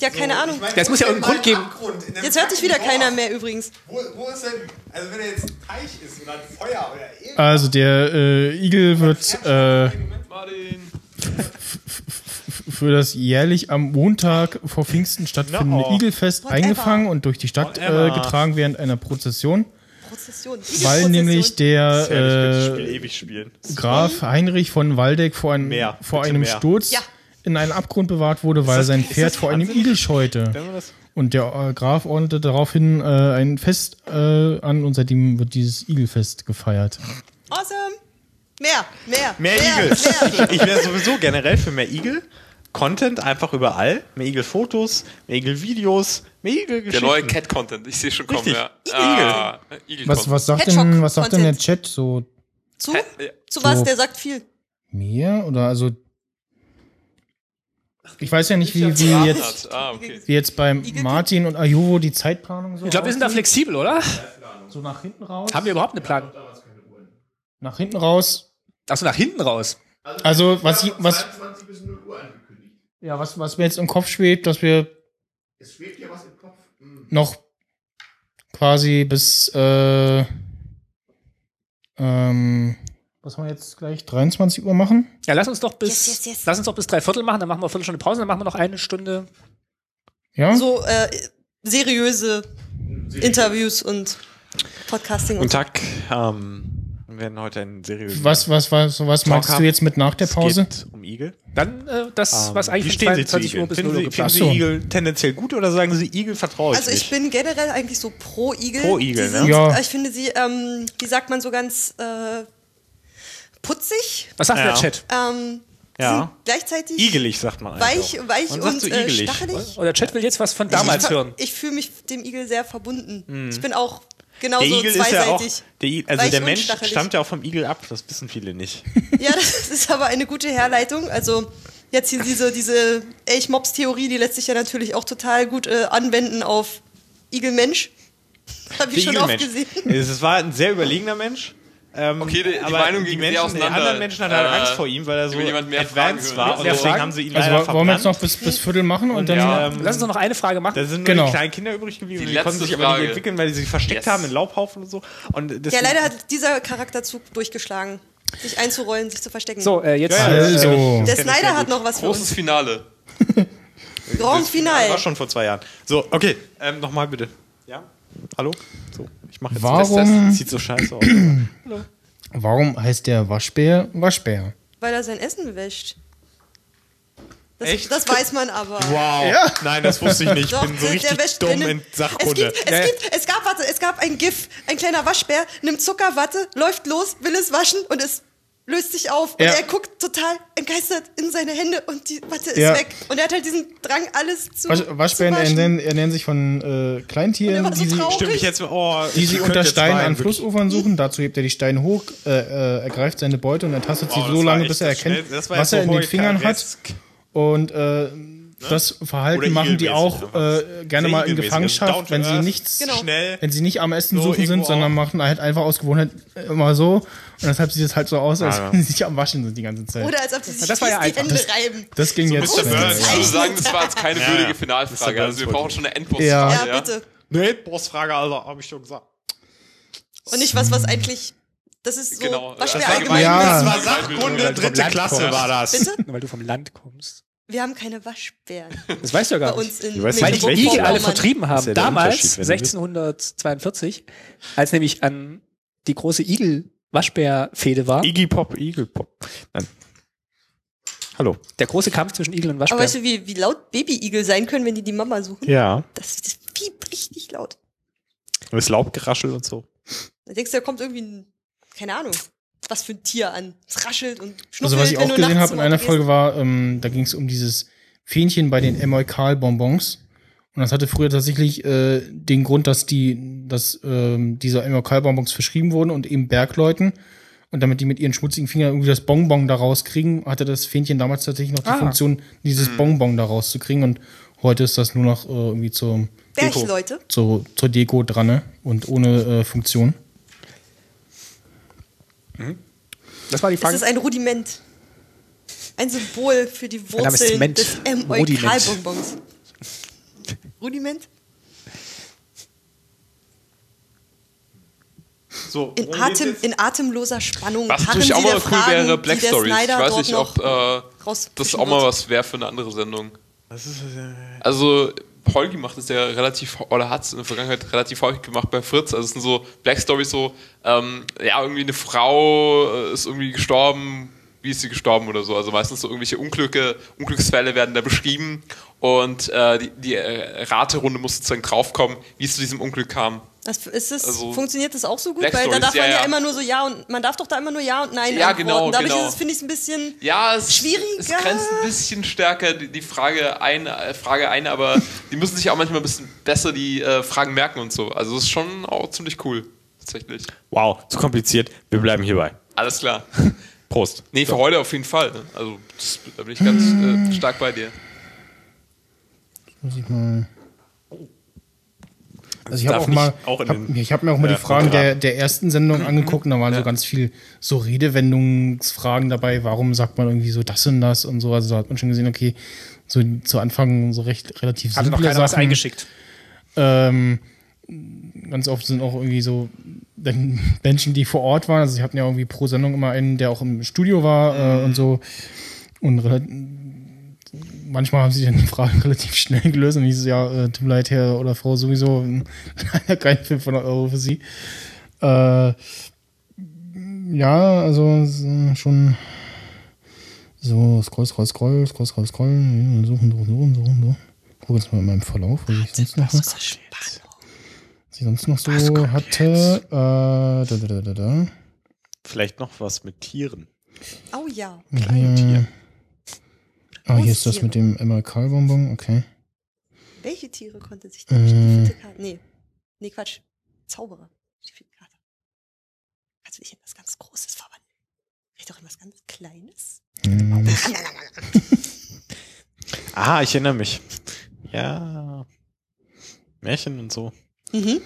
Ja, keine
So,
Ahnung.
ich mein,
Das muss ja
wo ist
irgendeinen
denn mal
Grund
ein Abgrund in einem
Jetzt hört sich wieder
Dorf?
keiner mehr übrigens.
Wo, wo ist denn, also wenn er jetzt ein Teich ist oder ein Feuer oder irgendwas,
Also der äh, Igel wird äh,
Martin.
für das jährlich am Montag vor Pfingsten stattfindende
No.
Igelfest
Whatever.
eingefangen und durch die Stadt äh,
Whatever.
getragen während einer Prozession,
Prozession.
weil
Prozession.
nämlich
Das werde ich das
der
Spiel
äh,
ewig spielen.
Graf Heinrich von Waldeck vor, ein,
Mehr,
vor
bitte
einem
mehr.
Sturz
Ja.
in einen Abgrund bewahrt wurde, weil sein Pferd vor einem Igel scheute. Und der äh, Graf ordnete daraufhin äh, ein Fest äh, an und seitdem wird dieses Igelfest gefeiert.
Awesome. Mehr, mehr,
Mehr Igel.
mehr.
Ich wäre sowieso generell für mehr Igel. Content einfach überall. Mehr Igel-Fotos, mehr Igel-Videos, mehr
Der
Igel-Geschichten.
neue Cat-Content. Ich sehe schon kommen,
Richtig.
ja.
Igel.
Ah, Igel.
Was, was, sagt,
Hedgehog
denn, was sagt denn der
Content.
Chat so?
Zu?
Ja.
Zu was?
So.
Der sagt viel.
Mir? Oder also. Ich weiß ja nicht, wie, wie, jetzt,
Ah, okay.
wie jetzt bei Martin und Ayuvo die Zeitplanung so.
Ich glaube, wir sind da flexibel, oder?
so nach hinten raus.
Haben wir überhaupt eine Plan?
Nach hinten raus.
Achso, nach hinten raus.
Also, was, ich- was, ja, was, was mir jetzt im Kopf schwebt, dass wir
es schwebt ja was im Kopf. Hm.
noch quasi bis äh, ähm, was haben wir jetzt gleich 23 Uhr machen?
Ja, lass uns doch bis,
Yes, yes, yes.
lass uns doch bis drei Viertel machen, dann machen wir eine Viertelstunde Pause, dann machen wir noch eine Stunde.
Ja.
So äh, seriöse Interviews und Podcasting
Guten
und
Tag. Ähm, wir werden heute einen seriösen
Was was was was meinst
haben.
du jetzt mit nach der
Es
Pause?
geht um Igel.
Dann äh, das,
Ähm,
was
wie
eigentlich von
stehen Sie zu
22
Igel?
Uhr bis
Finden
0 Uhr
Sie,
geplant
finden Sie
Ach so.
Igel tendenziell gut oder sagen Sie, Igel vertraue ich
Also ich
nicht?
bin generell eigentlich so pro Igel.
Pro Igel,
die sind,
ne? Ja.
äh, Ich finde sie, ähm, wie sagt man so ganz äh, putzig.
Was sagt
Ja.
der Chat?
Ähm,
Ja.
sind gleichzeitig
Igelig, sagt man eigentlich.
weich,
auch.
weich
Man
und,
sagt so
äh,
igelig.
stachelig.
Oder Oh, Chat will jetzt was von
ich,
halt-
damals
ver-
hören.
Ich fühle mich dem Igel sehr verbunden. Ich bin auch
Hm. Der
genauso
Igel ist ja auch.
Also zweiseitig.
Der, I- also
Weich
der
und
Mensch
stachelig.
stammt ja auch vom Igel ab, das wissen viele nicht.
Ja, das ist aber eine gute Herleitung. Also jetzt hier diese, diese Elch-Mobs-Theorie, die lässt sich ja natürlich auch total gut äh, anwenden auf Igel-Mensch. Habe ich schon oft
Igelmensch.
gesehen.
Es war ein sehr überlegener Mensch. Ähm,
Okay, die- die
aber
Meinung
die
ging sehr
Menschen, die
auseinander.
anderen Menschen hatten halt
Äh,
Angst vor ihm, weil er so
will jemand mehr
advanced
Fragen
war.
hören?
Und
Mehr
deswegen
Fragen?
haben sie ihn
Also
leider
wa- wollen wir jetzt
verbrannt.
noch bis, bis Viertel machen und dann.
Ja, ähm,
Lass uns doch noch eine Frage machen.
Da sind nur
Genau.
die kleinen Kinder übrig geblieben.
Die
Die, konnten
letzte
sich aber
Frage.
nicht entwickeln, weil sie sie versteckt
Yes.
haben in Laubhaufen und so. Und deswegen,
Ja, leider hat dieser Charakterzug durchgeschlagen. Sich einzurollen, sich zu verstecken.
So, äh, jetzt.
Ja, ja,
äh,
Also.
das-
Der
kenn ich sehr
Snyder hat
gut.
noch was für uns.
Großes Finale.
Grand
Das
Finale.
war schon vor zwei Jahren. So, okay, ähm, nochmal bitte. Ja? Hallo? So, ich mache jetzt
Warum,
Das sieht so scheiße aus.
warum heißt der Waschbär Waschbär?
Weil er sein Essen wäscht. Das,
Echt?
das weiß man aber.
Wow. Nein, das wusste ich nicht. Ich
Doch,
bin so
der- der
richtig
wäscht
dumm
drinnen.
in Sachkunde.
Es, gibt, es, gibt, es gab, warte, es gab ein GIF. Ein kleiner Waschbär nimmt Zuckerwatte, läuft los, will es waschen und es löst sich auf. Und
Ja.
er guckt total entgeistert in seine Hände und die Watte ist
Ja.
weg. Und er hat halt diesen Drang, alles zu
Wasch, Waschbären
zu waschen.
ernähren, ernähren sich von äh,
Und er
Kleintieren,
war so
die sie,
traurig.
Stimmt, ich jetzt. Oh,
die
ich
sie
könnte
unter
jetzt
Steinen
weinen,
an
wirklich.
Flussufern suchen. Dazu hebt er die Steine hoch, äh, äh, ergreift seine Beute und ertastet
Oh,
sie
das
so
war
lange,
echt
bis er
das
erkennt,
schnell- das war jetzt
was er in den
Hohoy
Fingern hat.
Karesk.
Und äh, das Verhalten
Ne? Oder
machen die
igelmäßig
auch
einfach.
äh, gerne mal in
Regelmäßig, down
Gefangenschaft,
to
wenn sie
earth,
nichts,
Genau.
Schnell.
wenn sie nicht am Essen
So
suchen sind,
irgendwo
sondern
auch.
machen halt einfach aus Gewohnheit immer so. Und deshalb sieht es halt so aus, als
ja.
wenn sie sich am Waschen sind die ganze Zeit.
Oder als ob sie sich
das war ja
die Hände
einfach.
reiben.
das ging jetzt.
Mr.
schnell.
Burns.
Ich würde sagen, das war jetzt keine
Ja,
würdige
ja.
Finalfrage.
Das
Also wir
ist
brauchen schon eine
Ja.
Endboss-Frage.
Ja, bitte.
Nee, Bossfrage, also habe ich schon gesagt.
Und nicht was, was eigentlich. Das ist so
Genau.
Waschbär
Das war
allgemein.
gemein. Ja.
Das war Sachkunde, dritte
Land
Klasse
kommst.
war das.
Bitte?
Nur weil du vom Land kommst.
Wir haben keine Waschbären
Das weißt du ja
bei
gar nicht.
uns in
Ich weiß nicht,
Weil die
Welche
Igel alle
Form?
vertrieben haben.
Ist ja der
Damals,
Unterschied, wenn du willst.
1642, als nämlich an die große Igel-Waschbär-Fehde war,
Iggy Pop, Igel Pop. Nein. Hallo.
der große Kampf zwischen Igel und
Aber
Waschbär.
weißt du, wie, wie laut Baby-Igel sein können, wenn die die Mama suchen?
Ja.
Das, das piept richtig laut.
Und das Laubgeraschel und so.
Da denkst du, da kommt irgendwie ein, keine Ahnung, was für ein Tier an. Es raschelt und schnuppelt.
Also was ich
wenn
auch
du
gesehen habe
nachts
in
zum
einer
Auto gehst.
Folge war, ähm, da ging es um dieses Fähnchen bei den Emoikal-Bonbons. Und das hatte früher tatsächlich äh, den Grund, dass die, dass ähm, diese Emoikal-Bonbons verschrieben wurden und eben Bergleuten. Und damit die mit ihren schmutzigen Fingern irgendwie das Bonbon da rauskriegen, hatte das Fähnchen damals tatsächlich noch die
Ah.
Funktion, dieses Bonbon da rauszukriegen. Und heute ist das nur noch äh, irgendwie zur,
Bergleute.
zur, zur Deko dran ne? und ohne äh, Funktion.
Das war die
Das
Frage.
ist ein Rudiment. Ein Symbol für die
Name ist
Wurzeln
Ment.
des
Rudiment.
Emoikalbonbons. Rudiment?
So,
In, Atem, in atemloser Spannung.
Was
harren
natürlich auch
sie
mal
der
cool
Fragen,
wäre,
die
Black
der
Stories. Ich
Snyder
weiß
dort
nicht,
noch
ob äh, das
rauspischen
auch mal
wird.
was wäre für eine andere Sendung. Also, Holgi macht das ja relativ, oder hat es in der Vergangenheit relativ häufig gemacht bei Fritz. Also, es sind so Black Stories, so, ähm, ja, irgendwie eine Frau äh, ist irgendwie gestorben, wie ist sie gestorben oder so. Also, meistens so irgendwelche Unglücke, Unglücksfälle werden da beschrieben und äh, die, die äh, Raterunde muss sozusagen draufkommen, wie es zu diesem Unglück kam.
Das, ist das,
Also-
funktioniert das auch so gut?
Black
Weil da
Stories,
darf man
ja,
ja,
ja.
immer nur so Ja und man darf doch da immer nur Ja und Nein
Ja,
antworten.
genau,
Dadurch
genau.
ist es, finde ich, ein bisschen.
Ja, es,
Schwieriger.
es grenzt ein bisschen stärker die, die Frage, ein, äh, Frage ein, aber die müssen sich auch manchmal ein bisschen besser die äh, Fragen merken und so. Also es ist schon auch ziemlich cool, tatsächlich.
Wow, zu kompliziert. Wir bleiben hierbei.
Alles klar.
Prost.
Nee, für heute auf jeden Fall. ne? Also das, da bin ich ganz äh, stark bei dir.
Muss ich mal. Also ich habe
darf
auch mal,
nicht auch in
hab,
den-
ich habe mir auch mal
Ja, Mhm.
die Fragen
Kontra.
der, der ersten Sendung angeguckt und da waren so ganz viel so Redewendungsfragen dabei. Warum sagt man irgendwie so das und das und so? Also da hat man schon gesehen, okay, so zu Anfang so recht relativ
Hatte noch
simple
keiner was eingeschickt.
ähm, ganz oft sind auch irgendwie so dann Menschen, die vor Ort waren. Also sie hatten ja irgendwie pro Sendung immer einen, der auch im Studio war äh, und so. Und rela- manchmal haben sie dann die Fragen relativ schnell gelöst und hieß es ja, äh, tut mir leid, Herr oder Frau, sowieso mh, leider keine 500 Euro für sie. Äh, ja, also es ist schon so scroll, scroll, scroll, scroll, scroll, scroll, suchen, suchen, suchen, suchen, suchen. Guck jetzt mal in meinem Verlauf, was ich sonst noch was ich sonst noch so hatte. Äh, da, da, da, da, da.
Vielleicht noch was mit Tieren.
Oh ja.
Kleine Tiere.
Ähm, Ah, hier ist das mit dem MLK-Bonbon, okay.
Welche Tiere konnte sich denn
Mm.
die Karte? Nee. Nee, Quatsch. Zauberer. Stiefelkarte. Kannst du dich in was ganz Großes verwandeln? Vielleicht auch in was ganz Kleines?
Hm.
Ah, ich erinnere mich. Ja. Märchen und so.
Mhm.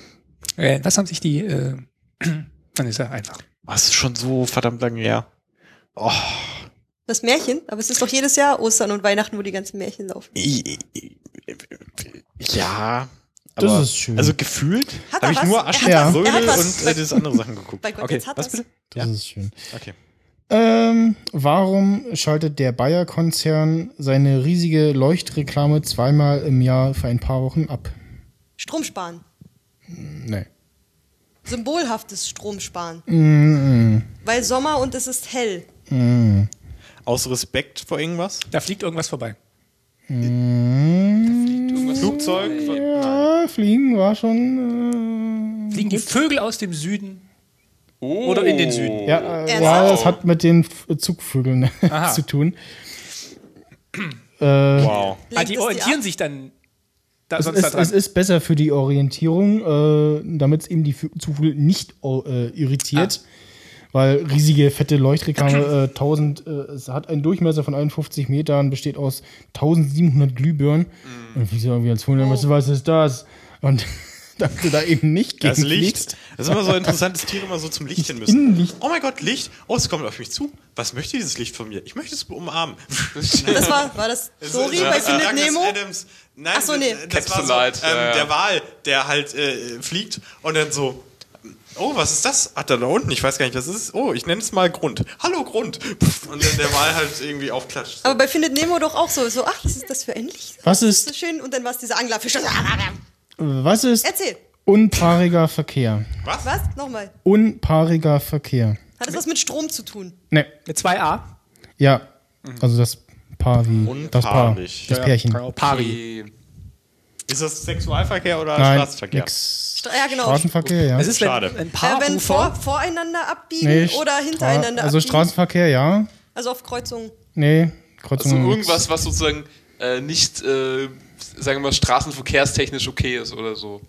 Äh, was haben sich die. Äh, dann ist er einfach.
Was ist schon so verdammt lange her? Oh,
Das Märchen, aber es ist doch jedes Jahr Ostern und Weihnachten, wo die ganzen Märchen laufen.
i- i- ja.
Das
aber-
ist schön.
Also gefühlt
Hat er
habe ich
was?
nur
Er
Aschenbrödel
hat
was. Er hat was.
und äh, das andere Sachen geguckt.
Bei Gott,
okay,
jetzt hat
was
er's.
bitte?
Das
Ja.
ist schön.
Okay.
Ähm, warum schaltet der Bayer-Konzern seine riesige Leuchtreklame zweimal im Jahr für ein paar Wochen ab?
Strom sparen.
Nee.
Symbolhaftes Strom sparen. Weil Sommer und es ist hell.
Ah, Aus Respekt vor irgendwas?
Da fliegt irgendwas vorbei.
Flugzeug?
Ja, Fliegen war schon. äh,
Fliegen die Vögel aus dem Süden oder in den Süden?
Äh, ja, äh, ja,
Ernsthaft?
das hat mit den F- Zugvögeln
Aha.
zu tun. Äh,
Ah,
Wow.
Lenkt
die
es
orientieren
ab?
sich dann da
Es
sonst
ist,
da dran.
es ist besser für die Orientierung, äh, damit es eben die Vö- Zugvögel nicht oh, äh, irritiert. Weil riesige, fette Leuchtreklame, äh, 1000, äh, es hat einen Durchmesser von 51 Metern, besteht aus 1700 Glühbirnen. Und dann fliegst du irgendwie als Vogel, oh. was ist das? Und damit du da eben nicht gegen
Das Licht.
fliegst.
Das ist immer so interessant, dass Tiere immer so zum Licht hin
In
müssen.
Licht.
Oh mein Gott, Licht. Oh, es kommt auf mich zu. Was möchte dieses Licht von mir? Ich möchte es umarmen.
Das war, war das Dory
äh,
bei Findet
Douglas
Nemo?
Adams. Nein,
Ach so, nee.
nee. das war so, ähm,
Capsulite, ja, ja.
der Wal, der halt äh, fliegt und dann so, oh, was ist das? Hat er da unten? Ich weiß gar nicht, was es ist. Oh, ich nenne es mal Grund. Hallo Grund. Und dann der Wal halt irgendwie aufklatscht.
Aber bei Findet Nemo doch auch so. so ach, was ist das für ein Licht?
Was
So
ist,
schön. Und dann war es dieser Anglerfisch.
was ist
Erzähl.
unpaariger Verkehr?
Was? Nochmal.
Unpaariger Verkehr.
Hat es was mit Strom zu tun?
Ne,
Mit 2a.
ja. Also das Paar wie. Das Paar.
Unpaarig.
Das Pärchen.
Pari.
Ist das Sexualverkehr oder
Nein,
Straßenverkehr?
nix.
Stra- ja, genau.
Straßenverkehr, ja.
Es ist, wenn
Schade.
ein
Äh,
paar
wenn vor,
Ufer,
voreinander abbiegen
Nee,
oder
Stra-
hintereinander
Also
abbiegen.
Straßenverkehr, ja.
Also auf Kreuzungen.
Nee, Kreuzung.
Also
nix.
irgendwas, was sozusagen äh, nicht, äh, sagen wir mal, straßenverkehrstechnisch okay ist oder so.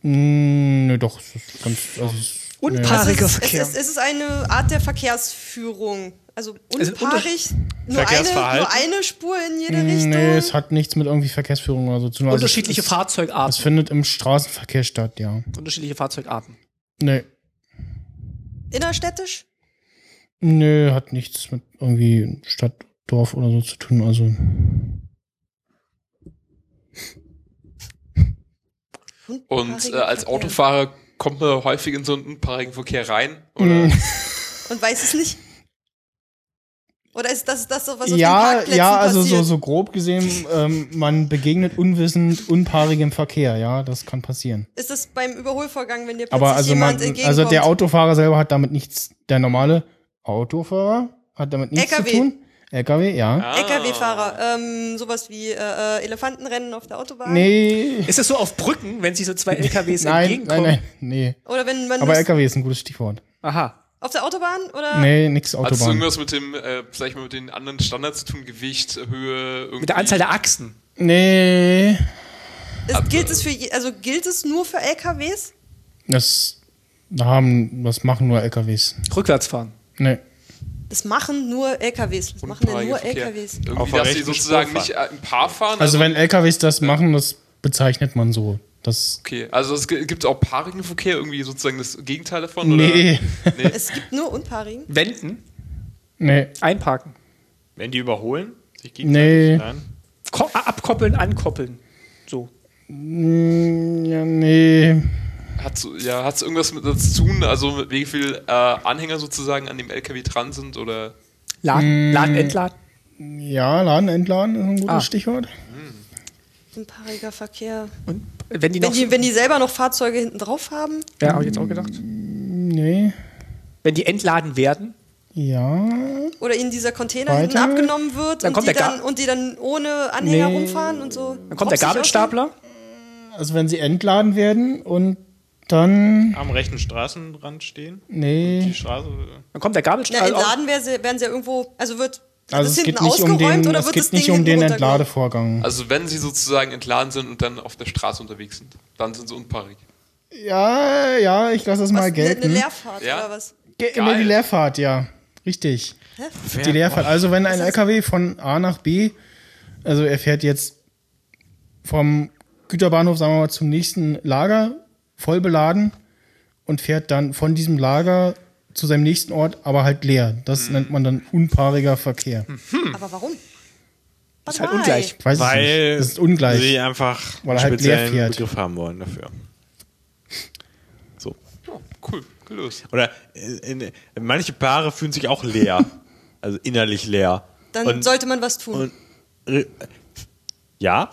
Mm, nee, doch, es ist ganz. Also, es ist-
unpaariger
Es
Verkehr.
ist, es ist eine Art der Verkehrsführung. Also
Also unter-
unpaarig, nur, eine,
Verkehrsverhalten?
nur eine Spur in jede
nee,
Richtung.
nee, es hat nichts mit irgendwie Verkehrsführung oder so zu tun. Also,
unterschiedliche
es, es
Fahrzeugarten.
findet im Straßenverkehr statt, ja.
Unterschiedliche Fahrzeugarten.
Nee.
Innerstädtisch?
Nee, hat nichts mit irgendwie Stadt, Dorf oder so zu tun. Also.
Und äh,
Unpaariger
als
Verkehr.
Autofahrer kommt man häufig in so einen unpaarigen Verkehr rein. Oder
Und weiß es nicht? Oder ist das das, was auf den
ja,
Parkplätzen
ja, also
passiert?
so, so grob gesehen, ähm, man begegnet unwissend unpaarigem Verkehr, ja, das kann passieren.
Ist das beim Überholvorgang, wenn dir plötzlich
Aber also
jemand
man,
entgegenkommt?
also der Autofahrer selber hat damit nichts, der normale Autofahrer hat damit nichts
LKW.
zu tun. LKW, ja.
Ah.
LKW-Fahrer, ähm, sowas wie äh, äh, Elefantenrennen auf der Autobahn.
Nee.
Ist das so auf Brücken, wenn sich so zwei LKWs
Nein, nein,
entgegenkommen?
nein, nee.
Oder wenn man
Aber
durchs-
LKW ist ein gutes Stichwort.
Aha.
auf der Autobahn oder
Nee, nix
Hat es
Autobahn.
irgendwas mit dem, äh, sag ich mal, mit den anderen Standards zu tun? Gewicht, Höhe, irgendwie.
Mit der Anzahl der Achsen.
Nee.
es, gilt es für je- also gilt es nur für LKWs?
Das haben, das machen nur LKWs.
Rückwärts fahren.
Nee.
Das machen nur LKWs. Das machen ja nur LKWs.
Irgendwie,
Auf der
dass sie
rechten
sozusagen
Spur
nicht äh, im Paar fahren.
Also wenn LKWs das machen, das bezeichnet man so. Das.
okay. Also es gibt es auch paarigen Verkehr, irgendwie sozusagen das Gegenteil davon?
Nee.
Es gibt nur Unpaarigen.
Wenden,
Nee.
einparken.
Wenn die überholen? Sich
Nee.
gegenseitig? Nein.
Ko abkoppeln, ankoppeln. So.
Mm, Ja, nee.
Oder hat's, ja, hat's irgendwas mit das zu tun? Also mit wie viel äh, Anhänger sozusagen an dem LKW dran sind oder?
Laden, laden, entladen.
Ja, Laden entladen ist ein gutes
Ah.
Stichwort.
Unpaariger Verkehr.
Und wenn die
Wenn
noch.
die, wenn die selber noch Fahrzeuge hinten drauf haben,
ja, habe ich jetzt auch gedacht.
Nee.
Wenn die entladen werden,
Ja.
oder ihnen dieser Container hinten
Weiter.
abgenommen wird
Dann
und,
kommt
die
der Ga-
dann, und die dann ohne Anhänger
Nee.
rumfahren und so.
dann kommt der Gabelstapler.
Also wenn sie entladen werden und dann.
Am rechten Straßenrand stehen?
Nee.
Die Straße.
Dann kommt der
Ja,
Gabelstapler.
entladen werden sie, werden sie ja irgendwo, also wird
Also es
es
geht
hinten
nicht um
ausgeräumt
den,
oder
es
wird
geht
das
nicht
Ding
um den
hinten Ah. runtergeräumt?
Entladevorgang.
Also wenn sie sozusagen entladen sind und dann auf der Straße unterwegs sind, dann sind sie unpaarig.
ja, ja, ich lasse das
Was,
mal
eine, eine
gelten.
Leerfahrt
Ja.
oder was?
Ge- Nee,
Geil.
die Leerfahrt, ja. Richtig. Die Leerfahrt. Also wenn ein LKW von A nach B, also er fährt jetzt vom Güterbahnhof, sagen wir mal, zum nächsten Lager, voll beladen und fährt dann von diesem Lager zu seinem nächsten Ort, aber halt leer. Das nennt man dann unpaariger Verkehr.
Hm.
Aber warum?
Ist halt ungleich.
Ich weiß es
Weil
nicht. Das ist ungleich.
sie einfach
Weil er halt
speziellen
leer fährt.
Begriff haben wollen dafür. So.
Ja, Oh, cool, gelöst.
Oder äh, in, manche Paare fühlen sich auch leer. also innerlich leer.
Dann
Und-
sollte man was tun.
und- Re- Ja.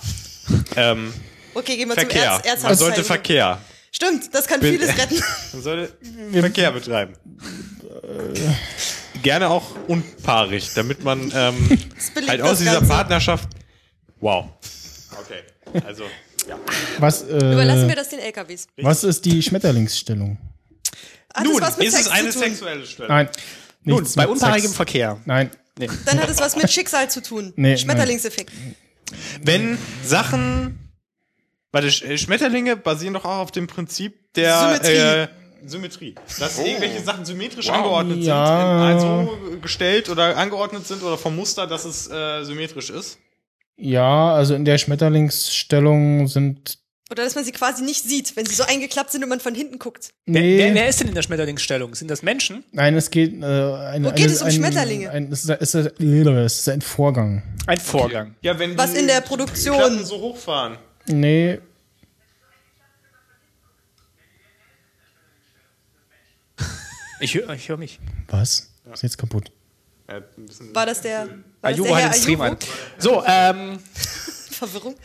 ähm,
okay, gehen wir
Verkehr.
zum Erz
Man sollte
Erzhandzeichen.
Verkehr.
Stimmt, das kann
Bin-
vieles retten.
Man sollte Verkehr betreiben.
Äh.
Gerne auch unpaarig, damit man ähm,
belegt
halt aus
das
dieser
Ganze.
Partnerschaft. Wow. Okay. Also.
Was,
Überlassen
äh,
wir das den LKWs.
was ist die Schmetterlingsstellung?
Hat
Nun,
es was mit
ist
Sex
es eine
zu tun?
sexuelle Stelle?
Nein.
Nun,
Nichts
bei
mit
unpaarigem
Sex.
Verkehr.
Nein.
Dann hat es was mit Schicksal zu tun.
Nee,
Schmetterlingseffekt.
Wenn Sachen. Warte, Sch- Schmetterlinge basieren doch auch auf dem Prinzip der
Symmetrie.
Äh, Symmetrie. Dass irgendwelche Sachen symmetrisch angeordnet
Oh. Ja.
sind, in- also gestellt oder angeordnet sind oder vom Muster, dass es äh, symmetrisch ist.
Ja, also in der Schmetterlingsstellung sind.
Oder dass man sie quasi nicht sieht, wenn sie so eingeklappt sind und man von hinten guckt.
Nee,
Wer, wer ist denn in der Schmetterlingsstellung? Sind das Menschen?
nein, es geht. Äh, eine,
Wo geht
eine,
es um
ein,
Schmetterlinge?
Ein, es, ist, es, ist, es ist ein Vorgang.
Ein Vorgang.
Ja, wenn
Was
die
in der
Klappen
Produktion.
so hochfahren.
Nee,
Ich höre ich hör mich.
was? Ist jetzt kaputt.
Ja, ein bisschen
War das der. War das
Ajubo
der
hat
Herr
den Stream an.
Ajubo?
So, ähm,
Verwirrung.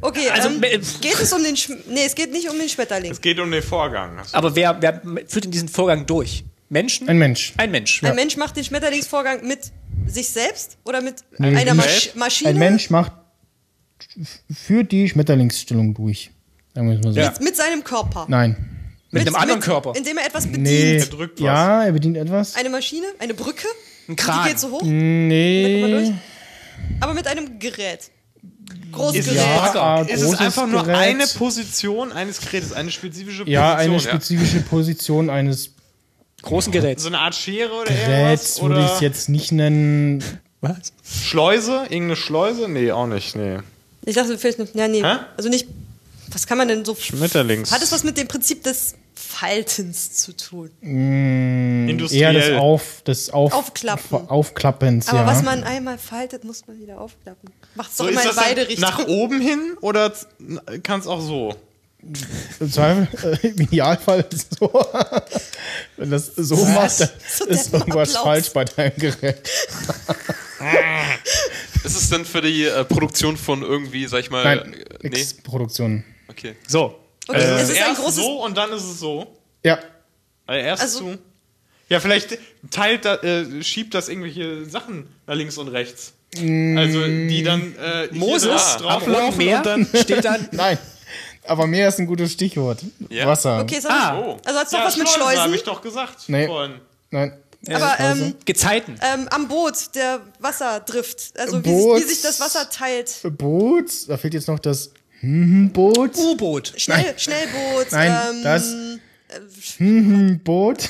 Okay,
Also,
ähm,
äh,
me-
geht es um den. Sch nee, es geht nicht um den Schmetterling.
Es geht um den Vorgang. Das
aber wer, wer führt denn diesen Vorgang durch? Menschen?
Ein Mensch.
Ein Mensch.
Ein Mensch macht den Schmetterlingsvorgang mit sich selbst oder mit
Nee,
einer
ich-
Masch Maschine?
Ein Mensch macht. f- führt die Schmetterlingsstellung durch. Sagen wir es mal so.
Ja.
Mit seinem Körper.
Nein.
mit, einem anderen Körper.
Indem er etwas bedient.
Nee.
Er drückt was.
Ja, er bedient etwas.
Eine Maschine, eine Brücke.
Ein
Die
Kran.
geht so hoch, guck mal durch.
nee.
aber mit einem Gerät. Großes
Ist es
Gerät.
Bagger?
Ah,
Es ist
großes
einfach nur
Gerät.
eine Position eines Gerätes, eine spezifische Position.
Ja, eine
Position, ja.
spezifische Position eines
Großen Gerät.
so eine Art Schere oder
Geräts
irgendwas?
würde ich
Oder
es jetzt nicht nennen.
Was?
Schleuse? Irgendeine Schleuse? Nee, auch nicht. Nee.
Ich dachte, vielleicht noch. Ja, nee.
Hä?
Also nicht. Was kann man denn so.
Schmetterlings.
Hat es was mit dem Prinzip des Faltens zu tun?
Eher
Industriell.
des, Auf, des Auf,
Aufklappen.
Aufklappens,
Aber
ja.
was man einmal faltet, muss man wieder aufklappen. Macht's doch
so,
immer
ist
Also in
das dann
beide Richtungen.
nach oben hin oder kann es auch so?
Im Zweifel, äh, im Idealfall ist es so. Wenn das so macht, dann
So
ist
der
irgendwas
Applaus.
falsch bei deinem Gerät.
Ist es denn für die äh, Produktion von irgendwie, sag ich mal,
Nein,
äh, nee?
X-Produktion.
Okay.
So.
Okay, es ist ein
Äh, Erst
großes.
so und dann ist es so.
Ja,
Also erst
Also-
so. Ja, vielleicht teilt da, äh, schiebt das irgendwelche Sachen nach links und rechts. Also die dann äh, hier
Moses,
da
Ablauf,
drauflaufen
Meer,
und dann
steht dann
nein. Aber mehr ist ein gutes Stichwort.
Ja.
Wasser.
Okay, es hat
Ah.
Oh.
Also hat's doch was mit
habe
Schleusen?
ich doch gesagt.
Nee.
vorhin.
Nein.
aber ähm,
Schleusen.
Gezeiten.
ähm, am Boot, der Wasserdrift. Also wie,
Boot.
sich- wie sich das Wasser teilt.
Boot, da fehlt jetzt noch das hm, Boot.
U-Boot.
Schnell, Schnellboot.
Nein,
ähm,
das hm, Boot.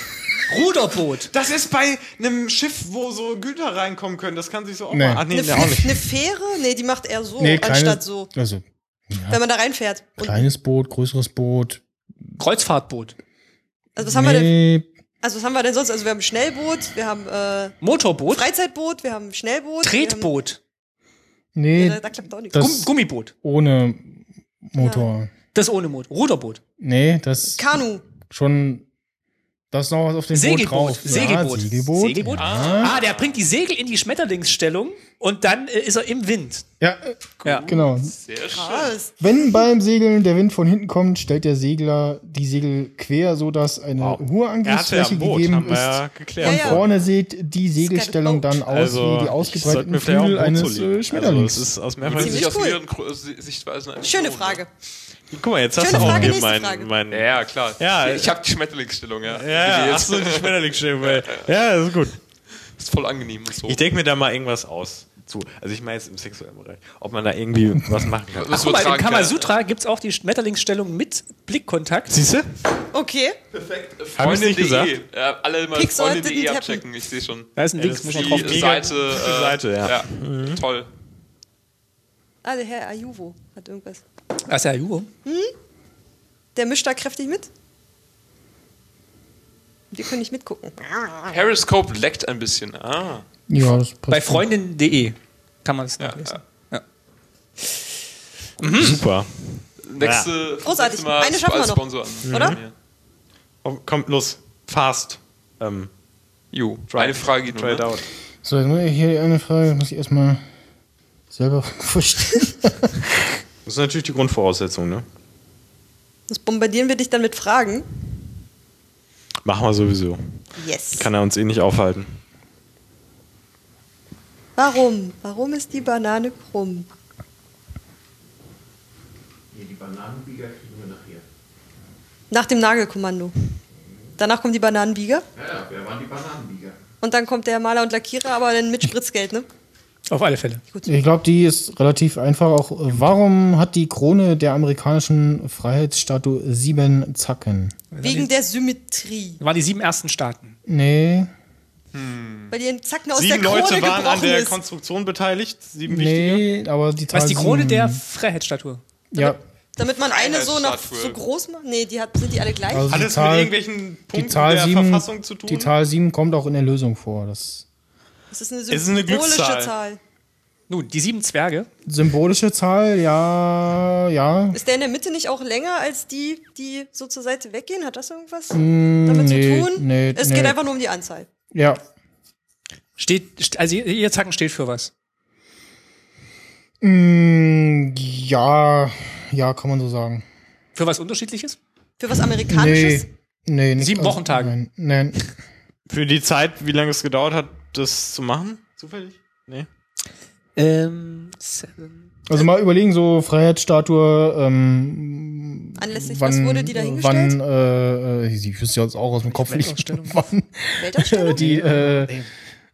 Ruderboot.
Das ist bei einem Schiff, wo so Güter reinkommen können. Das kann sich so auch
Nee.
mal. Ach nee,
Eine,
nee, auch nicht.
eine Fähre? Nee, die macht eher so,
Nee,
anstatt
kleines,
so.
also
Wenn man da reinfährt. Und,
kleines Boot, größeres Boot.
Kreuzfahrtboot.
also, was haben wir denn,
nee,
also was haben wir denn sonst? Also wir haben Schnellboot, wir haben äh,
Motorboot.
Freizeitboot, wir haben Schnellboot.
Tretboot.
nee,
Wir haben, ja, da, da klappt auch nichts.
das
Gumm Gummiboot.
ohne Motor.
Das ohne Motor. Ruderboot.
Nee, das
Kanu.
schon. Da ist noch was auf dem Boot
Segelboot.
drauf.
Segelboot.
Ja, Segelboot.
Segelboot.
Ja,
Ah, der bringt die Segel in die Schmetterlingsstellung und dann äh, ist er im Wind.
ja äh,
Ja.
genau.
Sehr schön.
Was?
Wenn beim Segeln der Wind von hinten kommt, stellt der Segler die Segel quer, sodass eine hohe
Er hatte ja
Angriffsfläche
ein Boot,
gegeben
haben wir
ist.
ja
Ja,
geklärt.
ja.
Vorne sieht die Segelstellung
Boot.
dann aus
Also,
wie die
ich sollte
ausgebreiteten
mir vielleicht auch ein
Flügel
Boot
eines
zulegen.
äh, Schmetterlings.
Also, es ist aus
Würde
mehreren
sich aus
cool.
mehreren Gro- äh, Sichtweisen eigentlich
Schöne
lohnen,
Frage.
Guck mal, jetzt hast
Schöne
du auch
Frage,
hier
nächste
mein,
Frage.
mein.
ne? Ja, klar.
Ja,
ich habe die Schmetterlingsstellung, ja.
ja,
Die
ja
jetzt-
hast du die Schmetterlingsstimme. Ja, das ist gut.
ist voll angenehm und so.
Ich denke mir da mal irgendwas aus. Zu. Also ich meine jetzt im sexuellen Bereich. Ob man da irgendwie was machen kann.
Das
Guck mal, im
übertragen kann.
Kamasutra gibt es auch die Schmetterlingsstellung mit Blickkontakt.
Siehst du?
Okay.
Hab ich's nicht
Freunde.de. E. Ja, alle mal
Pixel
Freunde.de
didn't happen.
E abchecken, ich sehe schon.
Da ist ein Link,
das
muss man
ist
drauf
Die
mega
Seite,
gute
äh,
Seite, ja.
Toll.
Ah, der Herr Ayuvo hat irgendwas.
Ach Ah, ja, Juhu.
Der mischt da kräftig mit. Wir können nicht mitgucken.
Periscope leckt ein bisschen. Ah.
Ja, das passt.
Bei freundin.de kann man es
Ja,
nachlesen.
Super.
Nächste,
Großartig.
nächste Mal
Eine schaffen wir
als
noch.
Sponsor an.
Oder?
Ja.
Oh, kommt los. Fast. Ähm,
Jo, eine Frage geht noch.
try it
Ne?
out.
So, jetzt muss ich hier die eine Frage, muss ich erstmal selber verstehen.
Das ist natürlich die Grundvoraussetzung, ne?
Das bombardieren wir dich dann mit Fragen.
Machen wir sowieso.
Yes.
Kann er uns eh nicht aufhalten.
Warum? Warum ist die Banane krumm?
die Bananenbieger kriegen wir nachher.
Nach dem Nagelkommando. Danach kommt die Bananenbieger.
Ja, ja, wer waren die Bananenbieger?
Und dann kommt der Maler und Lackierer, aber dann mit Spritzgeld, ne?
Auf alle Fälle.
Ich glaube, die ist relativ einfach auch. äh, Warum hat die Krone der amerikanischen Freiheitsstatue sieben Zacken?
Wegen der Symmetrie.
Das waren die sieben ersten Staaten.
Nee,
Weil die einen Zacken aus der
Sieben
Krone
Leute waren
gebrochen
an der
ist.
Konstruktion beteiligt. Sieben wichtige.
nee, aber die Zahl
Was die Krone
sieben-
der Freiheitsstatue?
Ja,
Damit man eine so nach
Freiheitsstatue.
so groß macht. Nee, die hat, sind die alle gleich?
also
Hat
die
es mit
Zahl,
irgendwelchen
die
Punkten
Zahl
der
sieben,
Verfassung zu tun?
Die Zahl sieben kommt auch in der Lösung vor. Das
Das ist eine
ist eine
symbolische
Glückszahl.
Zahl.
Nun, die sieben Zwerge.
symbolische Zahl, ja, ja.
Ist der in der Mitte nicht auch länger als die, die so zur Seite weggehen? Hat das irgendwas damit
nee,
zu tun?
nee,
es
nee.
geht einfach nur um die Anzahl.
Ja,
Steht, st- also ihr Zacken steht für was.
Mm, ja, ja, kann man so sagen.
Für was Unterschiedliches?
Für was Amerikanisches?
nee, nicht
Sieben
als-
Wochentage.
Nein, nein.
Für die Zeit, wie lange es gedauert hat, das zu machen? Zufällig? Nee.
Ähm, seven.
Also mal überlegen, so Freiheitsstatue, ähm,
Anlässlich was
wann,
wurde die dahingestellt?
wann, äh, äh, ich wüsste jetzt auch aus dem Kopf nicht, wann äh,
Weltausstellung?
die äh,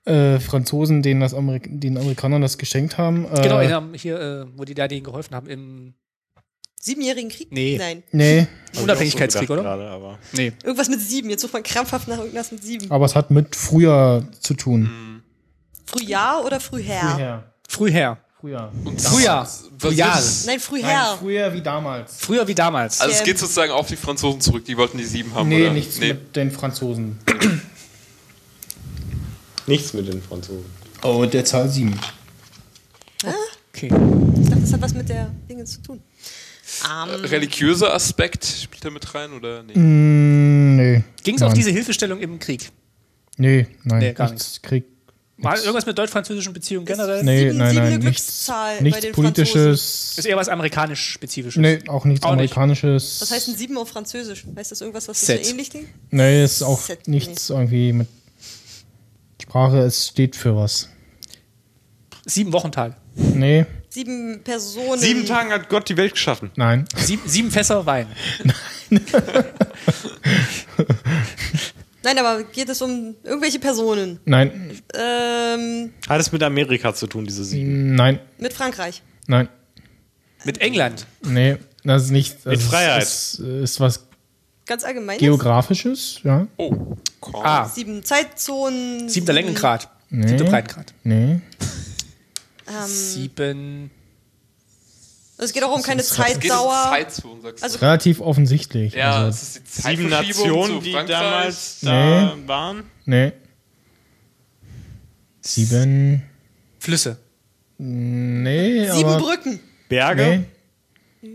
äh, Franzosen, denen das Amerik den Amerikanern das geschenkt haben. Äh,
Genau, die haben hier, äh, wo die da denen geholfen haben, im
Siebenjährigen Krieg?
Nee.
Nein.
Nee,
Unabhängigkeitskrieg, oder?
Gerade, aber.
Nee.
Irgendwas mit sieben. Jetzt sucht man krampfhaft nach irgendwas mit sieben.
aber es hat mit früher zu
Mhm.
tun.
Frühjahr oder Frühherr?
Früher.
Früher.
Früher.
Früher. Früher.
ist-
Nein,
Nein,
Frühherr.
früher wie damals.
Früher wie damals.
Ähm.
Also es geht sozusagen auf die Franzosen zurück, die wollten die sieben haben,
Nee,
oder?
nichts mit den Franzosen.
Nichts mit den Franzosen.
Oh, der Zahl 7.
Okay.
ich dachte, das hat was mit der Dinge zu tun. Mhm. Ähm,
Religiöser Aspekt spielt da mit rein, oder? Nee.
Mm, nee.
Ging es auf
Nein.
diese Hilfestellung im Krieg?
Nee, nein.
Nee, gar
nichts. Krieg.
War irgendwas mit deutsch-französischen Beziehungen generell?
Nee,
Sieben-
nein,
siebene
nein. Nichts,
Glückszahl bei
nichts
den
politisches.
Ist eher was amerikanisch-spezifisches.
Nee, auch nichts
Auch nicht.
amerikanisches.
Was heißt ein Sieben auf Französisch? Heißt das irgendwas, was
Set.
so ähnlich klingt?
Nee, ist auch
Set-
nichts irgendwie mit Sprache, es steht für was.
Sieben Wochentage.
Nee,
Sieben Personen.
Sieben Tagen hat Gott die Welt geschaffen.
nein.
Sieben, sieben Fässer Wein.
Nein, aber geht es um irgendwelche Personen?
Nein,
Ähm,
Hat es mit Amerika zu tun, diese Sieben?
nein,
mit Frankreich.
nein.
Mit England.
Nee, das ist nicht. Das
Mit
ist-
Freiheit.
Ist, ist was
Ganz allgemein.
Geografisches, ja?
Oh, komm.
Ah,
Sieben Zeitzonen.
siebter Längengrad.
Nee.
Siebter Breitengrad.
Nee.
Sieben.
Es geht auch um keine
Geht es um
Zeitdauer.
Zeitzone, sagst du?
Also-
Relativ offensichtlich.
ja, es
also,
ist die
Sieben
Zeitverschiebung
Nationen,
zu
die
Frankreich.
damals da waren?
nee. Sieben.
Flüsse.
Nee,
Sieben
aber.
Brücken.
Berge,
nee,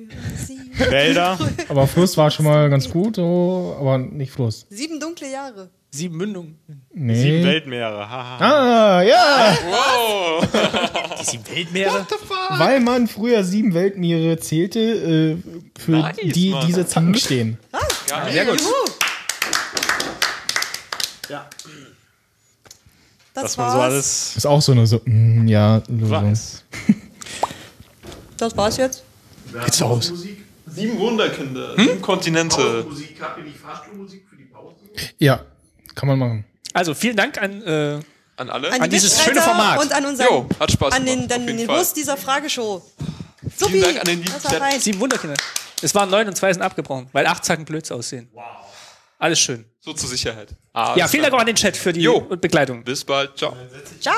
Wälder.
aber Fluss war schon mal ganz gut, so, aber nicht Fluss.
Sieben dunkle Jahre.
Sieben Mündungen.
Nee.
Sieben Weltmeere, haha.
Ah, ja!
Die sieben Weltmeere.
Weil man früher sieben Weltmeere zählte, äh, für
Nice,
die
Mann.
diese Zacken stehen.
Sehr gut.
Das
Dass man
war's.
so alles
Ist auch so eine so, mm, ja, Lösung.
weiß.
Das war's jetzt.
Jetzt
raus.
Musik,
Sieben Wunderkinder, sieben Kontinente.
Musik, habt ihr nicht Fahrstuhlmusik für die Pause?
Ja, kann man machen.
Also vielen Dank an äh,
an alle.
An, die
dieses
Mitstreiter
schöne Format.
Und an unseren,
Jo, hat Spaß
an den,
gemacht,
dann
auf jeden
den
Fall.
Host dieser Frageshow. Supi,
Vielen Dank an den
das
lieben
war fein.
Sieben Wunderkinder. Es waren neun und zwei sind abgebrochen, weil acht Zacken blöds aussehen. Wow. Alles schön.
so zur Sicherheit. Ah,
Ja,
alles
vielen
klar.
Dank auch an den Chat für die
Jo.
und Begleitung.
Bis bald. Ciao.
Ciao.